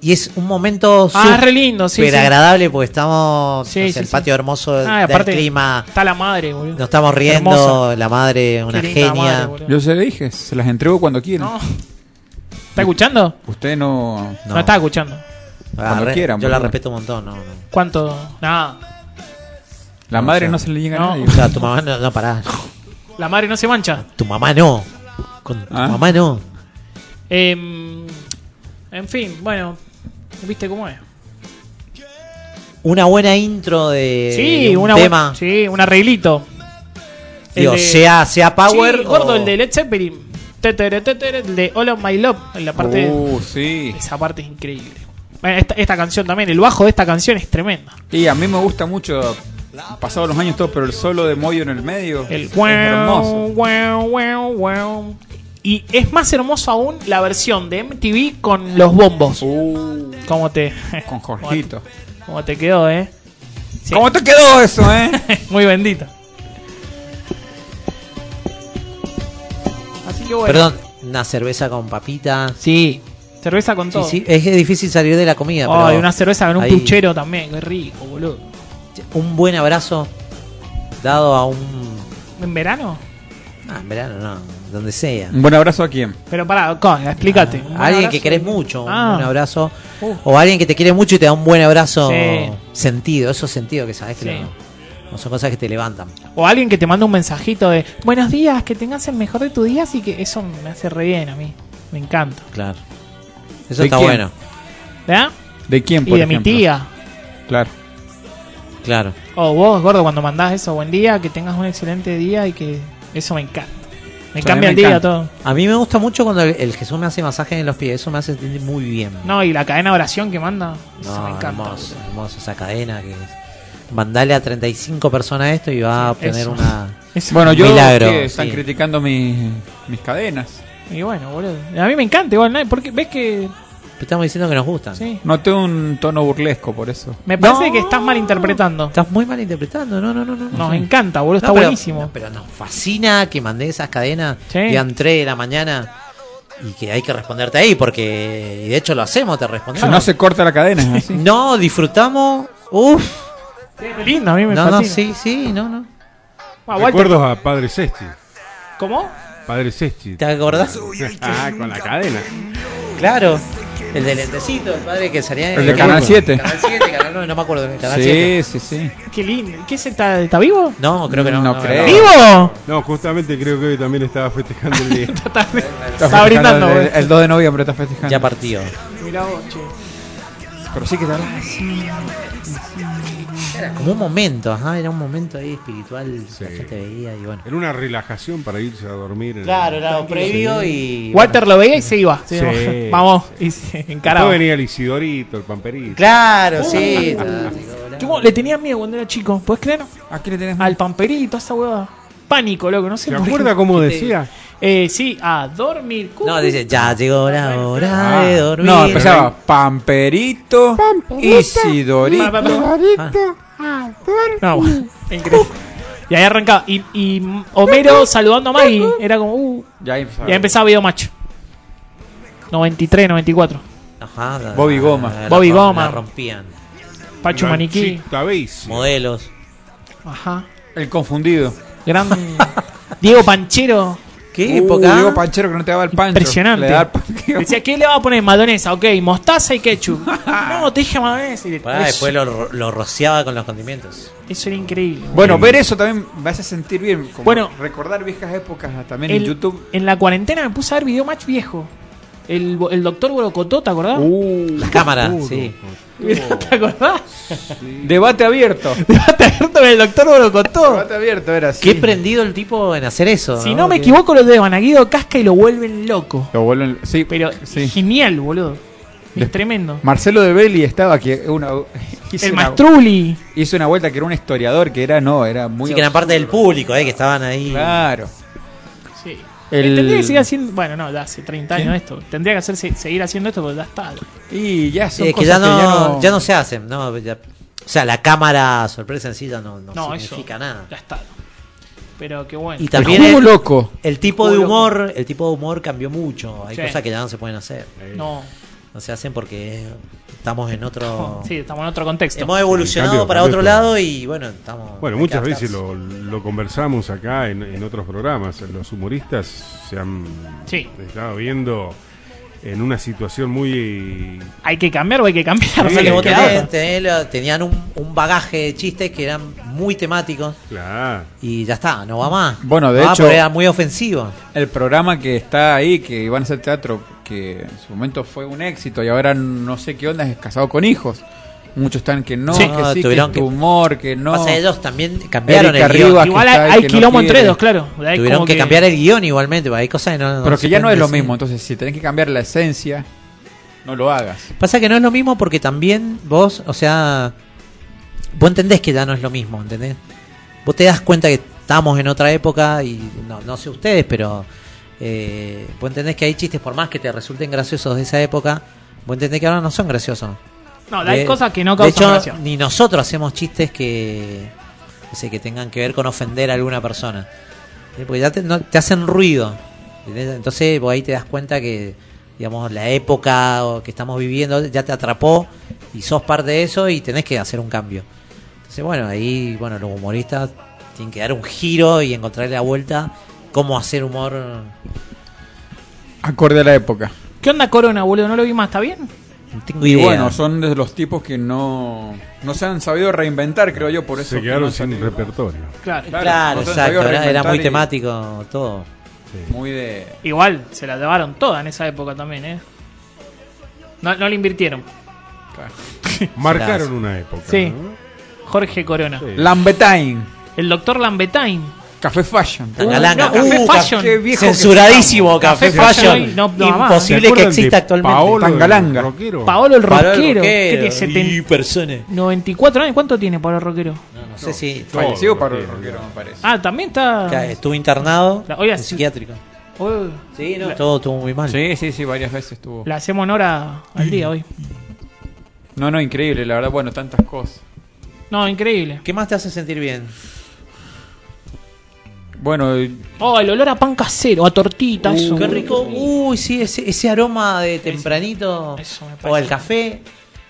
S1: Y es un momento
S2: Ah,
S1: súper
S2: es re lindo, sí, sí.
S1: agradable porque estamos
S2: Sí,
S1: no sé,
S2: sí,
S1: el
S2: sí.
S1: patio hermoso
S2: Ah,
S1: del
S2: aparte,
S1: clima.
S2: Está la madre, boludo.
S1: Nos estamos riendo,
S2: Hermosa.
S1: la madre, una
S2: Qué linda
S1: genia. Ah,
S2: madre, boludo.
S3: Yo se le dije, se las entrego cuando quieran.
S2: No. ¿Está escuchando?
S3: Usted no.
S2: No, está escuchando.
S1: Ah,
S3: Cuando
S1: re-
S3: quieran,
S1: yo la
S3: boludo.
S1: respeto un montón, no, no.
S2: ¿Cuánto? Nada.
S3: La
S1: No,
S3: madre
S1: o sea,
S3: no se le llega
S2: no.
S3: a nadie.
S1: O sea, tu mamá no, no pará.
S2: La madre no se mancha.
S1: Tu mamá no. Con tu
S3: Ah.
S1: mamá no.
S2: Em, en fin, bueno. ¿Viste cómo es?
S1: Una buena intro de,
S2: sí,
S1: de Eh, un
S2: una bu-
S1: tema.
S2: Sí, un arreglito. El
S1: Digo,
S2: de-
S1: sea, sea Power.
S2: Sí, gordo,
S1: o-
S2: el de Led Zeppelin. Tetere, tetere, el de All of My Love. En la parte.
S3: Uh, sí.
S2: Esa parte es increíble. Bueno, esta, esta canción también, el bajo de esta canción es tremendo.
S3: Y a mí me gusta mucho, pasados los años todo, pero el solo de Moyo en el medio
S2: El
S3: es hermoso.
S2: guau, guau, guau. Y es más hermoso aún la versión de MTV con los bombos. ¿Cómo te.
S3: Uh, Con Jorgito.
S2: ¿Cómo te quedó, eh? Sí.
S3: ¿Cómo te quedó eso, eh?
S2: Muy bendito. Así que bueno.
S1: Perdón, una cerveza con papita.
S2: Sí. Cerveza con
S1: Sí,
S2: todo.
S1: sí, es difícil salir de la comida.
S2: Oh,
S1: pero
S2: y una cerveza con un
S1: ahí,
S2: puchero también, qué rico, boludo.
S1: Un buen abrazo dado a un.
S2: ¿En verano?
S1: Ah, en verano no, donde sea.
S3: Un buen abrazo a quién.
S2: Pero pará, Cohen, explícate. Un buen
S1: A alguien
S2: abrazo.
S1: que querés mucho,
S2: Ah.
S1: un buen abrazo.
S2: Uh.
S1: O a alguien que te quiere mucho y te da un buen abrazo
S2: Sí.
S1: sentido, esos sentidos que sabes que
S2: Sí.
S1: no, no son cosas que te levantan.
S2: O alguien que te manda un mensajito de Buenos días, que tengas el mejor de tu día, así que eso me hace re bien a mí. Me encanta.
S1: Claro. Eso
S3: ¿De
S1: está
S3: quién?
S1: bueno.
S2: ¿Verdad?
S3: ¿De quién,
S2: Y
S3: por
S2: de mi
S3: ejemplo?
S2: tía.
S3: Claro.
S1: Claro.
S2: O vos, gordo, cuando mandás eso, buen día, que tengas un excelente día y que eso me encanta. Me
S1: Yo
S2: cambia
S1: a
S2: el
S1: mí me
S2: día
S1: encanta.
S2: todo.
S1: A mí me gusta mucho cuando el, el Jesús me hace masaje en los pies, eso me hace sentir muy bien.
S2: No, y la cadena de oración que manda, eso
S1: No,
S2: me encanta.
S1: hermoso, hermoso esa cadena que es. Mandale a 35 personas esto y va a obtener
S2: Eso.
S1: una,
S2: Es
S3: Bueno, yo
S1: milagro,
S3: que están
S1: sí.
S3: criticando mis, mis cadenas.
S2: Y bueno, boludo. A mí me encanta igual, ¿no? porque ves que
S1: Estamos diciendo que nos gustan.
S2: Sí.
S3: Noté un tono burlesco por eso.
S2: me parece que estás malinterpretando.
S1: Estás muy malinterpretando, no, no, no. no.
S2: Nos encanta, boludo, está
S1: No, pero-
S2: buenísimo.
S1: Pero nos fascina que mandé esas cadenas
S2: Sí.
S1: y entré de la mañana y que hay que responderte ahí porque y de hecho lo hacemos, te respondemos.
S3: Si
S2: Ah.
S3: no se corta la cadena, es así.
S1: No, disfrutamos. Uf.
S2: lindo, a mí me
S1: No, no, sí,
S2: fascina.
S1: sí, no, no.
S2: Ah, Walter,
S13: Recuerdos a Padre Sesti.
S2: ¿Cómo?
S13: Padre Sesti.
S1: ¿Te acordás?
S13: ah, con la cadena.
S1: Claro. El del lentecito, el padre que salía en
S3: El de Canal 7.
S1: Canal 7, Canal 9, no me acuerdo. el Canal
S3: sí,
S1: 7.
S3: sí, sí.
S2: Qué lindo. ¿Qué es esta? ¿Está vivo?
S1: No, creo que no.
S3: No creo.
S2: ¿Vivo?
S13: No, justamente creo que hoy también estaba festejando el día.
S3: Está
S2: Está brindando, eh.
S3: festejando El,
S2: boludo.
S3: el 2 de noviembre está festejando.
S1: Ya partió.
S2: Mirá vos, che.
S3: Pero sí que está.
S1: Como un momento, ajá, era un momento ahí espiritual. La gente veía y bueno.
S13: Era una relajación para irse a dormir. en-
S1: Claro, era previo y.
S2: Walter lo veía y se iba. Se
S13: Sí.
S2: iba. Vamos, y se
S13: Después
S2: encaraba.
S13: venía el Isidorito, el Pamperito.
S1: Claro, sí.
S2: Yo como le tenía miedo cuando era chico, ¿puedes creer?
S3: ¿A quién le tenés
S2: Al pamperito, a esa hueva. Pánico, loco, no sé
S13: ¿Se
S2: por qué.
S13: acuerda cómo
S2: ¿Qué te-
S13: decía?
S2: Eh, sí, a dormir. ¿Cómo?
S1: No, dice, ya llegó la hora de dormir.
S3: Ah, No, empezaba Pamperito,
S2: Pa, pa,
S3: Isidorito.
S2: pa. No, bueno, increíble. Y ahí arrancaba. Y, y Homero saludando a Maggie. Era como, uh.
S3: Ya ahí
S2: Y ahí
S3: empezaba.
S2: empezaba Video Macho. 93, 94.
S1: Ajá, la-
S3: Bobby Goma.
S1: la-
S2: Bobby
S1: la-
S2: Goma.
S1: la rompían.
S2: Pachu Maniquí.
S13: Ranchita Base.
S1: Modelos.
S2: Ajá.
S3: El confundido.
S2: Gran. Diego Panchero.
S1: ¿Qué
S3: Uh,
S1: época?
S3: Diego Panchero que no te daba el pancho.
S2: Impresionante.
S3: Le daba el pancho.
S2: Decía, ¿qué le va a poner? Mayonesa, ok. Mostaza y ketchup. no, te dije mayonesa. Y le-
S1: Pará, después lo, ro- lo rociaba con los condimentos.
S2: Eso era increíble.
S3: Bueno, ver eso también vas a sentir bien. como
S2: Bueno.
S3: recordar viejas épocas también en
S2: El-
S3: YouTube.
S2: En la cuarentena me puse a ver video match viejo. El, bo- el doctor Borocotó, ¿te acordás?
S3: Uh.
S1: Las cámaras, sí.
S2: ¿Te acordás?
S3: Debate abierto.
S2: Te abierto con el doctor Borocotó.
S3: Debate abierto era así.
S1: Qué prendido el tipo en hacer eso.
S2: Si no me
S1: Que-
S2: equivoco, lo llevan a Guido Casca y lo vuelven loco.
S3: Lo vuelven- sí,
S2: Pero
S3: sí.
S2: genial, boludo. Es
S3: Des-
S2: tremendo.
S3: Marcelo de Belli estaba aquí. Una, hizo,
S2: el
S3: una,
S2: Mastrulli.
S3: hizo una vuelta que era un historiador, que era, no, era muy.
S1: Sí, que eran parte del público, eh, que estaban ahí.
S3: Claro.
S2: Sí.
S3: El-
S2: Tendría que seguir haciendo. Bueno, no, ya hace 30 años
S3: ¿Quién?
S2: esto. Tendría que hacerse, seguir haciendo esto porque ya está.
S3: Y ya son
S1: Eh, que
S3: cosas
S1: ya no, ya, no... se hacen, ¿no? ya- o sea, la cámara sorpresa en sí ya no, no
S2: No, eso.
S1: significa nada.
S2: Ya está. Pero qué bueno.
S1: Y también
S3: el jugo
S1: el,
S3: loco.
S1: el tipo
S2: Jugo
S1: de
S2: loco.
S1: humor, el tipo de humor cambió mucho. Hay
S2: Sí.
S1: cosas que ya no se pueden hacer.
S2: No.
S1: No se hacen porque estamos en otro.
S2: Sí, estamos en otro contexto.
S1: Oh. Hemos evolucionado
S13: Cambio,
S1: para
S13: cambio
S1: otro
S13: todo.
S1: lado y bueno, estamos.
S13: Bueno,
S1: hay
S13: muchas
S1: que
S13: veces
S1: adaptarse.
S13: lo, lo conversamos acá en, en otros programas. Los humoristas se han
S2: Sí.
S13: estado viendo en una situación muy...
S2: Hay que cambiar o hay que cambiar.
S1: Pasa que vos
S2: ¿Qué
S1: tenés-
S2: hago?
S1: tenés la- eh, tenían un, un bagaje de chistes que eran muy temáticos
S13: Claro.
S1: y ya está, no va más.
S3: Bueno, de
S1: No va,
S3: hecho-
S1: pero era muy ofensivo.
S3: El programa que está ahí, que iban a hacer teatro, que en su momento fue un éxito y ahora no sé qué onda, es casado con hijos. Muchos están que no,
S1: Sí.
S3: que
S1: Ah,
S3: sí, que
S1: tuvieron
S3: es
S1: que-
S3: tu humor, que no.
S1: Pasa que ellos también cambiaron
S3: Erika
S1: el guión.
S3: Rivas,
S2: Igual
S3: que está
S2: hay,
S3: ahí
S2: hay
S3: que no
S2: quilombo entre
S3: quiere.
S2: dos, claro. Hay
S1: Tuvieron
S2: como
S1: que, cambiar el guión igualmente, porque hay cosas que no.
S3: Pero
S1: se
S3: que ya no es
S1: pueden
S3: lo
S1: decir.
S3: mismo, entonces si tenés que cambiar la esencia, no lo hagas.
S1: Pasa que no es lo mismo porque también vos, o sea, vos entendés que ya no es lo mismo, ¿entendés? Vos te das cuenta que estamos en otra época y no, no sé ustedes, pero eh, vos entendés que hay chistes, por más que te resulten graciosos de esa época, vos entendés que ahora no son graciosos.
S2: No, hay
S1: De-
S2: cosas que no
S1: De
S2: causan
S1: hecho,
S2: gracia.
S1: ni nosotros hacemos chistes que, no sé, que tengan que ver con ofender a alguna persona. Eh, Porque ya te, no- te hacen ruido. ¿entendés? Entonces vos ahí te das cuenta que, digamos, la época o que estamos viviendo ya te atrapó y sos parte de eso y tenés que hacer un cambio. Entonces, bueno, ahí, bueno, los humoristas tienen que dar un giro y encontrarle la vuelta cómo hacer humor.
S3: Acorde a la época.
S2: ¿Qué onda Corona, boludo? ¿No lo vi más? ¿Está bien?
S1: No tengo
S3: Y
S1: idea.
S3: bueno, son de los tipos que no, no se han sabido reinventar, creo yo, por eso.
S13: Se
S3: que no
S13: quedaron
S3: han
S13: sin
S3: salido.
S13: repertorio.
S2: Claro.
S1: claro,
S3: claro, no se
S1: exacto,
S3: sabía
S1: era, era muy
S3: reinventar y-
S1: temático todo.
S3: Muy de.
S2: Igual, se la llevaron toda en esa época también, ¿eh? No, no le invirtieron.
S13: Marcaron una época.
S2: Sí.
S13: ¿no?
S2: Jorge Corona.
S13: Sí.
S3: Lambetain,
S2: El doctor Lambetain.
S1: Oh.
S3: Café Fashion.
S1: Tangalanga.
S2: no, Café
S1: Uh,
S2: Fashion.
S3: qué viejo que
S1: Censuradísimo, Café,
S2: Café Fashion.
S1: Fashion.
S2: No, no, más.
S13: ¿Se
S1: Imposible que
S13: acuerdan
S1: exista
S13: de
S1: actualmente.
S13: Paolo el
S3: Tangalanga.
S13: rockero?
S2: Paolo el
S1: Paró el
S2: Roquero.
S1: rockero.
S2: ¿Qué tiene?
S1: Y
S2: 70
S1: persona.
S2: 94 años. ¿Cuánto tiene Paolo el Roquero?
S1: No, no No sé si.
S3: Fallecido para el rockero, me parece.
S2: Ah, también está.
S1: Que Estuvo internado
S2: La- hoy
S1: en
S2: hace-
S1: psiquiátrico.
S2: Hoy-
S1: Sí, no,
S2: la,
S1: todo estuvo muy mal.
S3: Sí, sí, sí, varias veces estuvo.
S2: la hacemos honor a- al día hoy.
S3: No, no, increíble, la verdad, bueno, tantas cosas.
S2: No, increíble.
S1: ¿Qué más te hace sentir bien?
S3: Bueno, y-
S2: Oh, el olor a pan casero, a tortita, eso.
S1: Uh, Qué rico. Uy, sí, ese, ese aroma de tempranito. o el café.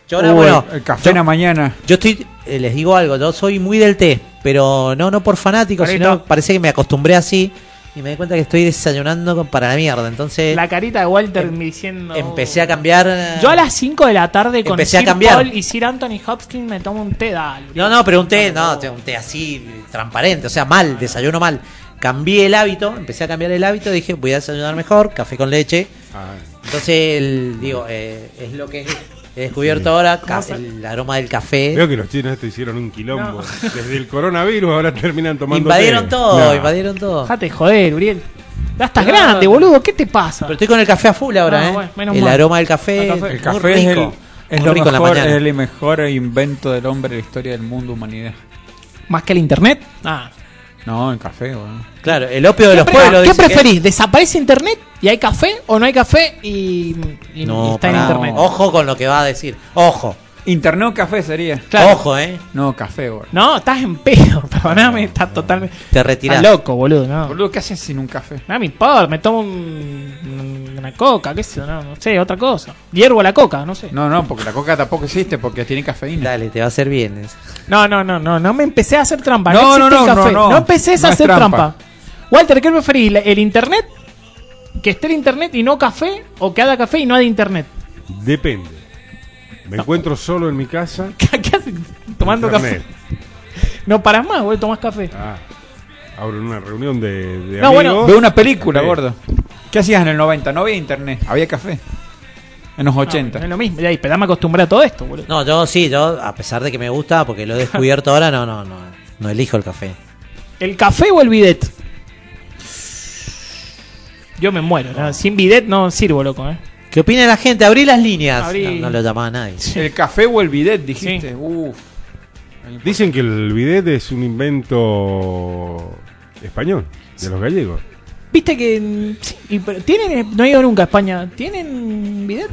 S1: Yo ahora,
S3: Uy,
S1: bueno,
S3: Uh, el café en la mañana.
S1: Yo estoy, eh, les digo algo, yo soy muy del té, pero no no por fanático,
S2: Carita.
S1: sino parece que me acostumbré así y me di cuenta que estoy desayunando con- para la mierda. Entonces
S2: La carita de Walter diciendo.
S1: eh. Em, empecé a cambiar. eh,
S2: Yo a las 5 de la tarde con
S1: Empecé a
S2: Sir
S1: cambiar.
S2: Paul y Sir Anthony Hopkins me tomo un té, dale.
S1: No, no, pero un té, no, te- un té así, transparente, o sea, mal, desayuno mal. Cambié el hábito, empecé a cambiar el hábito, dije, voy a desayunar mejor, café con leche.
S3: Ah.
S1: Entonces, el- digo, eh, es lo que he descubierto
S13: Sí.
S1: ahora, ca- el aroma del café.
S13: Veo que los chinos te hicieron un quilombo. Desde el coronavirus ahora terminan tomando.
S1: Invadieron
S13: té.
S1: todo,
S13: Nah.
S1: invadieron todo.
S2: Dejate de joder, Uriel. Ya estás grande, boludo, ¿qué te pasa?
S1: Pero estoy con el café a full ahora,
S2: Ah,
S1: ¿eh?
S2: bueno, menos
S1: el
S2: mal.
S1: aroma del café,
S2: El café-
S1: Eh,
S3: el
S1: muy
S3: café es el,
S1: rico,
S3: es
S1: muy
S3: lo
S1: rico en la
S3: mejor,
S1: mañana.
S3: es el mejor invento del hombre en la historia del mundo, humanidad.
S2: ¿Más que el internet? Ah.
S3: No, el café, weón.
S1: Claro, el opio de los
S2: ¿Qué,
S1: pueblos.
S2: pre- ¿qué
S1: dice que-
S2: preferís? ¿Desaparece internet y hay café o no hay café y, y- y
S1: No,
S2: está en
S1: pará,
S2: internet?
S1: Ojo con lo que va a decir. Ojo.
S3: Internet o café sería.
S2: Claro.
S1: Ojo, ¿eh?
S3: No, café, weón.
S2: No, estás en pedo, perdoname, estás totalmente.
S1: Te retirás.
S2: Estás loco, boludo, no.
S3: Boludo, ¿qué haces sin un café?
S2: No me importa, me tomo un- una coca, qué sé yo, no, no sé, otra cosa. Hiervo la coca, no sé.
S3: No, no, porque la coca tampoco existe porque tiene cafeína.
S1: Dale, te va a hacer bien.
S2: No, no, no, no, no me empecé a hacer trampa.
S3: No,
S2: No,
S3: no,
S2: no,
S3: no,
S2: café.
S3: no, no.
S2: No, empecé
S3: No
S2: a
S3: es
S2: hacer
S3: trampa.
S2: trampa. Walter, ¿qué preferís? ¿La- ¿El internet? ¿Que esté el internet y no café? ¿O que haga café y no haya internet?
S13: Depende. Me encuentro solo en mi casa.
S2: ¿Qué haces tomando
S13: internet.
S2: café? No paras más, güey, tomás café.
S13: Ah, abro una reunión de, de
S2: No, bueno,
S13: amigos.
S2: veo
S3: Una película,
S13: Café.
S3: gordo. ¿Qué hacías en el 90? No había internet, había café. En los 80.
S2: No es lo mismo, ya, pero ya me acostumbré a todo esto, boludo.
S1: No, yo sí, yo, a pesar de que me gusta, porque lo he descubierto ahora, no, no, no. No elijo el café.
S2: ¿El café o el bidet? Yo me muero, ¿no? sin bidet no sirvo, loco, eh.
S1: ¿Qué opina la gente? Abrí las líneas.
S2: Abrí.
S1: No, no lo llamaba nadie.
S3: El café o el bidet, dijiste. Uf.
S13: Dicen que el bidet es un invento español, de los gallegos.
S2: Viste que. mm, sí, y, pero tienen. eh, No he ido nunca a España. ¿Tienen bidet?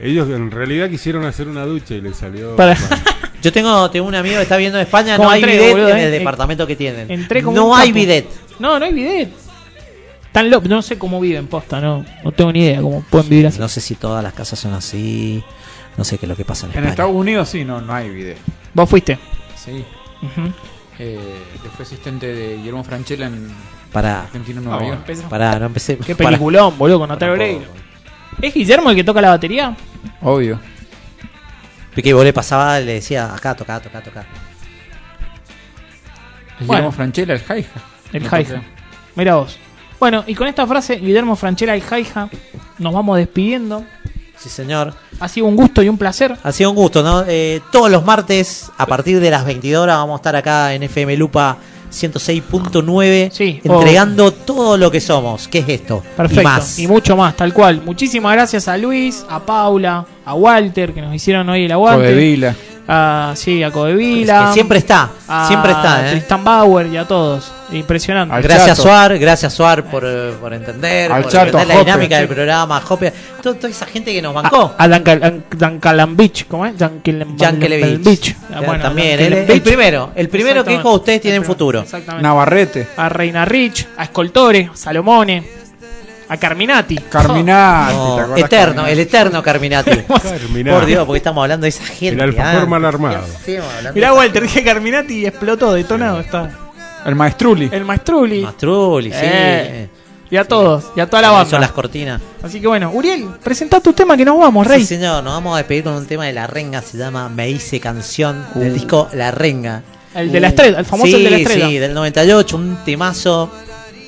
S13: Ellos en realidad quisieron hacer una ducha y les salió.
S2: Para-
S1: Yo tengo, tengo un amigo que está viendo en España, no
S2: Como
S1: hay
S2: entré,
S1: bidet
S2: boludo,
S1: en
S2: eh.
S1: el departamento que tienen.
S2: Entré como
S1: no
S2: un
S1: hay
S2: capo.
S1: bidet.
S2: No, no hay bidet. Tan lo- no sé cómo viven, posta, no. No tengo ni idea cómo pueden vivir así.
S1: No sé si todas las casas son así. No sé qué es lo que pasa en
S3: En
S1: España.
S3: Estados Unidos sí, no, no hay bidet.
S2: Vos fuiste.
S3: Sí.
S2: Ujú.
S3: Eh, yo fui asistente de Guillermo Franchella en
S1: Pará,
S3: Argentina Nueva
S2: Ah,
S3: York.
S2: bueno. Empezó.
S1: pará, no empecé.
S2: Qué
S1: Pará.
S2: peliculón, boludo, con Natalia Oreiro. ¿Es Guillermo el que toca la batería?
S3: Obvio.
S1: Porque vos le pasaba, le decía, acá, toca, toca, toca.
S3: Guillermo
S2: Bueno.
S3: Franchella, el Jaija.
S2: El Jaija. Mira vos. Bueno, y con esta frase, Guillermo Franchella y Jaija, nos vamos despidiendo.
S1: Sí, señor.
S2: Ha sido un gusto y un placer.
S1: Ha sido un gusto, ¿no? Eh, todos los martes, a partir de las 22 horas, vamos a estar acá en FM Lupa 106.9,
S2: Sí, o-
S1: entregando todo lo que somos. ¿Qué es esto?
S2: Perfecto.
S1: Y más.
S2: mucho más, tal cual. Muchísimas gracias a Luis, a Paula, a Walter, que nos hicieron hoy el aguante.
S3: Codevila.
S2: A, sí, a Codevila.
S1: Es que siempre está,
S2: a
S1: siempre está, ¿eh?
S2: Tristan Bauer y a todos. Impresionante.
S3: Al
S1: Gracias
S3: Chato.
S1: Suar, gracias Suar por, eh, por entender,
S3: Al
S1: por
S3: Chato,
S1: entender la
S3: Jope. Ah,
S1: dinámica del programa, Jope, to- toda esa gente que nos bancó.
S2: A, a Dan, Cal- Dan- Dan Calambich, ¿cómo es? Dan Calambich.
S1: Yankelevich.
S2: Ah, bueno,
S1: también,
S2: Dan
S1: él es el,
S2: Calambich.
S1: primero, el primero que
S2: Exactamente.
S1: dijo ustedes tienen futuro.
S2: Exactamente.
S3: Navarrete.
S2: a Reina Rich, a Escoltore, a Salomone, a Carminati.
S3: Carminati.
S1: No,
S3: ah, ¿te acordás,
S1: eterno,
S3: Carminati?
S1: el eterno Carminati.
S13: Terminado.
S1: Por Dios, porque estamos hablando de esa gente.
S13: El alfajor
S1: ah.
S13: mal armado.
S1: Sí, estamos hablando
S2: Mirá,
S1: de-
S2: Walter, dije Carminati y explotó, detonado está.
S3: El Maestruli.
S2: El Maestruli.
S1: Mastrulli, sí.
S2: Eh, y a todos, y a toda la
S1: Son las
S2: banda.
S1: cortinas.
S2: Así que bueno, Uriel, presentá tu tema que nos vamos,
S1: Sí,
S2: Rey.
S1: señor, nos vamos a despedir con un tema de La Renga, se llama Me hice canción del disco La Renga.
S2: El de la estrella, el Uh. famoso
S1: sí,
S2: el de la estrella.
S1: Sí, del 98, un temazo.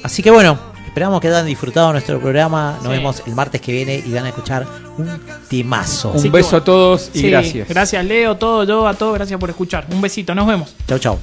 S1: Así que bueno, esperamos que hayan disfrutado nuestro programa. Nos
S2: Sí.
S1: vemos el martes que viene y van a escuchar un temazo.
S3: Un
S2: Así que
S3: beso a todos y
S2: Sí,
S3: gracias.
S2: Gracias, Leo, todo, yo, a todos, gracias por escuchar. Un besito, nos vemos.
S1: Chau, chau.